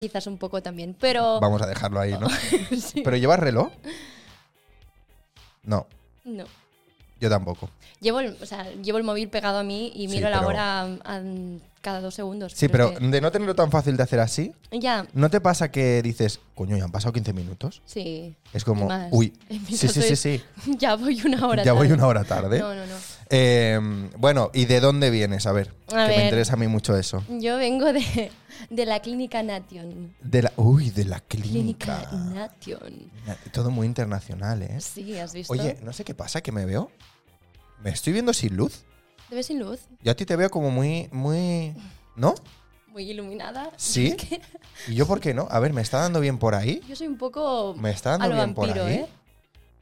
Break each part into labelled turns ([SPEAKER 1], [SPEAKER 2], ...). [SPEAKER 1] quizás un poco también, pero...
[SPEAKER 2] Vamos a dejarlo ahí, ¿no?
[SPEAKER 1] Sí,
[SPEAKER 2] ¿Pero llevas reloj? No,
[SPEAKER 1] no.
[SPEAKER 2] yo tampoco.
[SPEAKER 1] Llevo el, o sea, llevo el móvil pegado a mí y
[SPEAKER 2] Sí,
[SPEAKER 1] miro la
[SPEAKER 2] pero-
[SPEAKER 1] hora a- a- cada dos segundos.
[SPEAKER 2] Sí, pero
[SPEAKER 1] es
[SPEAKER 2] de no tenerlo tan fácil de hacer así,
[SPEAKER 1] que- ya,
[SPEAKER 2] ¿no te pasa que dices, coño, ya han pasado 15 minutos?
[SPEAKER 1] sí.
[SPEAKER 2] Es como,
[SPEAKER 1] Y más.
[SPEAKER 2] uy,
[SPEAKER 1] En mi
[SPEAKER 2] sí,
[SPEAKER 1] caso
[SPEAKER 2] sí, sí,
[SPEAKER 1] es
[SPEAKER 2] sí,
[SPEAKER 1] Ya voy una hora
[SPEAKER 2] ya voy
[SPEAKER 1] tarde.
[SPEAKER 2] una hora tarde.
[SPEAKER 1] No, no, no.
[SPEAKER 2] Eh, bueno, ¿y de dónde vienes? A ver,
[SPEAKER 1] A
[SPEAKER 2] que me
[SPEAKER 1] ver.
[SPEAKER 2] interesa a mí mucho eso.
[SPEAKER 1] Yo vengo de, de la clínica Nation.
[SPEAKER 2] De la, uy, de la
[SPEAKER 1] Clínica
[SPEAKER 2] clínica.
[SPEAKER 1] Nation.
[SPEAKER 2] Todo muy internacional, ¿eh?
[SPEAKER 1] Sí, ¿has visto?
[SPEAKER 2] Oye, no sé qué pasa, que me veo. Me estoy viendo sin luz.
[SPEAKER 1] ¿Te ves sin luz?
[SPEAKER 2] Yo a ti te veo como muy, muy. ¿No?
[SPEAKER 1] Muy iluminada.
[SPEAKER 2] ¿Sí?
[SPEAKER 1] Es que
[SPEAKER 2] ¿Y yo por qué no? A ver, ¿me está dando bien por ahí?
[SPEAKER 1] yo soy un poco
[SPEAKER 2] ¿Me está
[SPEAKER 1] a
[SPEAKER 2] dando
[SPEAKER 1] lo
[SPEAKER 2] bien por
[SPEAKER 1] vampiro,
[SPEAKER 2] ahí?
[SPEAKER 1] ¿eh?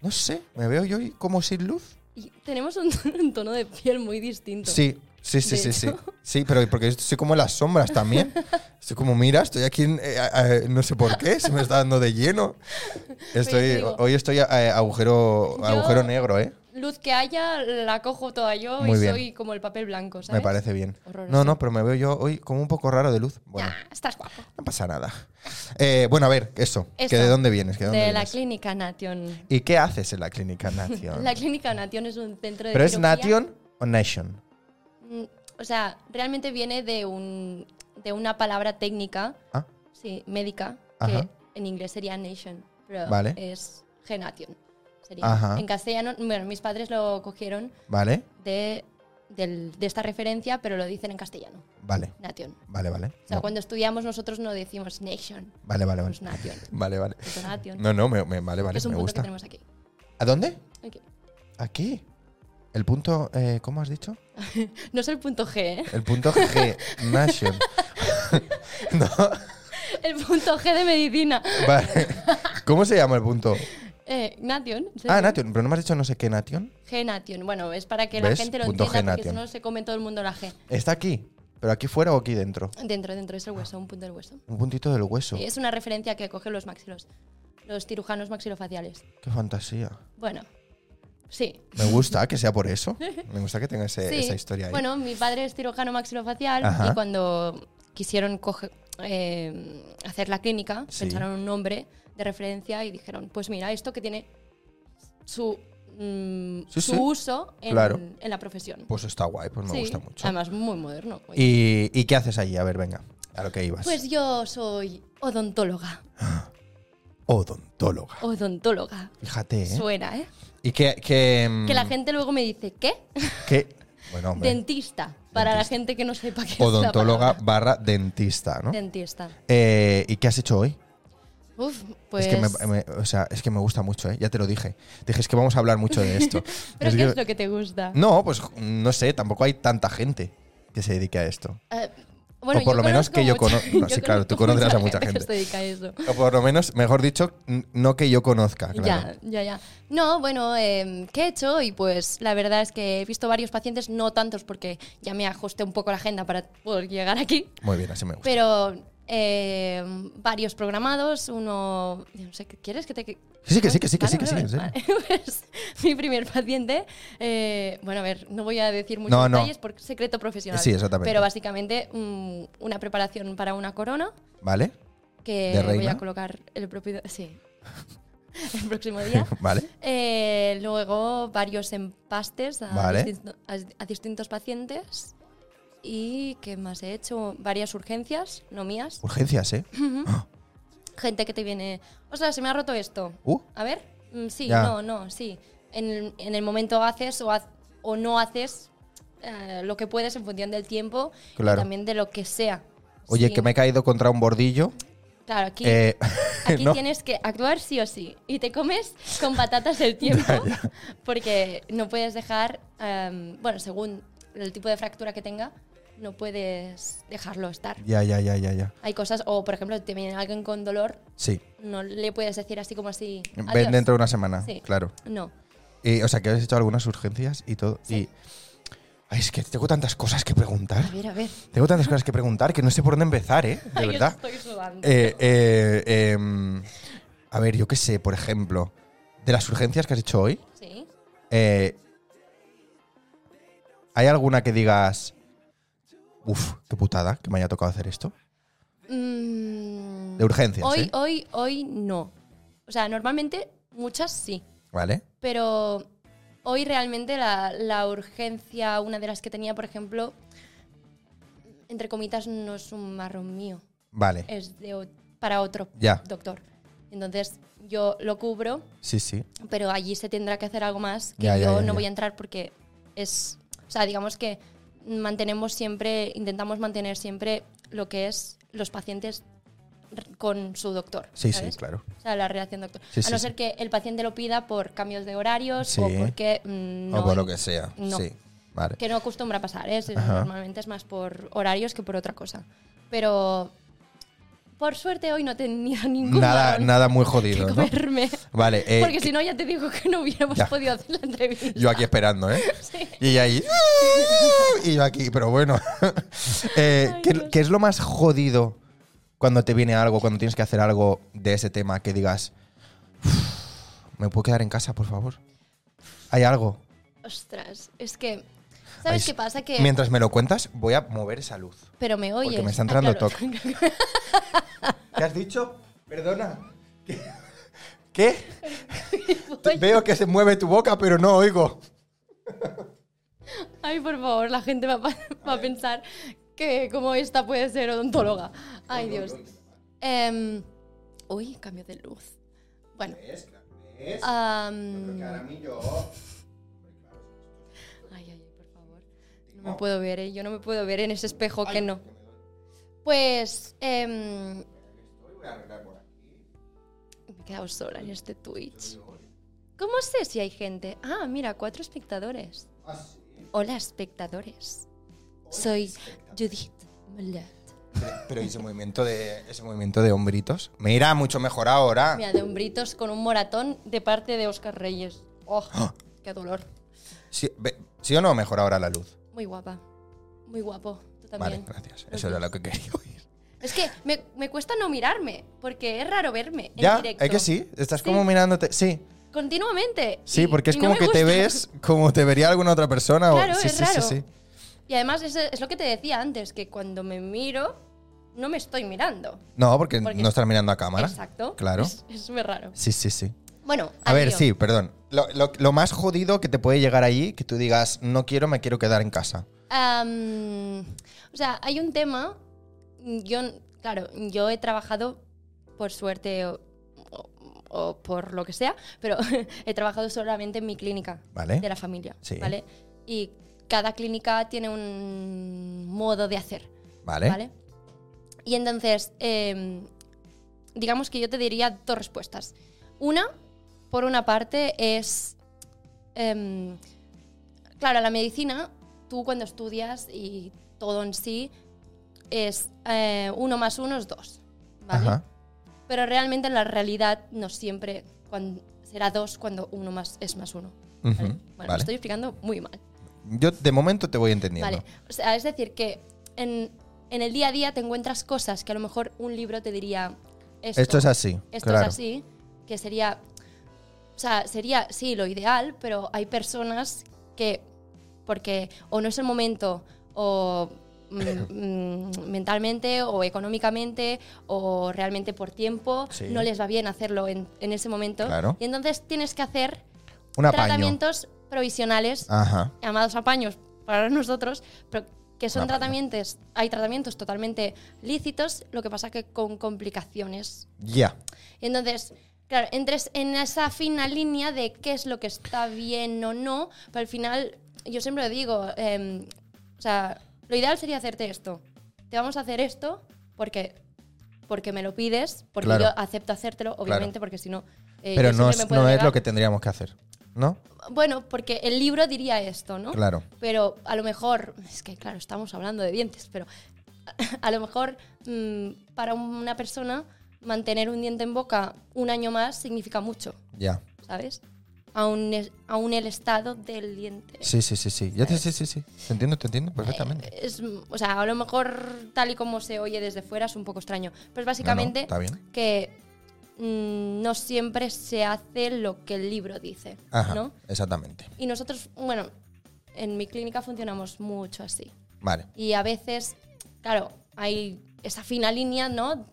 [SPEAKER 2] No sé, ¿me veo yo como sin luz?
[SPEAKER 1] Y tenemos un, un tono de piel muy distinto.
[SPEAKER 2] Sí, sí, sí,
[SPEAKER 1] De
[SPEAKER 2] sí, sí.
[SPEAKER 1] hecho.
[SPEAKER 2] Sí, pero porque estoy como en las sombras también. Estoy como, mira, estoy aquí, en- eh, eh, eh, no sé por qué, se me está dando de lleno. Estoy,
[SPEAKER 1] digo-
[SPEAKER 2] hoy estoy eh, agujero,
[SPEAKER 1] Yo-
[SPEAKER 2] agujero negro, ¿eh?
[SPEAKER 1] Luz que haya, la cojo toda yo
[SPEAKER 2] Muy
[SPEAKER 1] y
[SPEAKER 2] bien.
[SPEAKER 1] soy como el papel blanco, ¿sabes?
[SPEAKER 2] Me parece bien.
[SPEAKER 1] Horroroso.
[SPEAKER 2] No, no, pero me veo yo hoy como un poco raro de luz. Bueno,
[SPEAKER 1] Ah, estás guapo.
[SPEAKER 2] no pasa nada. Eh, bueno, a ver, eso.
[SPEAKER 1] Esto.
[SPEAKER 2] ¿Que ¿De dónde vienes? que de
[SPEAKER 1] De,
[SPEAKER 2] dónde
[SPEAKER 1] la
[SPEAKER 2] vienes?
[SPEAKER 1] clínica Nation.
[SPEAKER 2] ¿Y qué haces en la clínica Nation?
[SPEAKER 1] La clínica Nation es un centro de
[SPEAKER 2] ¿Pero es
[SPEAKER 1] cirugía.
[SPEAKER 2] Nation o Nation?
[SPEAKER 1] Mm, O sea, realmente viene de, un, de una palabra técnica,
[SPEAKER 2] Ah,
[SPEAKER 1] sí, médica,
[SPEAKER 2] Ajá.
[SPEAKER 1] que en inglés sería Nation, pero
[SPEAKER 2] Vale.
[SPEAKER 1] es Genation. Sería.
[SPEAKER 2] Ajá.
[SPEAKER 1] En castellano, bueno, mis padres lo cogieron
[SPEAKER 2] vale,
[SPEAKER 1] de, del- de esta referencia, pero lo dicen en castellano,
[SPEAKER 2] vale,
[SPEAKER 1] Nation.
[SPEAKER 2] vale, vale.
[SPEAKER 1] O sea,
[SPEAKER 2] No,
[SPEAKER 1] cuando estudiamos nosotros no decimos Nation,
[SPEAKER 2] Vale, vale, vale.
[SPEAKER 1] es Nation.
[SPEAKER 2] Vale, vale.
[SPEAKER 1] es Nation.
[SPEAKER 2] No, no, me, me- vale, vale,
[SPEAKER 1] es un
[SPEAKER 2] me
[SPEAKER 1] punto que
[SPEAKER 2] gusta.
[SPEAKER 1] tenemos aquí.
[SPEAKER 2] ¿A dónde?
[SPEAKER 1] Aquí.
[SPEAKER 2] Aquí. El punto, eh, ¿cómo has dicho?
[SPEAKER 1] No es el punto G, ¿eh?
[SPEAKER 2] El punto G, Nation. no,
[SPEAKER 1] el punto G de medicina.
[SPEAKER 2] vale. ¿Cómo se llama el punto?
[SPEAKER 1] Eh, Nation. ¿sí?
[SPEAKER 2] Ah, Nation, pero no me has dicho no sé qué Nation.
[SPEAKER 1] G-Nation. Bueno, es para que
[SPEAKER 2] ¿Ves?
[SPEAKER 1] la gente lo
[SPEAKER 2] Punto
[SPEAKER 1] entienda, porque
[SPEAKER 2] G-Nation.
[SPEAKER 1] si no se come todo el mundo la G.
[SPEAKER 2] Está aquí, pero aquí fuera o aquí dentro.
[SPEAKER 1] Dentro, dentro es el hueso, un punto del hueso.
[SPEAKER 2] Un puntito del hueso.
[SPEAKER 1] Y es una referencia que cogen los maxilos, los cirujanos maxilofaciales.
[SPEAKER 2] Qué fantasía.
[SPEAKER 1] Bueno, sí.
[SPEAKER 2] Me gusta que sea por eso. Me gusta que tenga ese-
[SPEAKER 1] sí.
[SPEAKER 2] eh, esa historia ahí.
[SPEAKER 1] Bueno, mi padre es cirujano maxilofacial
[SPEAKER 2] Ajá.
[SPEAKER 1] y cuando quisieron coge- eh, hacer la clínica,
[SPEAKER 2] Sí.
[SPEAKER 1] pensaron un nombre de referencia y dijeron, pues mira, esto que tiene su, mm,
[SPEAKER 2] Sí,
[SPEAKER 1] su
[SPEAKER 2] sí.
[SPEAKER 1] uso en,
[SPEAKER 2] Claro.
[SPEAKER 1] en la profesión.
[SPEAKER 2] Pues está guay, pues me
[SPEAKER 1] Sí,
[SPEAKER 2] gusta mucho.
[SPEAKER 1] Además, muy moderno. oye.
[SPEAKER 2] ¿Y, y qué haces allí? A ver, venga, a lo que ibas.
[SPEAKER 1] Pues yo soy odontóloga.
[SPEAKER 2] Odontóloga.
[SPEAKER 1] Odontóloga.
[SPEAKER 2] Fíjate, ¿eh?
[SPEAKER 1] Suena, ¿eh?
[SPEAKER 2] Y que... Que, mm,
[SPEAKER 1] Que la gente luego me dice, ¿qué?
[SPEAKER 2] que- bueno, hombre,
[SPEAKER 1] Dentista. Para la gente que no sepa qué es la
[SPEAKER 2] odontóloga
[SPEAKER 1] palabra.
[SPEAKER 2] barra dentista, ¿no?
[SPEAKER 1] Dentista.
[SPEAKER 2] Eh, ¿Y qué has hecho hoy?
[SPEAKER 1] Uf, pues.
[SPEAKER 2] Es que me, me- o sea, es que me gusta mucho, ¿eh? Ya te lo dije. Dije, es que vamos a hablar mucho de esto.
[SPEAKER 1] ¿Pero
[SPEAKER 2] Es
[SPEAKER 1] qué
[SPEAKER 2] que-
[SPEAKER 1] es lo que te gusta?
[SPEAKER 2] No, pues no sé, tampoco hay tanta gente que se dedique a esto.
[SPEAKER 1] Eh, bueno,
[SPEAKER 2] O por
[SPEAKER 1] yo
[SPEAKER 2] lo menos
[SPEAKER 1] conozco
[SPEAKER 2] que yo
[SPEAKER 1] mucha-
[SPEAKER 2] cono- no, sí, claro, tú
[SPEAKER 1] conozco
[SPEAKER 2] conocerás a mucha
[SPEAKER 1] mucha
[SPEAKER 2] gente.
[SPEAKER 1] que se dedica a eso.
[SPEAKER 2] O por lo menos, mejor dicho, n- no que yo conozca. Ah, Claro.
[SPEAKER 1] Ya, ya, ya. No, bueno, eh, ¿qué he hecho? Y pues la verdad es que he visto varios pacientes, no tantos porque ya me ajusté un poco la agenda para poder llegar aquí.
[SPEAKER 2] Muy bien, así me gusta.
[SPEAKER 1] Pero eh, varios programados, uno... No sé, ¿quieres que te...? que-
[SPEAKER 2] Sí, sí, que sí, que sí, que sí, que
[SPEAKER 1] Vale,
[SPEAKER 2] sí, en
[SPEAKER 1] vale,
[SPEAKER 2] serio.
[SPEAKER 1] vale. Pues, mi primer paciente, eh, bueno, a ver, no voy a decir muchos
[SPEAKER 2] No, no.
[SPEAKER 1] detalles por secreto profesional.
[SPEAKER 2] Sí, exactamente.
[SPEAKER 1] Pero básicamente mm, una preparación para una corona
[SPEAKER 2] ¿Vale?
[SPEAKER 1] que
[SPEAKER 2] ¿De
[SPEAKER 1] voy
[SPEAKER 2] reina?
[SPEAKER 1] a colocar el propio... Sí, el próximo día.
[SPEAKER 2] ¿Vale?
[SPEAKER 1] Eh, luego varios empastes a,
[SPEAKER 2] Vale.
[SPEAKER 1] distinto- a- a distintos pacientes. ¿Y qué más he hecho? Varias urgencias, no mías.
[SPEAKER 2] Urgencias, ¿eh?
[SPEAKER 1] Gente que te viene, sea, se me ha roto esto.
[SPEAKER 2] Uh.
[SPEAKER 1] A ver, mm, sí,
[SPEAKER 2] Ya.
[SPEAKER 1] no, no, sí. En el, en el momento haces o, haz- o no haces eh, lo que puedes en función del tiempo
[SPEAKER 2] Claro.
[SPEAKER 1] y también de lo que sea.
[SPEAKER 2] Oye,
[SPEAKER 1] Sí.
[SPEAKER 2] que me he caído contra un bordillo.
[SPEAKER 1] Claro, aquí,
[SPEAKER 2] Eh,
[SPEAKER 1] aquí
[SPEAKER 2] no.
[SPEAKER 1] tienes que actuar sí o sí. Y te comes con patatas el tiempo porque no puedes dejar, em, bueno, según el tipo de fractura que tenga, no puedes dejarlo estar.
[SPEAKER 2] Ya, ya, ya, ya, ya.
[SPEAKER 1] Hay cosas, o por ejemplo, te viene alguien con dolor,
[SPEAKER 2] Sí.
[SPEAKER 1] no le puedes decir así como así.
[SPEAKER 2] Ven
[SPEAKER 1] "Adiós".
[SPEAKER 2] dentro de una semana,
[SPEAKER 1] Sí.
[SPEAKER 2] claro.
[SPEAKER 1] No.
[SPEAKER 2] Y, o sea, que habéis hecho algunas urgencias y todo.
[SPEAKER 1] Sí.
[SPEAKER 2] Y, ay, es que tengo tantas cosas que preguntar.
[SPEAKER 1] A ver, a ver.
[SPEAKER 2] Tengo tantas cosas que preguntar que no sé por dónde empezar, ¿eh? De
[SPEAKER 1] Ay,
[SPEAKER 2] verdad.
[SPEAKER 1] Estoy sudando.
[SPEAKER 2] Eh, eh, em, a ver, yo qué sé, por ejemplo, de las urgencias que has hecho hoy,
[SPEAKER 1] sí.
[SPEAKER 2] eh, ¿hay alguna que digas, uff, qué putada que me haya tocado hacer esto?
[SPEAKER 1] Mm,
[SPEAKER 2] De urgencias,
[SPEAKER 1] Hoy,
[SPEAKER 2] ¿eh?
[SPEAKER 1] hoy, hoy no. O sea, normalmente muchas sí,
[SPEAKER 2] ¿Vale?
[SPEAKER 1] pero hoy realmente la, la urgencia, una de las que tenía, por ejemplo, entre comitas, no es un marrón mío,
[SPEAKER 2] Vale.
[SPEAKER 1] es de, o- para otro
[SPEAKER 2] Ya.
[SPEAKER 1] doctor. Entonces yo lo cubro,
[SPEAKER 2] Sí, sí.
[SPEAKER 1] pero allí se tendrá que hacer algo más que
[SPEAKER 2] Ya, ya,
[SPEAKER 1] yo
[SPEAKER 2] ya,
[SPEAKER 1] no
[SPEAKER 2] ya.
[SPEAKER 1] voy a entrar porque es, o sea, digamos que mantenemos siempre, intentamos mantener siempre lo que es los pacientes r- con su doctor.
[SPEAKER 2] Sí,
[SPEAKER 1] ¿sabes?
[SPEAKER 2] sí, claro.
[SPEAKER 1] O sea, la relación doctor.
[SPEAKER 2] Sí,
[SPEAKER 1] a
[SPEAKER 2] sí,
[SPEAKER 1] no
[SPEAKER 2] sí.
[SPEAKER 1] ser que el paciente lo pida por cambios de horarios
[SPEAKER 2] Sí.
[SPEAKER 1] o porque mm, no,
[SPEAKER 2] o por lo que sea.
[SPEAKER 1] no.
[SPEAKER 2] Sí. Vale.
[SPEAKER 1] que no acostumbra pasar, ¿eh? Es-
[SPEAKER 2] Ajá.
[SPEAKER 1] normalmente es más por horarios que por otra cosa. Pero por suerte hoy no tenía ningún
[SPEAKER 2] Nada,
[SPEAKER 1] marrón
[SPEAKER 2] nada muy
[SPEAKER 1] que
[SPEAKER 2] jodido, ¿no?
[SPEAKER 1] comerme.
[SPEAKER 2] Vale. eh,
[SPEAKER 1] Porque si no, ya te digo que no hubiéramos
[SPEAKER 2] Ya.
[SPEAKER 1] podido hacer la entrevista.
[SPEAKER 2] Yo aquí esperando, ¿eh?
[SPEAKER 1] Sí.
[SPEAKER 2] Y ella ahí. "Ah", Y yo aquí, pero bueno. Eh,
[SPEAKER 1] Ay,
[SPEAKER 2] ¿qué,
[SPEAKER 1] Dios.
[SPEAKER 2] qué es lo más jodido cuando te viene algo, cuando tienes que hacer algo de ese tema que digas, "Uf, ¿me puedo quedar en casa, por favor? ¿Hay algo?
[SPEAKER 1] Ostras, es que.
[SPEAKER 2] Ay,
[SPEAKER 1] ¿Sabes
[SPEAKER 2] sí.
[SPEAKER 1] qué pasa? Que.
[SPEAKER 2] Mientras me lo cuentas, voy a mover esa luz.
[SPEAKER 1] pero me oyes.
[SPEAKER 2] me está
[SPEAKER 1] Ah,
[SPEAKER 2] entrando
[SPEAKER 1] claro.
[SPEAKER 2] ¿Qué has dicho? Perdona. ¿Qué? Te- Veo que se mueve tu boca, pero no oigo.
[SPEAKER 1] Ay, por favor, la gente va, pa- va a pensar que como esta puede ser odontóloga. Ay, Dios. Em, uy, cambio de luz. Bueno. am, Ay, ay, por favor. No me puedo ver, ¿eh? Yo no me puedo ver en ese espejo que no. Pues. em, me he quedado sola en este Twitch. ¿Cómo sé si hay gente? Ah, mira, cuatro espectadores. Hola, espectadores. Soy Judith Mollet.
[SPEAKER 2] Pero ese movimiento de ese movimiento de hombritos me irá mucho mejor ahora.
[SPEAKER 1] Mira, de hombritos con un moratón de parte de Oscar Reyes. ¡Oh! ¡Qué dolor!
[SPEAKER 2] Sí, ve- ¿sí o no mejor ahora la luz?
[SPEAKER 1] Muy guapa. Muy guapo. Tú también.
[SPEAKER 2] Vale, gracias. Eso era lo que quería oír.
[SPEAKER 1] Es que me, me cuesta no mirarme, porque es raro verme en
[SPEAKER 2] ya,
[SPEAKER 1] directo.
[SPEAKER 2] es que sí, estás
[SPEAKER 1] Sí.
[SPEAKER 2] como mirándote. Sí,
[SPEAKER 1] Continuamente.
[SPEAKER 2] sí,
[SPEAKER 1] Y-
[SPEAKER 2] porque es
[SPEAKER 1] y no
[SPEAKER 2] como
[SPEAKER 1] me
[SPEAKER 2] que te
[SPEAKER 1] gusta.
[SPEAKER 2] ves como te vería alguna otra persona. o-
[SPEAKER 1] Claro,
[SPEAKER 2] sí,
[SPEAKER 1] es
[SPEAKER 2] sí,
[SPEAKER 1] raro.
[SPEAKER 2] sí, sí.
[SPEAKER 1] Y además es, es lo que te decía antes, que cuando me miro, no me estoy mirando.
[SPEAKER 2] No, porque,
[SPEAKER 1] Porque-
[SPEAKER 2] no estás mirando a cámara.
[SPEAKER 1] Exacto.
[SPEAKER 2] Claro.
[SPEAKER 1] Es es súper raro.
[SPEAKER 2] Sí, sí, sí.
[SPEAKER 1] Bueno,
[SPEAKER 2] A
[SPEAKER 1] al
[SPEAKER 2] ver,
[SPEAKER 1] lío.
[SPEAKER 2] sí, perdón. Lo, lo- lo más jodido que te puede llegar allí, que tú digas, no quiero, me quiero quedar en casa.
[SPEAKER 1] Am, o sea, hay un tema. Yo, claro, yo he trabajado, por suerte o, o- o por lo que sea, pero he trabajado solamente en mi clínica
[SPEAKER 2] Vale.
[SPEAKER 1] de la familia.
[SPEAKER 2] Sí.
[SPEAKER 1] ¿Vale? Y cada clínica tiene un modo de hacer.
[SPEAKER 2] ¿Vale?
[SPEAKER 1] ¿Vale? Y entonces, eh, digamos que yo te diría dos respuestas. Una, por una parte, es. em, claro, la medicina, tú cuando estudias y todo en sí, es eh, uno más uno es dos. ¿Vale?
[SPEAKER 2] Ajá.
[SPEAKER 1] Pero realmente en la realidad no siempre cuan- será dos cuando uno más es más uno.
[SPEAKER 2] Ujú,
[SPEAKER 1] ¿vale? Bueno, lo
[SPEAKER 2] vale.
[SPEAKER 1] estoy explicando muy mal.
[SPEAKER 2] Yo de momento te voy entendiendo.
[SPEAKER 1] Vale. O sea, es decir, que en, en el día a día te encuentras cosas que a lo mejor un libro te diría. Esto,
[SPEAKER 2] Esto, es así.
[SPEAKER 1] esto
[SPEAKER 2] claro.
[SPEAKER 1] es así. Que sería. O sea, sería, sí, lo ideal, pero hay personas que. Porque o no es el momento, o. mm, mm, mentalmente o económicamente o realmente por tiempo
[SPEAKER 2] Sí.
[SPEAKER 1] no les va bien hacerlo en, en ese momento
[SPEAKER 2] Claro.
[SPEAKER 1] y entonces tienes que hacer
[SPEAKER 2] Un apaño.
[SPEAKER 1] tratamientos provisionales
[SPEAKER 2] Ajá.
[SPEAKER 1] llamados apaños para nosotros, pero que son
[SPEAKER 2] Un apaño.
[SPEAKER 1] tratamientos, hay tratamientos totalmente lícitos, lo que pasa que con complicaciones.
[SPEAKER 2] Ya.
[SPEAKER 1] Entonces, claro, entres en esa fina línea de qué es lo que está bien o no, pero al final, yo siempre lo digo, em, o sea, lo ideal sería hacerte esto. Te vamos a hacer esto porque, porque me lo pides, porque
[SPEAKER 2] Claro.
[SPEAKER 1] yo acepto hacértelo, obviamente, porque si no... eh,
[SPEAKER 2] Pero
[SPEAKER 1] yo
[SPEAKER 2] no,
[SPEAKER 1] siempre
[SPEAKER 2] es,
[SPEAKER 1] me puedo
[SPEAKER 2] no es lo
[SPEAKER 1] negar.
[SPEAKER 2] que tendríamos que hacer. ¿No?
[SPEAKER 1] Bueno, porque el libro diría esto, ¿no?
[SPEAKER 2] Claro.
[SPEAKER 1] Pero a lo mejor, es que claro, estamos hablando de dientes, pero a lo mejor mm, para una persona mantener un diente en boca un año más significa mucho,
[SPEAKER 2] Ya.
[SPEAKER 1] ¿sabes? Aún, es- aún el estado del diente.
[SPEAKER 2] Sí, sí, sí, sí.
[SPEAKER 1] Eh,
[SPEAKER 2] Ya te, sí, sí, sí. Te entiendo, te entiendo perfectamente.
[SPEAKER 1] Es, mm, o sea, a lo mejor tal y como se oye desde fuera es un poco extraño, pero es básicamente
[SPEAKER 2] No, no, está bien.
[SPEAKER 1] que mm, no siempre se hace lo que el libro dice,
[SPEAKER 2] Ajá.
[SPEAKER 1] ¿no?
[SPEAKER 2] Exactamente.
[SPEAKER 1] Y nosotros, bueno, en mi clínica funcionamos mucho así.
[SPEAKER 2] Vale.
[SPEAKER 1] Y a veces, claro, hay esa fina línea, ¿no?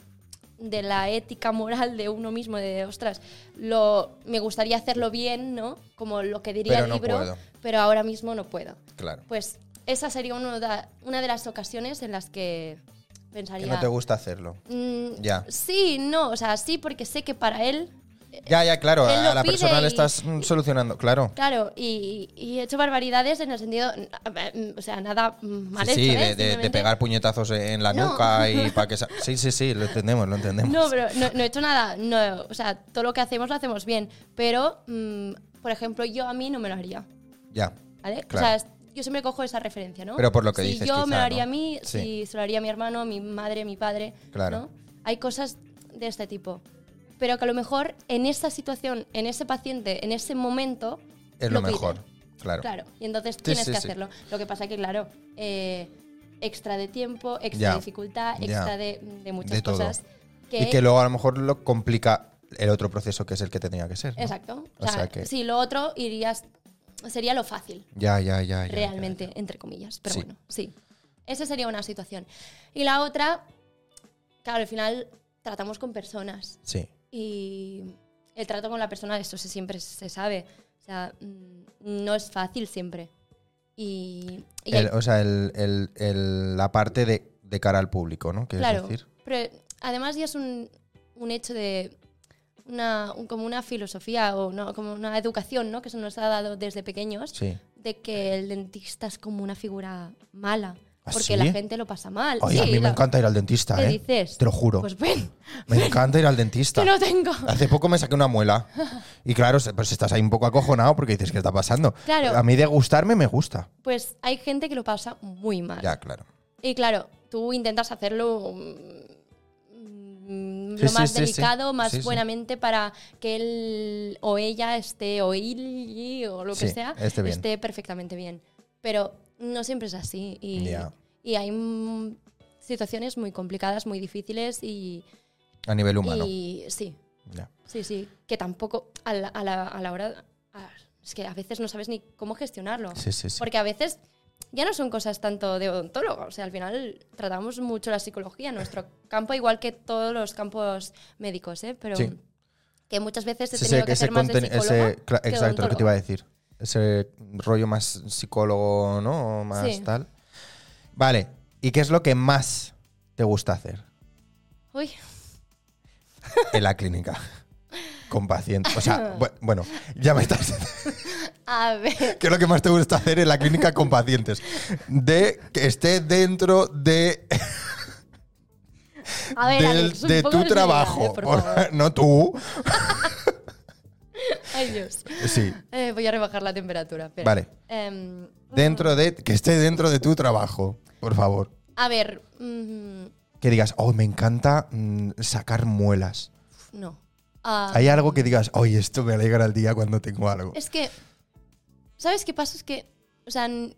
[SPEAKER 1] de la ética moral de uno mismo, de, ostras, lo, me gustaría hacerlo bien, ¿no? Como lo que diría
[SPEAKER 2] Pero
[SPEAKER 1] el
[SPEAKER 2] no
[SPEAKER 1] libro,
[SPEAKER 2] puedo.
[SPEAKER 1] pero ahora mismo no puedo.
[SPEAKER 2] Claro.
[SPEAKER 1] Pues esa sería uno da- una de las ocasiones en las que
[SPEAKER 2] Que
[SPEAKER 1] pensaría...
[SPEAKER 2] no te gusta hacerlo.
[SPEAKER 1] mm,
[SPEAKER 2] Ya.
[SPEAKER 1] Sí, no, o sea, sí, porque sé que para él
[SPEAKER 2] Ya, ya, claro.
[SPEAKER 1] Eh, Él lo
[SPEAKER 2] A la
[SPEAKER 1] pide
[SPEAKER 2] persona le
[SPEAKER 1] y-
[SPEAKER 2] estás mm, solucionando. Claro.
[SPEAKER 1] Claro, y, y he hecho barbaridades en el sentido, mm, o sea, nada mm, mal
[SPEAKER 2] sí,
[SPEAKER 1] hecho.
[SPEAKER 2] sí,
[SPEAKER 1] ¿eh?
[SPEAKER 2] de- de- de,
[SPEAKER 1] Simplemente-
[SPEAKER 2] pegar puñetazos en la
[SPEAKER 1] No.
[SPEAKER 2] nuca y para que... sa- Sí, sí, sí, lo entendemos, lo entendemos.
[SPEAKER 1] No, pero no, no he hecho nada, no, o sea, todo lo que hacemos lo hacemos bien, pero, mm, por ejemplo, yo a mí no me lo haría,
[SPEAKER 2] Ya.
[SPEAKER 1] ¿vale?
[SPEAKER 2] Claro.
[SPEAKER 1] O sea, es- yo siempre cojo esa referencia, ¿no?
[SPEAKER 2] Pero por lo que
[SPEAKER 1] si
[SPEAKER 2] dices,
[SPEAKER 1] yo me
[SPEAKER 2] quizá,
[SPEAKER 1] lo haría a
[SPEAKER 2] ¿no?
[SPEAKER 1] mí,
[SPEAKER 2] Sí.
[SPEAKER 1] si se lo haría a mi hermano, mi madre, mi padre,
[SPEAKER 2] Claro.
[SPEAKER 1] ¿no? Hay cosas de este tipo, pero que a lo mejor en esta situación, en ese paciente, en ese momento...
[SPEAKER 2] Es lo
[SPEAKER 1] pide.
[SPEAKER 2] mejor. Claro.
[SPEAKER 1] Claro, y entonces tienes
[SPEAKER 2] sí,
[SPEAKER 1] que
[SPEAKER 2] sí.
[SPEAKER 1] hacerlo. Lo que pasa que, claro, eh, extra de tiempo, extra
[SPEAKER 2] Ya,
[SPEAKER 1] de dificultad,
[SPEAKER 2] ya.
[SPEAKER 1] extra de, de muchas
[SPEAKER 2] De todo.
[SPEAKER 1] cosas.
[SPEAKER 2] Y que luego a lo mejor lo complica el otro proceso que es el que tenía que ser. ¿no?
[SPEAKER 1] Exacto.
[SPEAKER 2] O
[SPEAKER 1] O sea,
[SPEAKER 2] sea que-
[SPEAKER 1] sí, lo otro irías, sería lo fácil,
[SPEAKER 2] Ya, ya, ya. ya, ya,
[SPEAKER 1] realmente, entre comillas. Pero
[SPEAKER 2] Sí.
[SPEAKER 1] bueno, sí. Esa sería una situación. Y la otra, claro, al final tratamos con personas.
[SPEAKER 2] ya. Sí.
[SPEAKER 1] Y el trato con la persona, esto se, siempre se sabe. O sea, mm, no es fácil siempre. Y, y hay
[SPEAKER 2] El- o sea, el- el- el- la parte de, de cara al público, ¿no? ¿Quieres
[SPEAKER 1] Claro,
[SPEAKER 2] decir?
[SPEAKER 1] pero además ya es un, un hecho de una, un- como una filosofía o no, como una educación ¿no? que se nos ha dado desde pequeños
[SPEAKER 2] Sí.
[SPEAKER 1] de que el dentista es como una figura mala
[SPEAKER 2] ¿Ah,
[SPEAKER 1] porque
[SPEAKER 2] sí?
[SPEAKER 1] la gente lo pasa mal.
[SPEAKER 2] Oye, a
[SPEAKER 1] Sí,
[SPEAKER 2] mí me
[SPEAKER 1] la-
[SPEAKER 2] encanta ir al dentista,
[SPEAKER 1] ¿Qué
[SPEAKER 2] ¿eh?
[SPEAKER 1] dices?
[SPEAKER 2] Te lo juro.
[SPEAKER 1] Pues ven,
[SPEAKER 2] me encanta ir al
[SPEAKER 1] que
[SPEAKER 2] dentista.
[SPEAKER 1] no tengo.
[SPEAKER 2] Hace poco me saqué una muela. Y claro, se- pues estás ahí un poco acojonado porque dices, ¿qué está pasando?
[SPEAKER 1] Claro.
[SPEAKER 2] A mí de gustarme me gusta.
[SPEAKER 1] Pues hay gente que lo pasa muy mal.
[SPEAKER 2] Ya, claro.
[SPEAKER 1] Y claro, tú intentas hacerlo mm, mm,
[SPEAKER 2] Sí,
[SPEAKER 1] lo
[SPEAKER 2] sí,
[SPEAKER 1] más
[SPEAKER 2] sí, sí.
[SPEAKER 1] delicado, más
[SPEAKER 2] Sí, sí.
[SPEAKER 1] buenamente para que él o ella esté o él o lo que
[SPEAKER 2] Sí,
[SPEAKER 1] sea
[SPEAKER 2] esté bien.
[SPEAKER 1] perfectamente bien. Pero no siempre es así y,
[SPEAKER 2] Ya.
[SPEAKER 1] y hay mm, situaciones muy complicadas, muy difíciles y,
[SPEAKER 2] A nivel humano.
[SPEAKER 1] y sí,
[SPEAKER 2] Ya.
[SPEAKER 1] sí, sí, que tampoco a la, a la- a la hora a- es que a veces no sabes ni cómo gestionarlo.
[SPEAKER 2] Sí, sí, sí.
[SPEAKER 1] Porque a veces ya no son cosas tanto de odontólogo. O sea, al final tratamos mucho la psicología, nuestro campo, igual que todos los campos médicos, ¿eh? Pero
[SPEAKER 2] Sí.
[SPEAKER 1] que muchas veces he
[SPEAKER 2] Sí,
[SPEAKER 1] tenido
[SPEAKER 2] sé
[SPEAKER 1] que hacer más de
[SPEAKER 2] conten-
[SPEAKER 1] psicóloga
[SPEAKER 2] ese- cla-
[SPEAKER 1] que
[SPEAKER 2] exacto, lo que te
[SPEAKER 1] odontóloga.
[SPEAKER 2] iba a decir. Ese rollo más psicólogo, ¿no? O más
[SPEAKER 1] Sí.
[SPEAKER 2] tal. Vale. ¿Y qué es lo que más te gusta hacer
[SPEAKER 1] Uy,
[SPEAKER 2] en la clínica? Con pacientes. O sea, bu- bueno, ya me estás.
[SPEAKER 1] a ver.
[SPEAKER 2] ¿Qué es lo que más te gusta hacer en la clínica con pacientes? De que esté dentro de,
[SPEAKER 1] A ver,
[SPEAKER 2] del-
[SPEAKER 1] Alex, un
[SPEAKER 2] de
[SPEAKER 1] poco
[SPEAKER 2] tu
[SPEAKER 1] seriedad,
[SPEAKER 2] trabajo.
[SPEAKER 1] eh, por favor.
[SPEAKER 2] No tú.
[SPEAKER 1] Ay, Dios.
[SPEAKER 2] Sí.
[SPEAKER 1] Eh, voy a rebajar la temperatura. espera.
[SPEAKER 2] Vale.
[SPEAKER 1] Em,
[SPEAKER 2] Dentro de. Que esté dentro de tu trabajo, por favor.
[SPEAKER 1] a ver, mm,
[SPEAKER 2] Que digas, oh, me encanta mm, sacar muelas.
[SPEAKER 1] no. Ah,
[SPEAKER 2] Hay algo que digas, oye, esto me alegra el día cuando tengo algo.
[SPEAKER 1] Es que, ¿sabes qué pasa? Es que, o sea, n-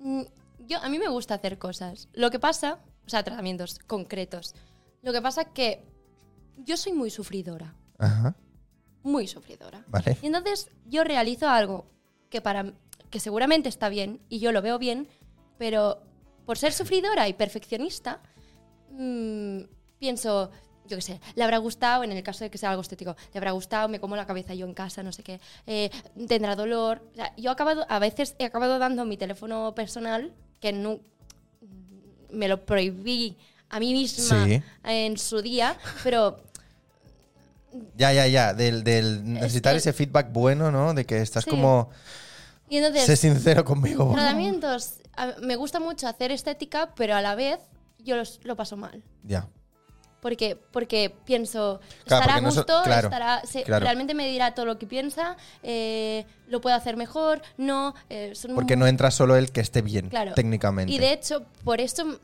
[SPEAKER 1] n- yo, a mí me gusta hacer cosas. Lo que pasa, o sea, tratamientos concretos. Lo que pasa que yo soy muy sufridora,
[SPEAKER 2] Ajá,
[SPEAKER 1] muy sufridora.
[SPEAKER 2] vale.
[SPEAKER 1] Y entonces yo realizo algo que para m- que seguramente está bien y yo lo veo bien, pero por ser sufridora y perfeccionista, mm, pienso, yo qué sé, le habrá gustado, en el caso de que sea algo estético, le habrá gustado, me como la cabeza yo en casa, no sé qué, eh, tendrá dolor. O sea, yo he acabado, a veces he acabado dando mi teléfono personal, que no, me lo prohibí a mí misma
[SPEAKER 2] Sí.
[SPEAKER 1] en su día, pero
[SPEAKER 2] Ya, ya, ya. Del, del necesitar
[SPEAKER 1] que-
[SPEAKER 2] ese feedback bueno, ¿no? De que estás
[SPEAKER 1] Sí.
[SPEAKER 2] como.
[SPEAKER 1] y entonces
[SPEAKER 2] Sé sincero conmigo. por favor".
[SPEAKER 1] Tratamientos. a- Me gusta mucho hacer estética, pero a la vez yo los- lo paso mal.
[SPEAKER 2] Ya.
[SPEAKER 1] Porque, porque pienso,
[SPEAKER 2] Claro,
[SPEAKER 1] estará a
[SPEAKER 2] porque no so-
[SPEAKER 1] gusto,
[SPEAKER 2] claro,
[SPEAKER 1] estará, se-
[SPEAKER 2] claro.
[SPEAKER 1] realmente me dirá todo lo que piensa, eh, lo puedo hacer mejor, no. eh, son
[SPEAKER 2] Porque
[SPEAKER 1] mu-
[SPEAKER 2] no entra solo el que esté bien,
[SPEAKER 1] Claro.
[SPEAKER 2] técnicamente.
[SPEAKER 1] Y de hecho, por esto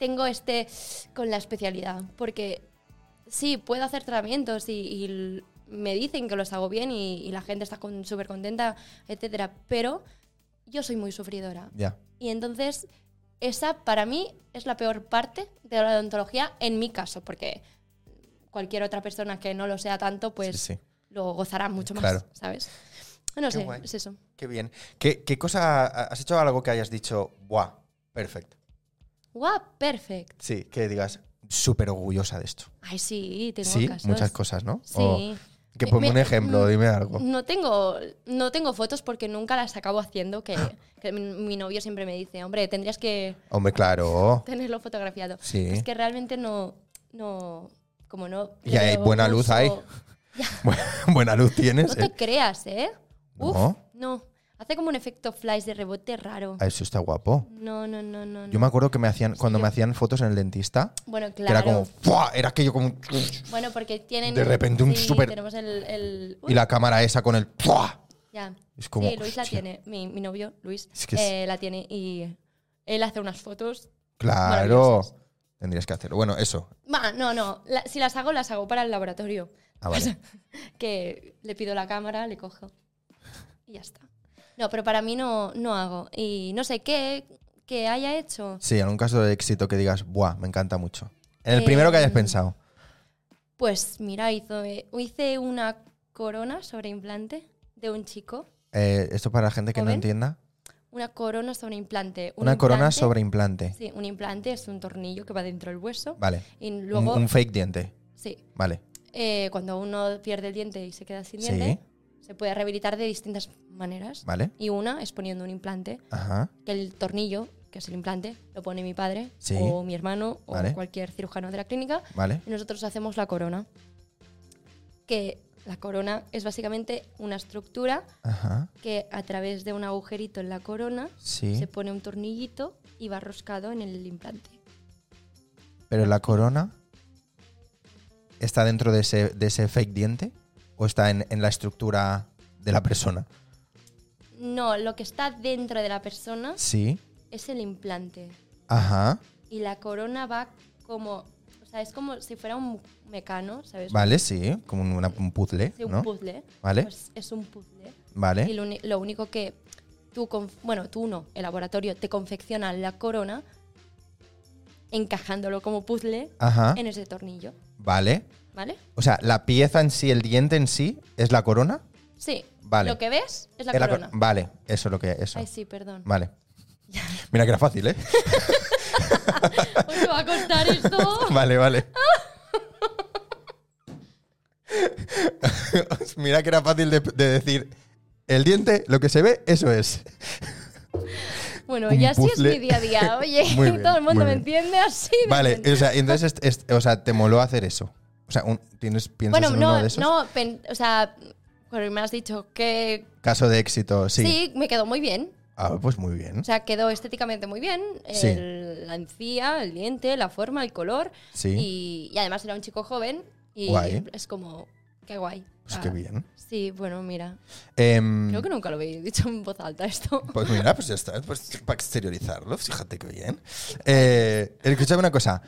[SPEAKER 1] tengo este con la especialidad. Porque sí, puedo hacer tratamientos y, y l- me dicen que los hago bien y, y la gente está con- súper contenta, etcétera, Pero yo soy muy sufridora.
[SPEAKER 2] Ya.
[SPEAKER 1] Y entonces, esa para mí es la peor parte de la odontología en mi caso, porque cualquier otra persona que no lo sea tanto, pues
[SPEAKER 2] Sí, sí.
[SPEAKER 1] lo gozará mucho más,
[SPEAKER 2] Claro.
[SPEAKER 1] ¿sabes? No
[SPEAKER 2] Qué
[SPEAKER 1] sé,
[SPEAKER 2] guay.
[SPEAKER 1] es eso.
[SPEAKER 2] Qué bien. ¿Qué, qué cosa has hecho algo que hayas dicho, buah, perfecto?
[SPEAKER 1] ¡Guau! Perfect.
[SPEAKER 2] Sí, que digas, súper orgullosa de esto.
[SPEAKER 1] Ay, sí, tengo
[SPEAKER 2] Sí,
[SPEAKER 1] casos.
[SPEAKER 2] muchas cosas, Oh. ¿no?
[SPEAKER 1] Sí.
[SPEAKER 2] O- que
[SPEAKER 1] Eh,
[SPEAKER 2] ponme
[SPEAKER 1] mira,
[SPEAKER 2] un ejemplo,
[SPEAKER 1] mm,
[SPEAKER 2] dime algo.
[SPEAKER 1] No tengo, no tengo fotos porque nunca las acabo haciendo, que, que mi, mi novio siempre me dice, hombre, tendrías que
[SPEAKER 2] Hombre, claro.
[SPEAKER 1] tenerlo fotografiado.
[SPEAKER 2] Sí.
[SPEAKER 1] Es que realmente no, no, como no...
[SPEAKER 2] Y hay
[SPEAKER 1] le doy
[SPEAKER 2] buena luz
[SPEAKER 1] uso-
[SPEAKER 2] ahí. Bu- Buena luz tienes.
[SPEAKER 1] No te
[SPEAKER 2] eh.
[SPEAKER 1] creas, ¿eh? Uf,
[SPEAKER 2] No.
[SPEAKER 1] no. Hace como un efecto flash de rebote raro.
[SPEAKER 2] Ah, Eso está guapo.
[SPEAKER 1] No, no, no, no.
[SPEAKER 2] Yo
[SPEAKER 1] no.
[SPEAKER 2] me acuerdo que me hacían, cuando
[SPEAKER 1] yo-
[SPEAKER 2] me hacían fotos en el dentista,
[SPEAKER 1] Bueno,
[SPEAKER 2] que
[SPEAKER 1] claro.
[SPEAKER 2] era como, ¡fua! Era aquello como.
[SPEAKER 1] Bueno, porque tienen...
[SPEAKER 2] De repente un
[SPEAKER 1] sí,
[SPEAKER 2] súper-
[SPEAKER 1] tenemos el... el-
[SPEAKER 2] Y la cámara esa con el. ¡fua!
[SPEAKER 1] Ya.
[SPEAKER 2] Es como,
[SPEAKER 1] sí, Luis la
[SPEAKER 2] hostia.
[SPEAKER 1] tiene. Mi, mi novio, Luis,
[SPEAKER 2] Es que es-
[SPEAKER 1] eh, la tiene y él hace unas fotos.
[SPEAKER 2] Claro.
[SPEAKER 1] Maravillosas.
[SPEAKER 2] Tendrías que hacerlo. Bueno, eso.
[SPEAKER 1] Va, no, no. la- si las hago, las hago para el laboratorio.
[SPEAKER 2] Ah, vale.
[SPEAKER 1] Que le pido la cámara, le cojo y ya está. No, pero para mí no, no hago. Y no sé qué que haya hecho.
[SPEAKER 2] Sí, algún caso de éxito que digas, ¡buah! Me encanta mucho. En el
[SPEAKER 1] Eh,
[SPEAKER 2] primero que hayas pensado.
[SPEAKER 1] Pues mira, hizo, eh, hice una corona sobre implante de un chico.
[SPEAKER 2] Eh, esto para la gente que no
[SPEAKER 1] ¿Joven?
[SPEAKER 2] entienda.
[SPEAKER 1] Una corona sobre implante. Un
[SPEAKER 2] Una corona
[SPEAKER 1] implante-
[SPEAKER 2] sobre implante.
[SPEAKER 1] Sí, un implante es un tornillo que va dentro del hueso.
[SPEAKER 2] Vale.
[SPEAKER 1] Y
[SPEAKER 2] Un-
[SPEAKER 1] luego,
[SPEAKER 2] un fake diente.
[SPEAKER 1] sí,
[SPEAKER 2] Vale.
[SPEAKER 1] eh, cuando uno pierde el diente y se queda sin
[SPEAKER 2] Sí.
[SPEAKER 1] diente, se puede rehabilitar de distintas maneras.
[SPEAKER 2] Vale.
[SPEAKER 1] Y una es poniendo un implante,
[SPEAKER 2] Ajá.
[SPEAKER 1] que el tornillo, que es el implante, lo pone mi padre
[SPEAKER 2] Sí.
[SPEAKER 1] o mi hermano o
[SPEAKER 2] Vale.
[SPEAKER 1] cualquier cirujano de la clínica.
[SPEAKER 2] Vale.
[SPEAKER 1] Y nosotros hacemos la corona. Que la corona es básicamente una estructura
[SPEAKER 2] Ajá.
[SPEAKER 1] que a través de un agujerito en la corona
[SPEAKER 2] Sí.
[SPEAKER 1] se pone un tornillito y va roscado en el implante.
[SPEAKER 2] Pero la corona está dentro de ese, de ese fake diente o está en, en la estructura de la persona.
[SPEAKER 1] No, lo que está dentro de la persona
[SPEAKER 2] Sí.
[SPEAKER 1] es el implante.
[SPEAKER 2] Ajá.
[SPEAKER 1] y la corona va como, o sea, es como si fuera un mecano, ¿sabes?
[SPEAKER 2] Vale, sí. Como una- un puzzle,
[SPEAKER 1] Sí, un
[SPEAKER 2] ¿no?
[SPEAKER 1] puzzle.
[SPEAKER 2] Vale.
[SPEAKER 1] Pues es un puzzle. Y
[SPEAKER 2] Vale.
[SPEAKER 1] lo, uni- lo único que tú, conf- bueno, tú no, el laboratorio te confecciona la corona encajándolo como puzzle
[SPEAKER 2] Ajá.
[SPEAKER 1] en ese tornillo,
[SPEAKER 2] Vale.
[SPEAKER 1] ¿vale?
[SPEAKER 2] O sea, la pieza en sí, el diente en sí, es la corona.
[SPEAKER 1] Sí.
[SPEAKER 2] Vale.
[SPEAKER 1] Lo que ves es la
[SPEAKER 2] Es la cor-
[SPEAKER 1] corona.
[SPEAKER 2] vale, eso es lo que eso.
[SPEAKER 1] Ay, sí, perdón.
[SPEAKER 2] Vale. Mira que era fácil, ¿eh?
[SPEAKER 1] Hoy me va a costar esto.
[SPEAKER 2] Vale, vale. Mira que era fácil de, de decir. El diente, lo que se ve, eso es.
[SPEAKER 1] Bueno,
[SPEAKER 2] Un
[SPEAKER 1] y así
[SPEAKER 2] puzzle.
[SPEAKER 1] es mi día a día. Oye,
[SPEAKER 2] Muy bien,
[SPEAKER 1] todo el mundo
[SPEAKER 2] muy
[SPEAKER 1] me
[SPEAKER 2] bien.
[SPEAKER 1] entiende así. me
[SPEAKER 2] Vale,
[SPEAKER 1] entiende.
[SPEAKER 2] o sea, entonces est- est- o sea, te moló hacer eso. O sea, un- tienes, piensas
[SPEAKER 1] Bueno,
[SPEAKER 2] en
[SPEAKER 1] no,
[SPEAKER 2] uno de esos.
[SPEAKER 1] no, pen- o sea, cuando me has dicho que
[SPEAKER 2] Caso de éxito, sí.
[SPEAKER 1] sí. me quedó muy bien.
[SPEAKER 2] Ah, pues muy bien.
[SPEAKER 1] O sea, quedó estéticamente muy bien.
[SPEAKER 2] Sí.
[SPEAKER 1] el- la encía, el diente, la forma, el color.
[SPEAKER 2] sí.
[SPEAKER 1] Y, y además era un chico joven y
[SPEAKER 2] Guay. ¿eh?
[SPEAKER 1] es como, qué guay.
[SPEAKER 2] Pues
[SPEAKER 1] Ah,
[SPEAKER 2] qué bien.
[SPEAKER 1] Sí, bueno, mira.
[SPEAKER 2] Em,
[SPEAKER 1] Creo que nunca lo habéis dicho en voz alta esto.
[SPEAKER 2] Pues mira, pues ya está, pues para exteriorizarlo, fíjate que bien. Eh, escúchame una cosa.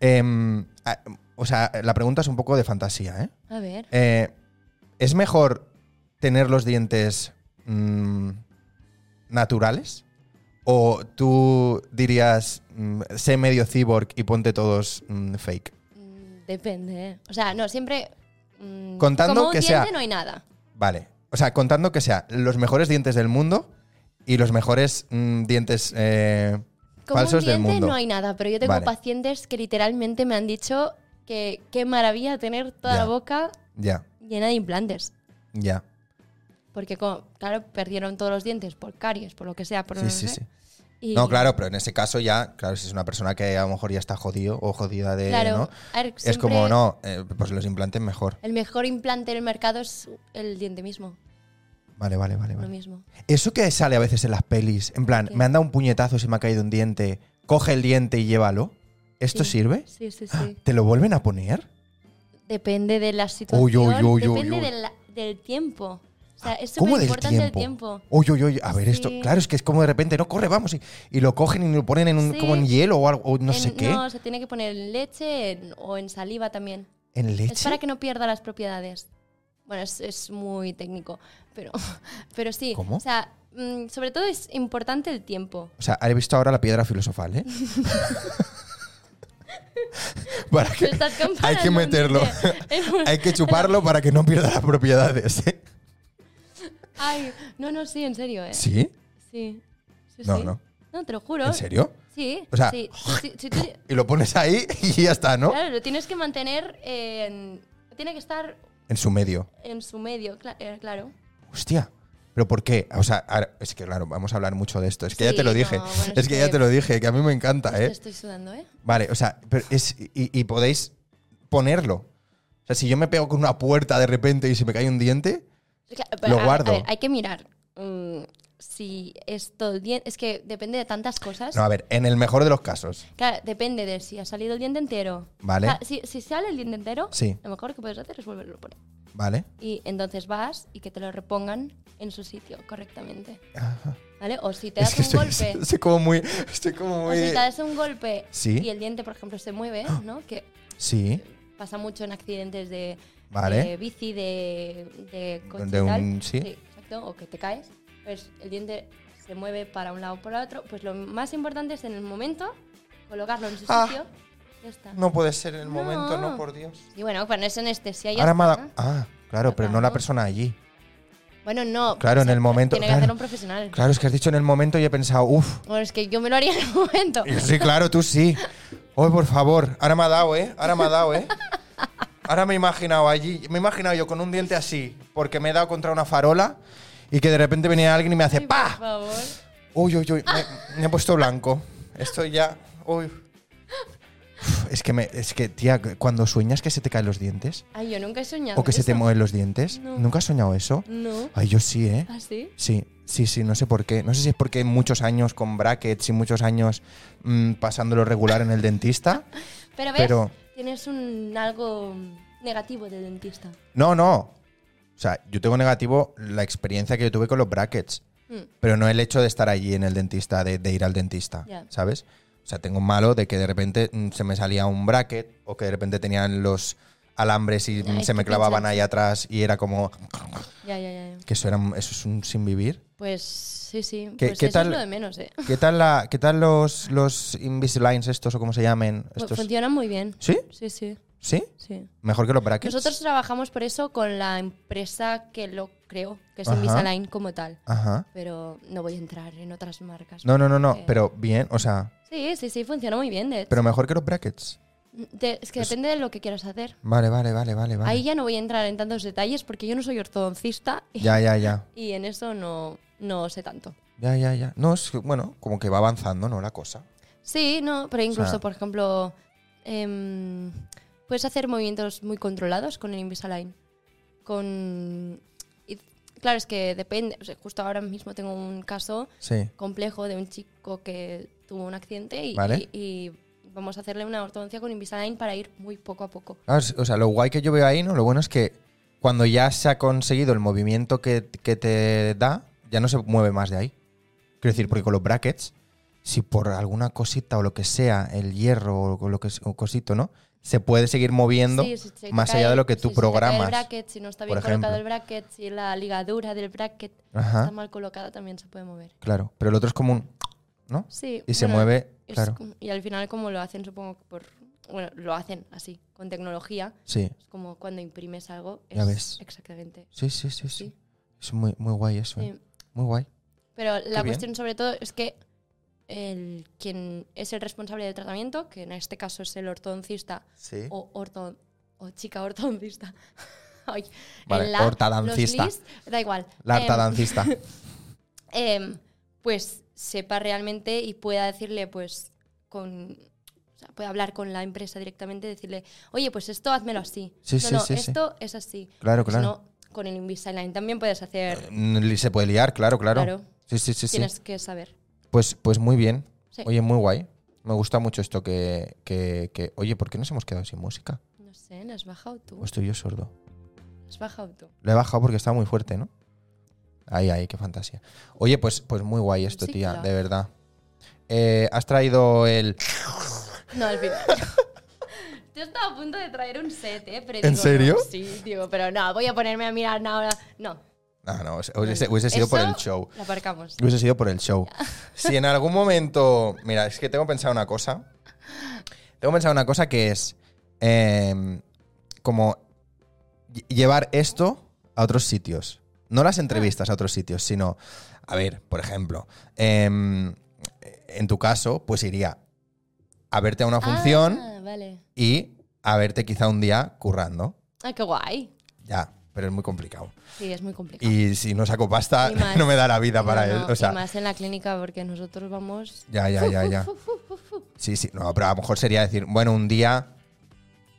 [SPEAKER 2] Em, ah, o sea, la pregunta es un poco de fantasía, ¿eh?
[SPEAKER 1] A ver.
[SPEAKER 2] Eh, ¿Es mejor tener los dientes mm, naturales? ¿O tú dirías, mm, sé medio cyborg y ponte todos mm, fake?
[SPEAKER 1] mm, Depende. ¿eh? O sea, no, siempre. mm,
[SPEAKER 2] Contando
[SPEAKER 1] como un
[SPEAKER 2] que
[SPEAKER 1] diente
[SPEAKER 2] sea-
[SPEAKER 1] no hay nada.
[SPEAKER 2] Vale. O sea, contando que sea los mejores dientes del mundo y los mejores mm, dientes eh,
[SPEAKER 1] Como
[SPEAKER 2] falsos
[SPEAKER 1] un diente
[SPEAKER 2] del mundo.
[SPEAKER 1] no hay nada, pero yo tengo
[SPEAKER 2] Vale.
[SPEAKER 1] pacientes que literalmente me han dicho que qué maravilla tener toda
[SPEAKER 2] Ya.
[SPEAKER 1] la boca
[SPEAKER 2] Ya,
[SPEAKER 1] llena de implantes.
[SPEAKER 2] ya.
[SPEAKER 1] Porque, co- claro, perdieron todos los dientes por caries, por lo que sea. Por
[SPEAKER 2] Sí,
[SPEAKER 1] no
[SPEAKER 2] sí,
[SPEAKER 1] sé.
[SPEAKER 2] sí.
[SPEAKER 1] Y-
[SPEAKER 2] No, claro, pero en ese caso ya, claro, si es una persona que a lo mejor ya está jodido o jodida de.
[SPEAKER 1] Claro,
[SPEAKER 2] eh, ¿no?
[SPEAKER 1] a ver,
[SPEAKER 2] Es
[SPEAKER 1] siempre
[SPEAKER 2] como, no, eh, pues los implantes mejor.
[SPEAKER 1] El mejor implante del mercado es el diente mismo,
[SPEAKER 2] Vale, vale, vale.
[SPEAKER 1] lo
[SPEAKER 2] vale.
[SPEAKER 1] mismo.
[SPEAKER 2] Eso que sale a veces en las pelis, en plan,
[SPEAKER 1] ¿Qué?
[SPEAKER 2] me han dado un puñetazo, se me ha caído un diente, coge el diente y llévalo. ¿Esto
[SPEAKER 1] Sí.
[SPEAKER 2] sirve?
[SPEAKER 1] Sí, sí, sí.
[SPEAKER 2] ¿Te lo vuelven a poner?
[SPEAKER 1] Depende de la situación,
[SPEAKER 2] Uy, uy, uy, uy,
[SPEAKER 1] depende
[SPEAKER 2] uy.
[SPEAKER 1] de la- del tiempo. O sea, es
[SPEAKER 2] ¿Cómo
[SPEAKER 1] súper
[SPEAKER 2] del
[SPEAKER 1] importante
[SPEAKER 2] tiempo?
[SPEAKER 1] el tiempo.
[SPEAKER 2] Oye, oye, oye, a ver esto.
[SPEAKER 1] Sí.
[SPEAKER 2] Claro, es que es como de repente, no, corre, vamos. Y, y lo cogen y lo ponen en un,
[SPEAKER 1] Sí.
[SPEAKER 2] como en hielo o algo, o no
[SPEAKER 1] En-
[SPEAKER 2] sé qué.
[SPEAKER 1] No, se tiene que poner en leche en- o en saliva también.
[SPEAKER 2] en leche.
[SPEAKER 1] Es para que no pierda las propiedades. Bueno, es, es muy técnico, pero, pero sí.
[SPEAKER 2] ¿Cómo?
[SPEAKER 1] O sea, mm, sobre todo es importante el tiempo.
[SPEAKER 2] O sea, he visto ahora la piedra filosofal, ¿eh? para que,
[SPEAKER 1] Pero estás
[SPEAKER 2] hay
[SPEAKER 1] comparando
[SPEAKER 2] que
[SPEAKER 1] un
[SPEAKER 2] meterlo.
[SPEAKER 1] diente en un-
[SPEAKER 2] hay que chuparlo para que no pierda las propiedades. ¿eh?
[SPEAKER 1] Ay, no, no, sí, en serio, ¿eh?
[SPEAKER 2] ¿Sí?
[SPEAKER 1] Sí. Sí,
[SPEAKER 2] No,
[SPEAKER 1] sí.
[SPEAKER 2] no.
[SPEAKER 1] No, te lo juro.
[SPEAKER 2] ¿En serio?
[SPEAKER 1] Sí.
[SPEAKER 2] O sea,
[SPEAKER 1] sí. Si- si tú-
[SPEAKER 2] Y lo pones ahí y ya está, ¿no?
[SPEAKER 1] Claro, lo tienes que mantener en. Tiene que estar
[SPEAKER 2] En su medio.
[SPEAKER 1] en su medio, cla- eh, claro.
[SPEAKER 2] Hostia. ¿Pero por qué? O sea, ahora- es que claro, vamos a hablar mucho de esto. Es que ya
[SPEAKER 1] Sí,
[SPEAKER 2] te lo
[SPEAKER 1] no,
[SPEAKER 2] dije.
[SPEAKER 1] bueno,
[SPEAKER 2] es
[SPEAKER 1] es
[SPEAKER 2] que
[SPEAKER 1] que-
[SPEAKER 2] ya te lo dije, que a mí me encanta,
[SPEAKER 1] Hostia,
[SPEAKER 2] ¿eh?
[SPEAKER 1] Estoy sudando, ¿eh?
[SPEAKER 2] Vale, o sea, pero es, y, y podéis ponerlo. O sea, si yo me pego con una puerta de repente y se me cae un diente,
[SPEAKER 1] Claro, pero
[SPEAKER 2] Lo
[SPEAKER 1] a- a
[SPEAKER 2] guardo.
[SPEAKER 1] ver, hay que mirar mm, si es todo el diente. Es que depende de tantas cosas.
[SPEAKER 2] no, a ver, en el mejor de los casos.
[SPEAKER 1] Claro, depende de si ha salido el diente entero.
[SPEAKER 2] Vale.
[SPEAKER 1] O sea, si, si sale el diente entero,
[SPEAKER 2] Sí.
[SPEAKER 1] lo mejor que puedes hacer es volverlo a poner.
[SPEAKER 2] ¿Vale?
[SPEAKER 1] Y entonces vas y que te lo repongan en su sitio correctamente.
[SPEAKER 2] Ajá.
[SPEAKER 1] ¿Vale? O si te
[SPEAKER 2] Es
[SPEAKER 1] das
[SPEAKER 2] que
[SPEAKER 1] un
[SPEAKER 2] estoy,
[SPEAKER 1] golpe. Pues
[SPEAKER 2] estoy como muy. Estoy
[SPEAKER 1] O
[SPEAKER 2] como muy.
[SPEAKER 1] si te das un golpe
[SPEAKER 2] Sí. Ah.
[SPEAKER 1] y el diente, por ejemplo, se mueve, ¿no? Que
[SPEAKER 2] Sí,
[SPEAKER 1] pasa mucho en accidentes de,
[SPEAKER 2] Vale.
[SPEAKER 1] de bici, de, de coche
[SPEAKER 2] De
[SPEAKER 1] y tal.
[SPEAKER 2] un- sí.
[SPEAKER 1] exacto, o que te caes. Pues el diente se mueve para un lado o para otro. Pues lo más importante es en el momento colocarlo en su
[SPEAKER 2] Ah.
[SPEAKER 1] sitio. Ya está.
[SPEAKER 2] no puede ser en el
[SPEAKER 1] No.
[SPEAKER 2] momento, no, por Dios.
[SPEAKER 1] Y bueno, cuando es este, anestesia ya
[SPEAKER 2] Ahora me ha
[SPEAKER 1] está.
[SPEAKER 2] dado- Ah, claro, pero no la persona allí.
[SPEAKER 1] Bueno, no. o
[SPEAKER 2] Claro, en
[SPEAKER 1] sea,
[SPEAKER 2] el momento,
[SPEAKER 1] Tiene
[SPEAKER 2] claro.
[SPEAKER 1] que hacer un profesional.
[SPEAKER 2] Claro, es que has dicho en el momento y he pensado, uff.
[SPEAKER 1] Bueno, es que yo me lo haría en el momento.
[SPEAKER 2] Sí, claro, tú sí. Oh, por favor. Ahora me ha dado, ¿eh? Ahora me ha dado, ¿eh? Ahora me he imaginado allí. Me he imaginado yo con un diente así, porque me he dado contra una farola y que de repente venía alguien y me hace
[SPEAKER 1] Ay, por
[SPEAKER 2] ¡pa!
[SPEAKER 1] favor.
[SPEAKER 2] Uy, uy, uy. Me, me he puesto blanco. Estoy ya. Uy. Uf, Es que, me, es que, tía, cuando sueñas que se te caen los dientes
[SPEAKER 1] Ay, yo nunca he soñado.
[SPEAKER 2] o que se te
[SPEAKER 1] eso.
[SPEAKER 2] mueven los dientes,
[SPEAKER 1] No.
[SPEAKER 2] ¿nunca has soñado eso?
[SPEAKER 1] No.
[SPEAKER 2] Ay, yo sí, ¿eh?
[SPEAKER 1] ¿Ah, sí?
[SPEAKER 2] Sí, sí, sí, no sé por qué. No sé si es porque muchos años con brackets y muchos años mm, pasándolo regular en el dentista.
[SPEAKER 1] Pero ves,
[SPEAKER 2] Pero-
[SPEAKER 1] tienes un algo negativo de dentista.
[SPEAKER 2] No, no. O sea, yo tengo negativo la experiencia que yo tuve con los brackets,
[SPEAKER 1] Mm.
[SPEAKER 2] pero no el hecho de estar allí en el dentista, de, de ir al dentista,
[SPEAKER 1] Ya.
[SPEAKER 2] ¿sabes? O sea, tengo un malo de que de repente mm, se me salía un bracket o que de repente tenían los alambres y
[SPEAKER 1] Ya,
[SPEAKER 2] mm,
[SPEAKER 1] es
[SPEAKER 2] se
[SPEAKER 1] que
[SPEAKER 2] me clavaban
[SPEAKER 1] pinchan.
[SPEAKER 2] ahí atrás y era como
[SPEAKER 1] Ya, ya, ya. ya.
[SPEAKER 2] que eso, era, un- eso es un sin vivir.
[SPEAKER 1] Pues sí, sí.
[SPEAKER 2] ¿Qué-
[SPEAKER 1] pues
[SPEAKER 2] qué
[SPEAKER 1] eso
[SPEAKER 2] tal-
[SPEAKER 1] es lo de menos, ¿eh?
[SPEAKER 2] ¿Qué tal, la, qué tal los, los Invisaligns estos o como se llamen?
[SPEAKER 1] Fu-
[SPEAKER 2] Estos?
[SPEAKER 1] Funcionan muy bien.
[SPEAKER 2] ¿Sí?
[SPEAKER 1] Sí, sí,
[SPEAKER 2] ¿Sí?
[SPEAKER 1] sí.
[SPEAKER 2] Mejor que los brackets.
[SPEAKER 1] Nosotros trabajamos por eso con la empresa que lo creó, que es
[SPEAKER 2] Ajá.
[SPEAKER 1] Invisalign como tal.
[SPEAKER 2] Ajá.
[SPEAKER 1] Pero no voy a entrar en otras marcas.
[SPEAKER 2] No, no, no, no.
[SPEAKER 1] Eh.
[SPEAKER 2] Pero bien, o sea,
[SPEAKER 1] Sí, sí, sí, funciona muy bien. De hecho.
[SPEAKER 2] pero mejor que los brackets.
[SPEAKER 1] De- es que depende de lo que quieras hacer.
[SPEAKER 2] Vale, vale, vale, vale, vale.
[SPEAKER 1] Ahí ya no voy a entrar en tantos detalles porque yo no soy ortodoncista y,
[SPEAKER 2] Ya, ya, ya.
[SPEAKER 1] y en eso no, no sé tanto.
[SPEAKER 2] Ya, ya, ya. No, es que, bueno, como que va avanzando, ¿no? La cosa.
[SPEAKER 1] Sí, no, pero incluso,
[SPEAKER 2] sea-
[SPEAKER 1] por ejemplo, em, puedes hacer movimientos muy controlados con el Invisalign. Con. y claro, es que depende. o sea, justo ahora mismo tengo un caso
[SPEAKER 2] Sí.
[SPEAKER 1] complejo de un chico que tuvo un accidente y,
[SPEAKER 2] Vale.
[SPEAKER 1] y- y vamos a hacerle una ortodoncia con Invisalign para ir muy poco a poco.
[SPEAKER 2] Ah, es- o sea, lo guay que yo veo ahí, ¿no? Lo bueno es que cuando ya se ha conseguido el movimiento que, que te da, ya no se mueve más de ahí. Quiero decir, porque con los brackets, si por alguna cosita o lo que sea, el hierro o lo que es- o cosito, ¿no? Se puede seguir moviendo
[SPEAKER 1] Sí, si se te
[SPEAKER 2] más
[SPEAKER 1] cae-
[SPEAKER 2] allá de lo que
[SPEAKER 1] si
[SPEAKER 2] tú
[SPEAKER 1] se te cae
[SPEAKER 2] programas.
[SPEAKER 1] el bracket, si no está
[SPEAKER 2] por
[SPEAKER 1] bien colocado el
[SPEAKER 2] ejemplo. Ah.
[SPEAKER 1] bracket, si la ligadura del bracket
[SPEAKER 2] Ajá.
[SPEAKER 1] está mal colocada, también se puede mover.
[SPEAKER 2] Claro, pero el otro es como un. ¿No?
[SPEAKER 1] Sí.
[SPEAKER 2] Y se
[SPEAKER 1] bueno,
[SPEAKER 2] mueve,
[SPEAKER 1] es
[SPEAKER 2] claro.
[SPEAKER 1] como- Y al final, como lo hacen, supongo que por. Bueno, lo hacen así, con tecnología.
[SPEAKER 2] Sí,
[SPEAKER 1] Es como cuando imprimes algo.
[SPEAKER 2] Ya
[SPEAKER 1] es
[SPEAKER 2] ves.
[SPEAKER 1] Exactamente.
[SPEAKER 2] sí, sí, sí. sí.
[SPEAKER 1] Sí.
[SPEAKER 2] Es muy, muy guay eso. ¿eh?
[SPEAKER 1] Sí.
[SPEAKER 2] Muy guay.
[SPEAKER 1] Pero
[SPEAKER 2] bien.
[SPEAKER 1] la cuestión, sobre todo, es que el, quien es el responsable del tratamiento, que en este caso es el ortodoncista
[SPEAKER 2] Sí.
[SPEAKER 1] o, orto, o chica ortodoncista. Ay,
[SPEAKER 2] Vale,
[SPEAKER 1] en la-
[SPEAKER 2] hortadancista.
[SPEAKER 1] los lis, da igual.
[SPEAKER 2] La
[SPEAKER 1] Em,
[SPEAKER 2] harta dancista.
[SPEAKER 1] em, pues sepa realmente y pueda decirle, pues, con. o sea, puede hablar con la empresa directamente y decirle, oye, pues esto házmelo así.
[SPEAKER 2] Sí,
[SPEAKER 1] no,
[SPEAKER 2] sí,
[SPEAKER 1] no,
[SPEAKER 2] sí, sí.
[SPEAKER 1] esto es así.
[SPEAKER 2] Claro,
[SPEAKER 1] Porque
[SPEAKER 2] claro.
[SPEAKER 1] Si no, con el Invisalign también puedes hacer.
[SPEAKER 2] Mm, li- se puede liar, claro, claro.
[SPEAKER 1] Claro.
[SPEAKER 2] Sí, sí, sí. sí.
[SPEAKER 1] Tienes que saber.
[SPEAKER 2] Pues, pues muy bien.
[SPEAKER 1] Sí.
[SPEAKER 2] Oye, muy guay. Me gusta mucho esto que, que, que- Oye, ¿por qué nos hemos quedado sin música?
[SPEAKER 1] No sé, ¿la has bajado tú?
[SPEAKER 2] ¿O estoy yo sordo?
[SPEAKER 1] ¿La has bajado tú?
[SPEAKER 2] Lo he bajado porque estaba muy fuerte, ¿no? Ahí, ahí, qué fantasía. Oye, pues, pues muy guay esto,
[SPEAKER 1] Sí,
[SPEAKER 2] tía,
[SPEAKER 1] claro.
[SPEAKER 2] de verdad. Eh, has traído el.
[SPEAKER 1] No, al final. Yo estaba a punto de traer un set, ¿eh? Pero
[SPEAKER 2] ¿En
[SPEAKER 1] digo,
[SPEAKER 2] serio?
[SPEAKER 1] no, sí, digo, pero no, voy a ponerme a mirar ahora. No.
[SPEAKER 2] No, no, hubiese, hubiese sido
[SPEAKER 1] Eso
[SPEAKER 2] por el show.
[SPEAKER 1] Lo aparcamos.
[SPEAKER 2] Hubiese sido por el show. Si en algún momento. Mira, es que tengo pensado una cosa. Tengo pensado una cosa que es. eh, como. lle- Llevar esto a otros sitios. No las entrevistas a otros sitios, sino. A ver, por ejemplo. em, eh, en tu caso, pues iría a verte a una función
[SPEAKER 1] Ah, vale.
[SPEAKER 2] y a verte quizá un día currando.
[SPEAKER 1] Ah, qué guay.
[SPEAKER 2] Ya, pero es muy complicado.
[SPEAKER 1] Sí, es muy complicado.
[SPEAKER 2] Y si no saco pasta,
[SPEAKER 1] Y más.
[SPEAKER 2] no me da la vida para
[SPEAKER 1] No,
[SPEAKER 2] él.
[SPEAKER 1] no,
[SPEAKER 2] O sea,
[SPEAKER 1] y más en la clínica porque nosotros vamos...
[SPEAKER 2] ya, ya, ya, ya. Sí, sí, no, pero a lo mejor sería decir, bueno, un día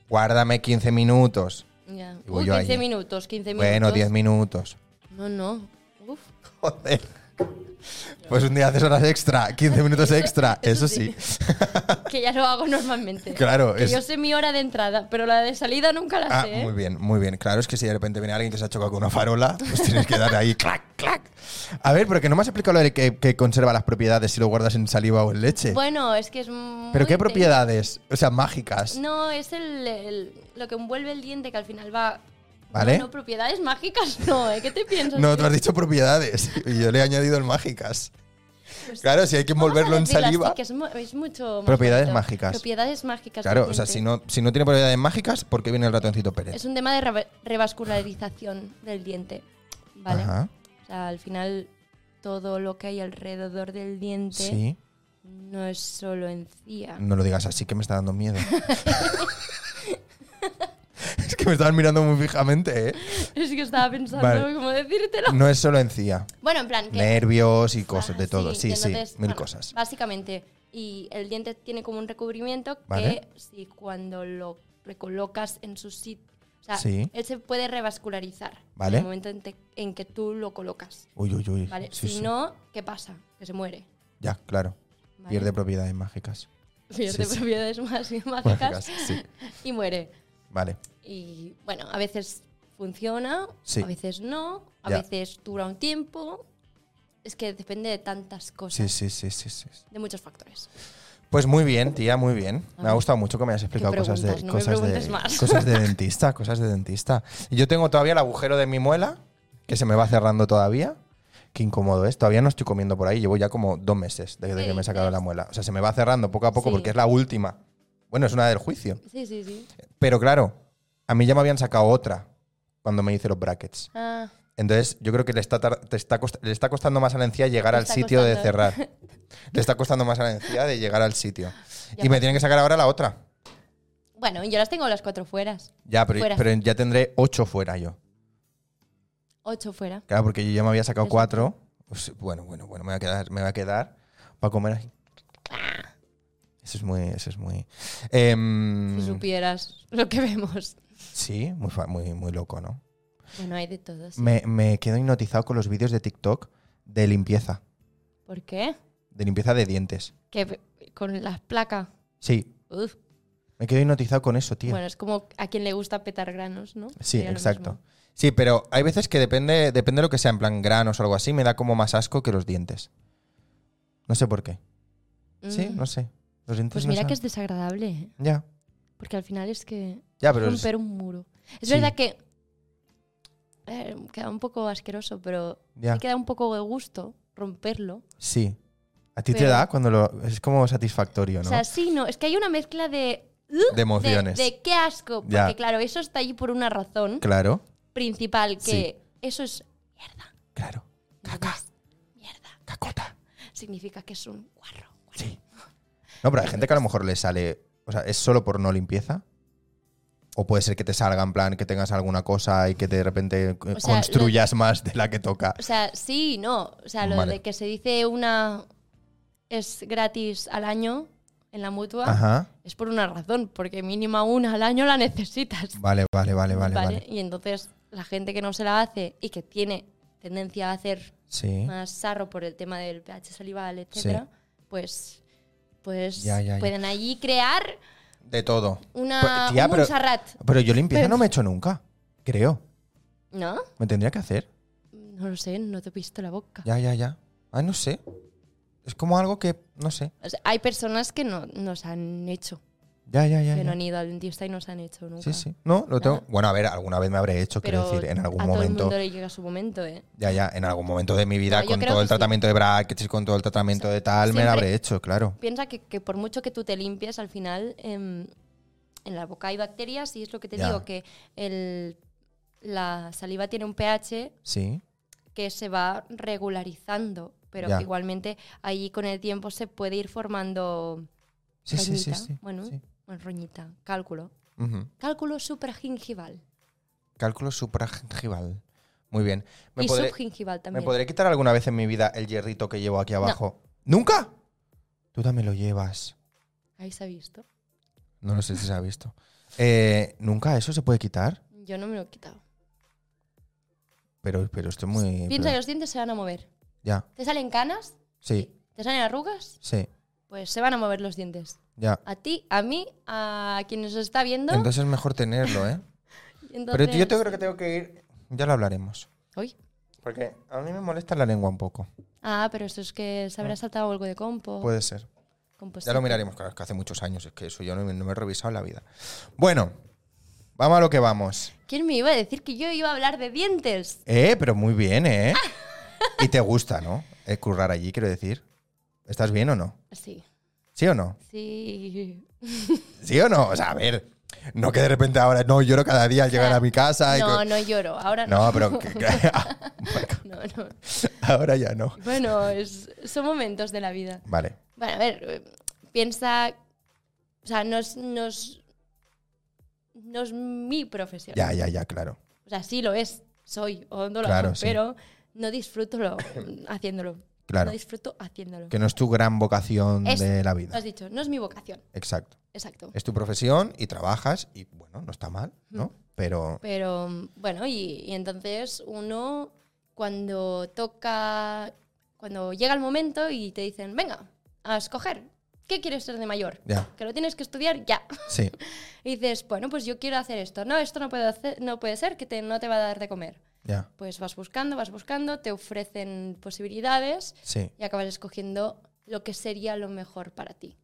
[SPEAKER 2] guárdame 15 minutos.
[SPEAKER 1] Ya.
[SPEAKER 2] Y voy
[SPEAKER 1] Uy,
[SPEAKER 2] yo
[SPEAKER 1] 15
[SPEAKER 2] ahí.
[SPEAKER 1] minutos, 15 minutos.
[SPEAKER 2] Bueno, 10 minutos.
[SPEAKER 1] No, no. Uf.
[SPEAKER 2] Joder. Pues un día haces horas extra, 15 minutos extra, eso
[SPEAKER 1] Eso
[SPEAKER 2] sí.
[SPEAKER 1] Que ya lo hago normalmente.
[SPEAKER 2] Claro,
[SPEAKER 1] Que
[SPEAKER 2] es-
[SPEAKER 1] yo sé mi hora de entrada, pero la de salida nunca la
[SPEAKER 2] Ah,
[SPEAKER 1] sé. ¿eh?
[SPEAKER 2] muy bien, muy bien. Claro, es que si de repente viene alguien que se ha chocado con una farola, pues tienes que dar ahí, clac, clac. A ver, porque no me has explicado lo de que, que conserva las propiedades si lo guardas en saliva o en leche.
[SPEAKER 1] Bueno, es que es muy
[SPEAKER 2] ¿Pero qué
[SPEAKER 1] intenso.
[SPEAKER 2] propiedades? O sea, mágicas.
[SPEAKER 1] No, es el, el- lo que envuelve el diente que al final va...
[SPEAKER 2] ¿Vale?
[SPEAKER 1] No, no, propiedades mágicas no, ¿eh? ¿Qué te piensas?
[SPEAKER 2] No,
[SPEAKER 1] tío?
[SPEAKER 2] tú has dicho propiedades y yo le he añadido el mágicas.
[SPEAKER 1] Pues-
[SPEAKER 2] Claro, si hay que
[SPEAKER 1] Vamos a
[SPEAKER 2] envolverlo en
[SPEAKER 1] decirlo así,
[SPEAKER 2] saliva.
[SPEAKER 1] que es, mu- es mucho más
[SPEAKER 2] Propiedades
[SPEAKER 1] bonito.
[SPEAKER 2] mágicas.
[SPEAKER 1] Propiedades mágicas.
[SPEAKER 2] Claro,
[SPEAKER 1] del
[SPEAKER 2] o sea,
[SPEAKER 1] diente.
[SPEAKER 2] si no, si no tiene propiedades mágicas, ¿por qué viene el ratoncito Pérez?
[SPEAKER 1] Es un tema de reva- revascularización del diente, ¿vale?
[SPEAKER 2] Ajá,
[SPEAKER 1] O sea, al final todo lo que hay alrededor del diente
[SPEAKER 2] sí. Mm.
[SPEAKER 1] no es solo encía.
[SPEAKER 2] No lo digas así, que me está dando miedo. es que me estaban mirando muy fijamente, ¿eh?
[SPEAKER 1] Es que estaba pensando
[SPEAKER 2] Vale.
[SPEAKER 1] cómo decírtelo.
[SPEAKER 2] No es solo encía.
[SPEAKER 1] Bueno, en plan que...
[SPEAKER 2] Nervios y cosas,
[SPEAKER 1] Ah,
[SPEAKER 2] de todo. Sí,
[SPEAKER 1] que
[SPEAKER 2] sí,
[SPEAKER 1] entonces,
[SPEAKER 2] mil
[SPEAKER 1] bueno,
[SPEAKER 2] cosas.
[SPEAKER 1] Básicamente, y el diente tiene como un recubrimiento
[SPEAKER 2] Vale.
[SPEAKER 1] que si cuando lo recolocas en su sitio, o sea,
[SPEAKER 2] Sí.
[SPEAKER 1] él se puede revascularizar
[SPEAKER 2] Vale.
[SPEAKER 1] en el momento en, te- en que tú lo colocas,
[SPEAKER 2] Uy, uy, uy.
[SPEAKER 1] ¿vale?
[SPEAKER 2] Sí,
[SPEAKER 1] si
[SPEAKER 2] sí.
[SPEAKER 1] no, ¿qué pasa? Que se muere.
[SPEAKER 2] Ya, claro.
[SPEAKER 1] ¿vale?
[SPEAKER 2] Pierde propiedades mágicas.
[SPEAKER 1] Pierde
[SPEAKER 2] sí, sí.
[SPEAKER 1] propiedades más mágicas
[SPEAKER 2] Mágicas, sí.
[SPEAKER 1] y muere.
[SPEAKER 2] Vale.
[SPEAKER 1] Y bueno, a veces funciona,
[SPEAKER 2] Sí.
[SPEAKER 1] a veces no, a
[SPEAKER 2] Ya.
[SPEAKER 1] veces dura un tiempo. Es que depende de tantas
[SPEAKER 2] Sí,
[SPEAKER 1] cosas,
[SPEAKER 2] sí, sí, sí, sí.
[SPEAKER 1] de muchos factores.
[SPEAKER 2] Pues muy bien, tía, muy bien. Me ha
[SPEAKER 1] Ah.
[SPEAKER 2] gustado mucho que me hayas explicado cosas de,
[SPEAKER 1] preguntas? No me
[SPEAKER 2] cosas, de,
[SPEAKER 1] preguntes más.
[SPEAKER 2] cosas de dentista, cosas de dentista. Y Yo tengo todavía el agujero de mi muela, que se me va cerrando todavía. Qué incómodo es. Todavía no estoy comiendo por ahí. Llevo ya como dos meses desde
[SPEAKER 1] ¿Qué
[SPEAKER 2] que me he
[SPEAKER 1] dices?
[SPEAKER 2] sacado la muela. O sea, se me va cerrando poco a poco
[SPEAKER 1] Sí.
[SPEAKER 2] porque es la última. Bueno, es una del juicio.
[SPEAKER 1] Sí, sí, sí.
[SPEAKER 2] Pero claro, a mí ya me habían sacado otra cuando me hice los brackets.
[SPEAKER 1] Ah,
[SPEAKER 2] Entonces, yo creo que le está, tar- te está cost- le está costando más a la encía llegar
[SPEAKER 1] Le
[SPEAKER 2] al
[SPEAKER 1] está
[SPEAKER 2] sitio de
[SPEAKER 1] costando.
[SPEAKER 2] cerrar. Le está costando más a la encía de llegar al sitio.
[SPEAKER 1] Ya.
[SPEAKER 2] Y me tienen que sacar ahora la otra.
[SPEAKER 1] bueno, yo las tengo las cuatro fueras.
[SPEAKER 2] Ya, pero,
[SPEAKER 1] Fuera.
[SPEAKER 2] pero ya tendré ocho fuera yo.
[SPEAKER 1] Ocho fuera.
[SPEAKER 2] Claro, porque yo ya me había sacado
[SPEAKER 1] Exacto.
[SPEAKER 2] cuatro. Pues, bueno, bueno, bueno, me voy a quedar, me voy a quedar para comer así. Eso es muy, eso es muy. Em,
[SPEAKER 1] Si supieras lo que vemos.
[SPEAKER 2] sí, muy, fa- muy, muy loco, ¿no?
[SPEAKER 1] Bueno, hay de todos.
[SPEAKER 2] Me, me quedo hipnotizado con los vídeos de TikTok de limpieza,
[SPEAKER 1] ¿Por qué?
[SPEAKER 2] de limpieza de dientes.
[SPEAKER 1] Que p- con las placas.
[SPEAKER 2] Sí,
[SPEAKER 1] Uf.
[SPEAKER 2] me quedo hipnotizado con eso, tío.
[SPEAKER 1] Bueno, es como a quien le gusta petar granos, ¿no?
[SPEAKER 2] Sí,
[SPEAKER 1] Sería lo
[SPEAKER 2] exacto.
[SPEAKER 1] mismo.
[SPEAKER 2] Sí, pero hay veces que depende, depende de lo que sea, en plan granos o algo así, me da como más asco que los dientes. No sé por qué. Sí,
[SPEAKER 1] Mm.
[SPEAKER 2] no sé. Los dientes
[SPEAKER 1] Pues
[SPEAKER 2] no
[SPEAKER 1] mira
[SPEAKER 2] saben.
[SPEAKER 1] que es desagradable, ¿eh?
[SPEAKER 2] Ya,
[SPEAKER 1] porque al final es que
[SPEAKER 2] ya, Ah, pero. es-
[SPEAKER 1] romper un muro. Es
[SPEAKER 2] Sí.
[SPEAKER 1] verdad que eh, queda un poco asqueroso, pero
[SPEAKER 2] ya,
[SPEAKER 1] me queda un poco de gusto romperlo.
[SPEAKER 2] sí. A ti te
[SPEAKER 1] Pero-
[SPEAKER 2] da cuando lo. Es como satisfactorio,
[SPEAKER 1] O
[SPEAKER 2] ¿no?
[SPEAKER 1] sea, sí, no, es que hay una mezcla de... uh,
[SPEAKER 2] de emociones.
[SPEAKER 1] De, de qué asco, porque
[SPEAKER 2] Ya.
[SPEAKER 1] claro, eso está allí por una razón
[SPEAKER 2] Claro,
[SPEAKER 1] principal, que
[SPEAKER 2] Sí.
[SPEAKER 1] eso es mierda.
[SPEAKER 2] claro. Caca,
[SPEAKER 1] Entonces, Mierda.
[SPEAKER 2] cacota.
[SPEAKER 1] Significa que es un guarro. guarro.
[SPEAKER 2] Sí. No, pero hay gente que a lo mejor le sale. O sea, ¿es solo por no limpieza? O puede ser que te salga en plan que tengas alguna cosa y que de repente eh,
[SPEAKER 1] O sea,
[SPEAKER 2] construyas más de la que toca.
[SPEAKER 1] O sea, sí, y no. O sea, lo
[SPEAKER 2] Vale.
[SPEAKER 1] de que se dice una es gratis al año en la mutua
[SPEAKER 2] Ajá.
[SPEAKER 1] es por una razón, porque mínima una al año la necesitas.
[SPEAKER 2] Vale, vale, vale, vale, vale.
[SPEAKER 1] Y entonces la gente que no se la hace y que tiene tendencia a hacer
[SPEAKER 2] Sí.
[SPEAKER 1] más sarro por el tema del pH salival, etcétera, pues, pues
[SPEAKER 2] Ya, ya, ya.
[SPEAKER 1] pueden allí crear
[SPEAKER 2] De todo.
[SPEAKER 1] una
[SPEAKER 2] Pero, Pues, tía,
[SPEAKER 1] un
[SPEAKER 2] pero-
[SPEAKER 1] Montserrat,
[SPEAKER 2] Pero yo limpieza
[SPEAKER 1] Pero-
[SPEAKER 2] no me he hecho nunca. Creo.
[SPEAKER 1] ¿no?
[SPEAKER 2] Me tendría que hacer.
[SPEAKER 1] No lo sé, no te he visto la boca.
[SPEAKER 2] Ya, ya, ya. Ah, no sé. Es como algo que. No sé.
[SPEAKER 1] O sea, hay personas que no nos han hecho,
[SPEAKER 2] Ya, ya, ya.
[SPEAKER 1] que no
[SPEAKER 2] ya.
[SPEAKER 1] han ido al dentista y no se han hecho nunca.
[SPEAKER 2] Sí, sí. No, lo tengo.
[SPEAKER 1] Nada.
[SPEAKER 2] Bueno, a ver, alguna vez me habré hecho,
[SPEAKER 1] Pero
[SPEAKER 2] quiero decir, en algún
[SPEAKER 1] a todo el
[SPEAKER 2] momento.
[SPEAKER 1] mundo le llega su momento, ¿eh?
[SPEAKER 2] Ya, ya, en algún momento de mi vida,
[SPEAKER 1] No, yo
[SPEAKER 2] con
[SPEAKER 1] creo
[SPEAKER 2] todo el
[SPEAKER 1] que sí.
[SPEAKER 2] tratamiento de brackets y con todo el tratamiento de tal, me lo
[SPEAKER 1] siempre-
[SPEAKER 2] habré hecho, claro.
[SPEAKER 1] Piensa que, que por mucho que tú te limpies, al final em, en la boca hay bacterias y es lo que te
[SPEAKER 2] Ya.
[SPEAKER 1] digo, que el- la saliva tiene un pH
[SPEAKER 2] Sí.
[SPEAKER 1] que se va regularizando pero
[SPEAKER 2] Ya.
[SPEAKER 1] igualmente ahí con el tiempo se puede ir formando
[SPEAKER 2] Sí, sí, sí,
[SPEAKER 1] roñita,
[SPEAKER 2] sí.
[SPEAKER 1] bueno,
[SPEAKER 2] sí.
[SPEAKER 1] bueno, roñita, cálculo.
[SPEAKER 2] Ujú.
[SPEAKER 1] Cálculo supragingival
[SPEAKER 2] Cálculo supragingival. Muy bien. ¿Me,
[SPEAKER 1] y
[SPEAKER 2] podré,
[SPEAKER 1] subgingival
[SPEAKER 2] ¿Me
[SPEAKER 1] también.
[SPEAKER 2] podré quitar alguna vez en mi vida el hierrito que llevo aquí abajo? ¿Nunca? Tú también lo llevas.
[SPEAKER 1] Ahí se ha visto.
[SPEAKER 2] No lo sé si se ha visto. Eh, ¿Nunca eso se puede quitar?
[SPEAKER 1] Yo no me lo he quitado.
[SPEAKER 2] Pero, pero estoy muy...
[SPEAKER 1] Piensa que
[SPEAKER 2] pero-
[SPEAKER 1] los dientes se van a mover.
[SPEAKER 2] ya,
[SPEAKER 1] ¿Te salen canas?
[SPEAKER 2] sí,
[SPEAKER 1] ¿Te salen arrugas?
[SPEAKER 2] sí,
[SPEAKER 1] Pues se van a mover los dientes.
[SPEAKER 2] ya.
[SPEAKER 1] A ti, a mí, a quien nos está viendo.
[SPEAKER 2] Entonces es mejor tenerlo, ¿eh? Pero yo te- creo que tengo que ir... Ya lo hablaremos.
[SPEAKER 1] Uy.
[SPEAKER 2] Porque a mí me molesta la lengua un poco.
[SPEAKER 1] Ah, pero eso es que se habrá saltado algo de compo.
[SPEAKER 2] Puede ser.
[SPEAKER 1] composite.
[SPEAKER 2] Ah. Pues, Ya lo miraremos, claro, es que hace muchos años, es que eso yo no, me- no me he revisado en la vida. Bueno, vamos a lo que vamos.
[SPEAKER 1] ¿Quién me iba a decir que yo iba a hablar de dientes?
[SPEAKER 2] Eh, pero muy bien, ¿eh? y te gusta, ¿no? Eh, currar allí, quiero decir. ¿Estás bien o no?
[SPEAKER 1] Sí,
[SPEAKER 2] ¿Sí o no?
[SPEAKER 1] sí.
[SPEAKER 2] ¿Sí o no? O sea, a ver, no que de repente ahora, no, lloro cada día al llegar a mi casa. Y
[SPEAKER 1] no,
[SPEAKER 2] co-
[SPEAKER 1] no lloro. Ahora no.
[SPEAKER 2] No, pero que- que- ah,
[SPEAKER 1] No, no.
[SPEAKER 2] ahora ya no.
[SPEAKER 1] Bueno, es- son momentos de la vida.
[SPEAKER 2] Vale,
[SPEAKER 1] Bueno, a ver, eh, piensa. O sea, no es, no es- no es mi profesión.
[SPEAKER 2] ya, ya, ya, claro.
[SPEAKER 1] O sea, sí lo es, soy odontólogo,
[SPEAKER 2] Claro, sí.
[SPEAKER 1] pero no disfruto lo- haciéndolo.
[SPEAKER 2] Claro.
[SPEAKER 1] No disfruto haciéndolo.
[SPEAKER 2] Que no es tu gran vocación
[SPEAKER 1] Eso,
[SPEAKER 2] de la
[SPEAKER 1] Lo
[SPEAKER 2] vida.
[SPEAKER 1] has dicho, no es mi vocación,
[SPEAKER 2] Exacto.
[SPEAKER 1] exacto.
[SPEAKER 2] Es tu profesión y trabajas y, bueno, no está mal, ¿no? Pero
[SPEAKER 1] Pero mm, bueno, y, y entonces uno cuando toca, cuando llega el momento y te dicen, venga, a escoger, ¿qué quieres ser de mayor?
[SPEAKER 2] Ya,
[SPEAKER 1] Que lo tienes que estudiar ya.
[SPEAKER 2] sí,
[SPEAKER 1] Y dices, bueno, pues yo quiero hacer esto. No, esto no puede, hacer- no puede ser, que te- no te va a dar de comer.
[SPEAKER 2] ya,
[SPEAKER 1] Pues vas buscando, vas buscando, te ofrecen posibilidades
[SPEAKER 2] sí,
[SPEAKER 1] y acabas escogiendo lo que sería lo mejor para ti,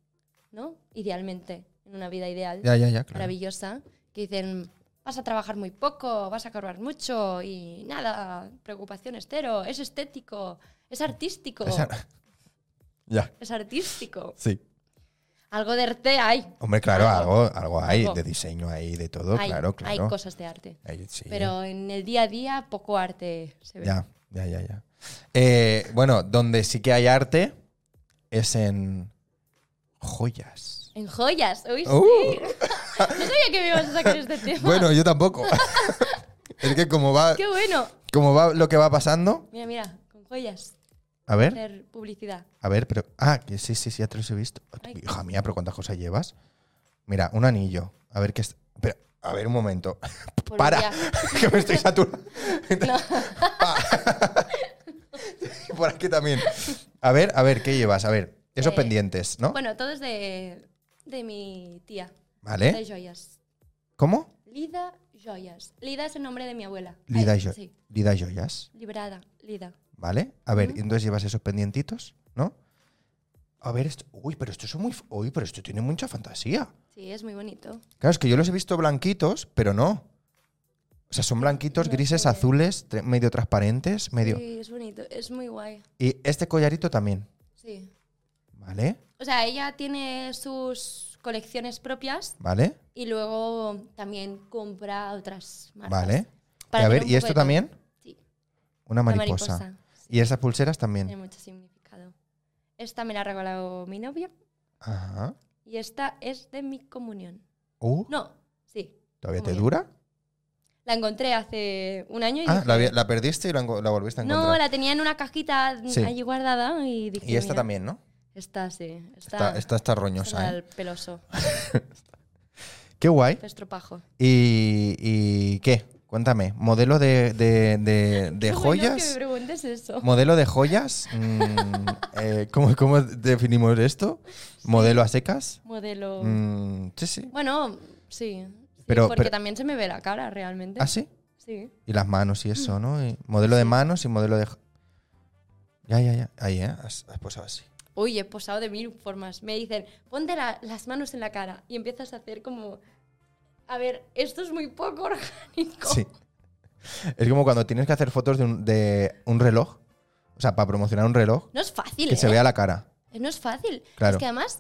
[SPEAKER 1] ¿no? Idealmente, en una vida ideal,
[SPEAKER 2] ya, ya, ya, claro.
[SPEAKER 1] maravillosa, que dicen, vas a trabajar muy poco, vas a cobrar mucho y nada, preocupación estero, es estético, es artístico,
[SPEAKER 2] Esa- ya,
[SPEAKER 1] es artístico.
[SPEAKER 2] sí.
[SPEAKER 1] Algo de arte hay,
[SPEAKER 2] Hombre, claro,
[SPEAKER 1] Algo.
[SPEAKER 2] algo, algo hay
[SPEAKER 1] Algo.
[SPEAKER 2] de diseño ahí, de todo,
[SPEAKER 1] hay,
[SPEAKER 2] claro,
[SPEAKER 1] hay
[SPEAKER 2] claro.
[SPEAKER 1] cosas de arte,
[SPEAKER 2] Ahí, sí.
[SPEAKER 1] pero en el día a día poco arte se ve.
[SPEAKER 2] Ya, ya, ya, ya. Eh, bueno, donde sí que hay arte es en joyas.
[SPEAKER 1] En joyas, uy, sí.
[SPEAKER 2] Uh.
[SPEAKER 1] No sabía que me ibas a sacar este tema.
[SPEAKER 2] Bueno, yo tampoco. es que como va,
[SPEAKER 1] Qué bueno.
[SPEAKER 2] como va lo que va pasando.
[SPEAKER 1] Mira, mira, con joyas,
[SPEAKER 2] ¿Eh? A ver,
[SPEAKER 1] hacer publicidad.
[SPEAKER 2] a ver, pero. Ah, que sí, sí, sí, ya te los he visto.
[SPEAKER 1] Ay.
[SPEAKER 2] Hija mía, pero cuántas cosas llevas. Mira, un anillo. A ver qué es. Pero, a ver, un momento.
[SPEAKER 1] Por
[SPEAKER 2] Para,
[SPEAKER 1] un día.
[SPEAKER 2] que me estoy saturando. Pa. Y Por aquí también. A ver, a ver, ¿qué llevas? A ver, esos
[SPEAKER 1] Eh,
[SPEAKER 2] pendientes, ¿no?
[SPEAKER 1] Bueno, todo es de, de mi tía, Lida
[SPEAKER 2] ¿Vale?
[SPEAKER 1] Joyas.
[SPEAKER 2] ¿Cómo?
[SPEAKER 1] Lida Joyas. Lida es el nombre de mi abuela.
[SPEAKER 2] Lida,
[SPEAKER 1] Ay,
[SPEAKER 2] Jo-
[SPEAKER 1] Sí,
[SPEAKER 2] Lida Joyas,
[SPEAKER 1] librada, Lida.
[SPEAKER 2] ¿vale? A ver,
[SPEAKER 1] Ujú.
[SPEAKER 2] entonces llevas esos pendientitos, ¿no? A ver, esto, uy, pero esto es muy, f- uy, pero esto tiene mucha fantasía.
[SPEAKER 1] Sí, es muy bonito.
[SPEAKER 2] Claro, es que yo los he visto blanquitos, pero no. O sea, son blanquitos,
[SPEAKER 1] No
[SPEAKER 2] grises,
[SPEAKER 1] sé.
[SPEAKER 2] azules, tre- medio transparentes, medio.
[SPEAKER 1] Sí, es bonito, es muy guay.
[SPEAKER 2] Y este collarito también,
[SPEAKER 1] Sí.
[SPEAKER 2] ¿vale?
[SPEAKER 1] O sea, ella tiene sus colecciones propias
[SPEAKER 2] ¿Vale?
[SPEAKER 1] y luego también compra otras marcas.
[SPEAKER 2] ¿Vale. Y
[SPEAKER 1] Para
[SPEAKER 2] a
[SPEAKER 1] tener
[SPEAKER 2] ver,
[SPEAKER 1] un
[SPEAKER 2] ¿y
[SPEAKER 1] poco
[SPEAKER 2] esto
[SPEAKER 1] de todo.
[SPEAKER 2] también?
[SPEAKER 1] Sí,
[SPEAKER 2] Una
[SPEAKER 1] la
[SPEAKER 2] mariposa. Y esas pulseras
[SPEAKER 1] Tiene
[SPEAKER 2] también.
[SPEAKER 1] mucho significado. Esta me la ha regalado mi novio
[SPEAKER 2] Ajá.
[SPEAKER 1] y esta es de mi comunión.
[SPEAKER 2] Uh,
[SPEAKER 1] No, sí.
[SPEAKER 2] ¿Todavía
[SPEAKER 1] muy
[SPEAKER 2] te
[SPEAKER 1] bien.
[SPEAKER 2] dura?
[SPEAKER 1] La encontré hace un año y
[SPEAKER 2] Ah,
[SPEAKER 1] dije,
[SPEAKER 2] la, había- la perdiste y la, enco- la volviste a encontrar.
[SPEAKER 1] no, la tenía en una cajita
[SPEAKER 2] Sí.
[SPEAKER 1] allí guardada y dije,
[SPEAKER 2] Y esta
[SPEAKER 1] "Mira,
[SPEAKER 2] también, ¿no?
[SPEAKER 1] Esta sí, esta,
[SPEAKER 2] Esta, esta está roñosa,
[SPEAKER 1] está
[SPEAKER 2] ¿eh?
[SPEAKER 1] el peloso,
[SPEAKER 2] Qué guay.
[SPEAKER 1] estropajo.
[SPEAKER 2] ¿Y, y qué? Cuéntame, ¿modelo de, de- de- de
[SPEAKER 1] Qué bueno que me
[SPEAKER 2] joyas?
[SPEAKER 1] preguntes eso.
[SPEAKER 2] ¿Modelo de joyas? Mm, eh, ¿cómo, cómo definimos esto? ¿Modelo a secas?
[SPEAKER 1] Modelo.
[SPEAKER 2] Mm, sí, sí.
[SPEAKER 1] Bueno, sí. sí,
[SPEAKER 2] Pero-
[SPEAKER 1] porque
[SPEAKER 2] pero-
[SPEAKER 1] también se me ve la cara realmente.
[SPEAKER 2] ¿Ah, sí?
[SPEAKER 1] Sí.
[SPEAKER 2] Y las manos y
[SPEAKER 1] Mm.
[SPEAKER 2] eso, ¿no? Y modelo de manos y modelo de... jo- Ya, ya, ya. Ahí, ¿eh? Has, has posado así.
[SPEAKER 1] Uy, he posado de mil formas. Me dicen, ponte la- las manos en la cara y empiezas a hacer como. A ver, esto es muy poco orgánico.
[SPEAKER 2] Sí. Es como cuando tienes que hacer fotos de un, de un reloj, o sea, para promocionar un reloj,
[SPEAKER 1] No es fácil.
[SPEAKER 2] que se
[SPEAKER 1] ¿eh?
[SPEAKER 2] vea la cara.
[SPEAKER 1] Eh, No es fácil.
[SPEAKER 2] Claro.
[SPEAKER 1] Es que además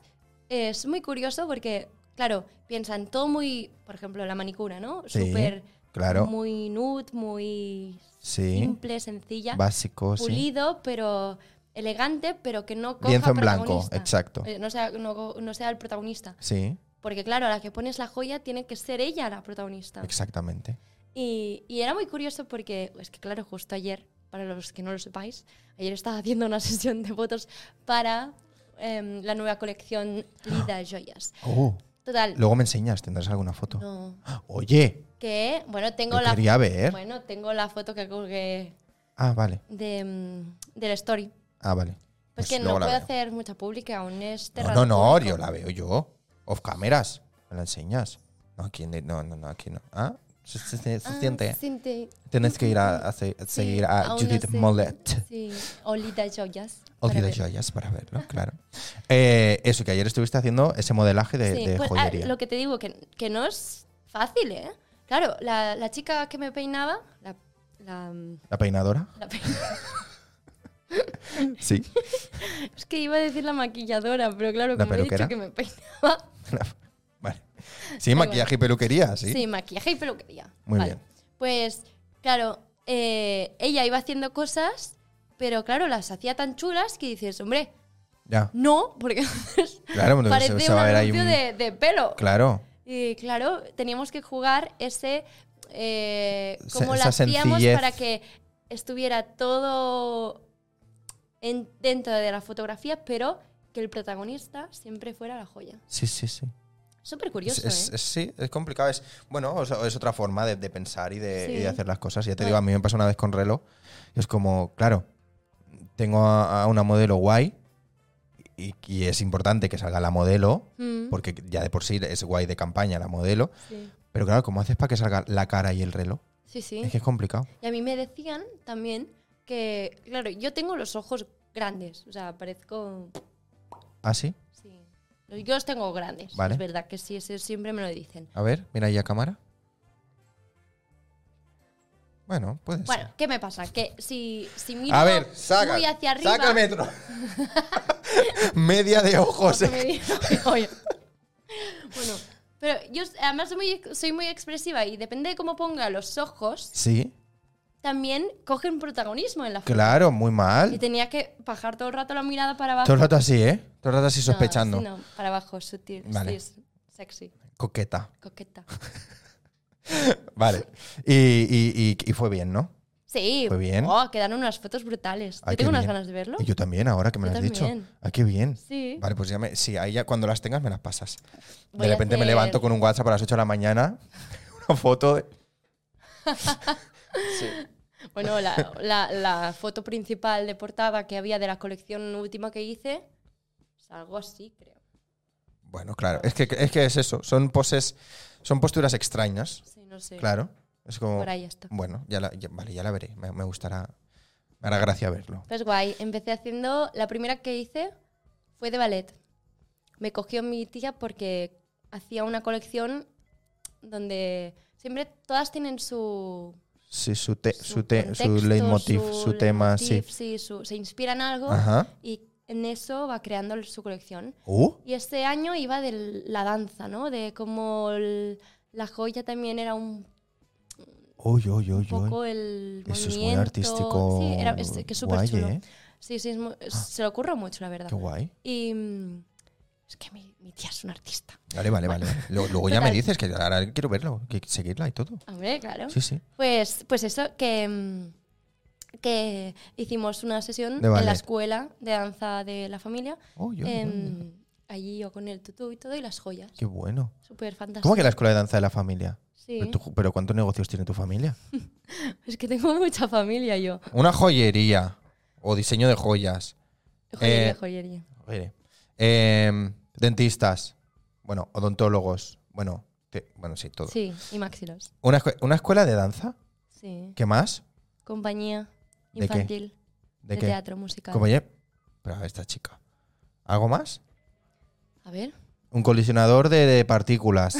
[SPEAKER 1] eh, es muy curioso porque, claro, piensan todo muy, por ejemplo, la manicura, ¿no?
[SPEAKER 2] Sí,
[SPEAKER 1] Súper,
[SPEAKER 2] claro.
[SPEAKER 1] muy nude, muy
[SPEAKER 2] Sí.
[SPEAKER 1] simple, sencilla,
[SPEAKER 2] Básico, sí.
[SPEAKER 1] pulido, pero elegante, pero que no coja
[SPEAKER 2] Lienzo en blanco,
[SPEAKER 1] protagonista.
[SPEAKER 2] exacto.
[SPEAKER 1] Eh, No sea, no- no sea el protagonista.
[SPEAKER 2] Sí,
[SPEAKER 1] Porque claro, a la que pones la joya tiene que ser ella la protagonista.
[SPEAKER 2] exactamente.
[SPEAKER 1] Y, y era muy curioso porque, es que claro, justo ayer, para los que no lo sepáis, ayer estaba haciendo una sesión de votos para em, la nueva colección Lida Joyas.
[SPEAKER 2] Oh,
[SPEAKER 1] Total,
[SPEAKER 2] luego me enseñas, tendrás alguna foto.
[SPEAKER 1] no,
[SPEAKER 2] Oye,
[SPEAKER 1] que, bueno, tengo
[SPEAKER 2] lo
[SPEAKER 1] la,
[SPEAKER 2] quería ver.
[SPEAKER 1] bueno, tengo la foto que colgué
[SPEAKER 2] Ah, vale.
[SPEAKER 1] de, em, de la story.
[SPEAKER 2] Ah, vale.
[SPEAKER 1] Pues,
[SPEAKER 2] Pues
[SPEAKER 1] que no
[SPEAKER 2] luego
[SPEAKER 1] puedo
[SPEAKER 2] la veo.
[SPEAKER 1] hacer mucha pública, aún es
[SPEAKER 2] No,
[SPEAKER 1] terrado
[SPEAKER 2] no, no,
[SPEAKER 1] público.
[SPEAKER 2] yo la veo yo. Off cameras. Me la enseñas. No, aquí ni- no, no, no, aquí no. ¿Ah? Se, se- se- se
[SPEAKER 1] Ah,
[SPEAKER 2] siente.
[SPEAKER 1] siente.
[SPEAKER 2] Tienes que ir a, a se- a seguir a
[SPEAKER 1] aún
[SPEAKER 2] Judith
[SPEAKER 1] así.
[SPEAKER 2] Mollet.
[SPEAKER 1] Sí, o Lida Joyas.
[SPEAKER 2] O
[SPEAKER 1] para
[SPEAKER 2] Lila
[SPEAKER 1] ver.
[SPEAKER 2] Joyas para verlo, claro. Eh, eso, que ayer estuviste haciendo ese modelaje de,
[SPEAKER 1] Sí,
[SPEAKER 2] de
[SPEAKER 1] pues, ah,
[SPEAKER 2] joyería.
[SPEAKER 1] lo que te digo, que, que no es fácil, ¿eh? Claro, la, la chica que me peinaba, la, la,
[SPEAKER 2] ¿La peinadora?
[SPEAKER 1] la pe- Mm.
[SPEAKER 2] Sí.
[SPEAKER 1] es que iba a decir la maquilladora, pero claro,
[SPEAKER 2] ¿La
[SPEAKER 1] como he
[SPEAKER 2] peluquera?
[SPEAKER 1] dicho que me peinaba.
[SPEAKER 2] vale. Sí, maquillaje y peluquería, sí.
[SPEAKER 1] Sí, maquillaje y peluquería.
[SPEAKER 2] Muy
[SPEAKER 1] Vale.
[SPEAKER 2] bien.
[SPEAKER 1] Pues, claro, eh, ella iba haciendo cosas, pero claro, las hacía tan chulas que dices, hombre,
[SPEAKER 2] Ya.
[SPEAKER 1] no, porque
[SPEAKER 2] Claro, porque
[SPEAKER 1] parece
[SPEAKER 2] se, se
[SPEAKER 1] un
[SPEAKER 2] va a ver ahí
[SPEAKER 1] anuncio
[SPEAKER 2] un-
[SPEAKER 1] de, de pelo.
[SPEAKER 2] Claro.
[SPEAKER 1] Y claro, teníamos que jugar ese. Eh,
[SPEAKER 2] Esa-
[SPEAKER 1] cómo lo
[SPEAKER 2] esa
[SPEAKER 1] hacíamos
[SPEAKER 2] sencillez.
[SPEAKER 1] para que estuviera todo en- dentro de la fotografía, pero que el protagonista siempre fuera la joya.
[SPEAKER 2] Sí, sí, sí.
[SPEAKER 1] Súper
[SPEAKER 2] Es,
[SPEAKER 1] curioso,
[SPEAKER 2] es-
[SPEAKER 1] ¿eh?
[SPEAKER 2] es- sí, es complicado. Es, bueno, o sea, es otra forma de, de pensar y de,
[SPEAKER 1] Sí.
[SPEAKER 2] y de hacer las cosas. Ya te
[SPEAKER 1] Bueno.
[SPEAKER 2] digo, a mí me pasó una vez con reloj. Y es como, claro, tengo a, a una modelo guay y, y es importante que salga la modelo,
[SPEAKER 1] Mm,
[SPEAKER 2] porque ya de por sí es guay de campaña la modelo.
[SPEAKER 1] sí.
[SPEAKER 2] Pero claro, ¿cómo haces para que salga la cara y el reloj?
[SPEAKER 1] sí, sí.
[SPEAKER 2] Es que es complicado.
[SPEAKER 1] Y a mí me decían también que, claro, yo tengo los ojos grandes, o sea, parezco...
[SPEAKER 2] ¿Ah, sí?
[SPEAKER 1] Sí. Yo los tengo grandes,
[SPEAKER 2] Vale.
[SPEAKER 1] es verdad que sí, eso siempre me lo dicen.
[SPEAKER 2] A ver, mira ahí a cámara. Bueno, puede ser.
[SPEAKER 1] Bueno, ¿qué me pasa? Que si, si miro
[SPEAKER 2] a ver, saca.
[SPEAKER 1] muy hacia arriba.
[SPEAKER 2] Saca metro. Media de ojos. eh.
[SPEAKER 1] Ojo, me di- Oye. bueno, pero yo además soy muy, soy muy expresiva y depende de cómo ponga los ojos,
[SPEAKER 2] Sí,
[SPEAKER 1] también cogen protagonismo en la foto.
[SPEAKER 2] claro, muy
[SPEAKER 1] Y
[SPEAKER 2] mal.
[SPEAKER 1] tenía que bajar todo el rato la mirada para abajo.
[SPEAKER 2] Todo el rato así, ¿eh? Todo el rato así
[SPEAKER 1] No,
[SPEAKER 2] sospechando.
[SPEAKER 1] sí, No, para abajo, sutil.
[SPEAKER 2] Vale.
[SPEAKER 1] sí, es sexy,
[SPEAKER 2] Coqueta.
[SPEAKER 1] coqueta.
[SPEAKER 2] Vale. Y, y- y- y fue bien, ¿no?
[SPEAKER 1] Sí,
[SPEAKER 2] Fue bien.
[SPEAKER 1] Oh, quedaron unas fotos brutales. yo
[SPEAKER 2] Ay, qué
[SPEAKER 1] tengo unas
[SPEAKER 2] bien.
[SPEAKER 1] ganas de verlo.
[SPEAKER 2] Y yo también, ahora que me
[SPEAKER 1] Yo
[SPEAKER 2] lo has dicho.
[SPEAKER 1] también.
[SPEAKER 2] Ah, qué bien.
[SPEAKER 1] Sí.
[SPEAKER 2] Vale, pues ya me. Sí, ahí ya cuando las tengas me las pasas.
[SPEAKER 1] Voy
[SPEAKER 2] de
[SPEAKER 1] a
[SPEAKER 2] repente me
[SPEAKER 1] hacer-
[SPEAKER 2] levanto con un WhatsApp a las 8 de la mañana. Una foto de.
[SPEAKER 1] Bueno, la, la- la foto principal de portada que había de la colección última que hice es algo así, creo.
[SPEAKER 2] Bueno, claro. Es que es, que es eso. Son poses. Son posturas extrañas.
[SPEAKER 1] Sí, no sé.
[SPEAKER 2] Claro. Es como.
[SPEAKER 1] Por ahí está.
[SPEAKER 2] Bueno, ya la, ya- vale, ya la veré. Me, me gustará. Me hará gracia verlo.
[SPEAKER 1] Pues guay, empecé haciendo, la primera que hice fue de ballet. Me cogió mi tía porque hacía una colección donde siempre todas tienen su...
[SPEAKER 2] Sí, su, te-
[SPEAKER 1] Su,
[SPEAKER 2] su, te- su
[SPEAKER 1] contexto,
[SPEAKER 2] leitmotiv, su, tema,
[SPEAKER 1] leitmotiv,
[SPEAKER 2] sí.
[SPEAKER 1] su- se inspiran en algo
[SPEAKER 2] Ajá.
[SPEAKER 1] y en eso va creando su colección.
[SPEAKER 2] Uh,
[SPEAKER 1] Y este año iba de la danza, ¿no? De cómo el- la joya también era un
[SPEAKER 2] uy, uy, uy, uy.
[SPEAKER 1] poco el movimiento.
[SPEAKER 2] Eso es muy artístico.
[SPEAKER 1] Sí, era, es que es súper
[SPEAKER 2] guay,
[SPEAKER 1] chulo.
[SPEAKER 2] ¿eh? Ah.
[SPEAKER 1] Sí, sí, es mu- se le ocurrió mucho, la verdad.
[SPEAKER 2] Qué guay.
[SPEAKER 1] Y mm, es que mi, mi tía es una artista.
[SPEAKER 2] Vale, vale, vale. vale. Luego, luego ya me
[SPEAKER 1] Total.
[SPEAKER 2] dices que ahora quiero verlo, que seguirla y todo.
[SPEAKER 1] Hombre, claro.
[SPEAKER 2] Sí, sí.
[SPEAKER 1] Pues, pues eso, que, mm, que hicimos una sesión
[SPEAKER 2] De
[SPEAKER 1] en
[SPEAKER 2] ballet.
[SPEAKER 1] la escuela de danza de la familia.
[SPEAKER 2] Uy, uy, uy,
[SPEAKER 1] em,
[SPEAKER 2] uy.
[SPEAKER 1] allí yo con el tutú y todo y las joyas.
[SPEAKER 2] Qué bueno.
[SPEAKER 1] Súper fantástico.
[SPEAKER 2] ¿Cómo que la escuela de danza de la familia?
[SPEAKER 1] Sí.
[SPEAKER 2] Pero, tú- pero ¿cuántos negocios tiene tu familia?
[SPEAKER 1] Es que tengo mucha familia yo.
[SPEAKER 2] Una joyería o diseño de joyas.
[SPEAKER 1] Joyería,
[SPEAKER 2] Eh,
[SPEAKER 1] joyería.
[SPEAKER 2] Oye, em, dentistas. Bueno, odontólogos. Bueno, te- bueno sí, todo.
[SPEAKER 1] Sí, y máxilos.
[SPEAKER 2] Una, escue- una escuela de danza?
[SPEAKER 1] Sí.
[SPEAKER 2] ¿Qué más?
[SPEAKER 1] Compañía
[SPEAKER 2] ¿De qué?
[SPEAKER 1] infantil
[SPEAKER 2] ¿De,
[SPEAKER 1] de
[SPEAKER 2] qué?
[SPEAKER 1] teatro musical.
[SPEAKER 2] Como ya- Pero a ver, esta chica. ¿Algo más?
[SPEAKER 1] A ver.
[SPEAKER 2] Un colisionador de, de partículas.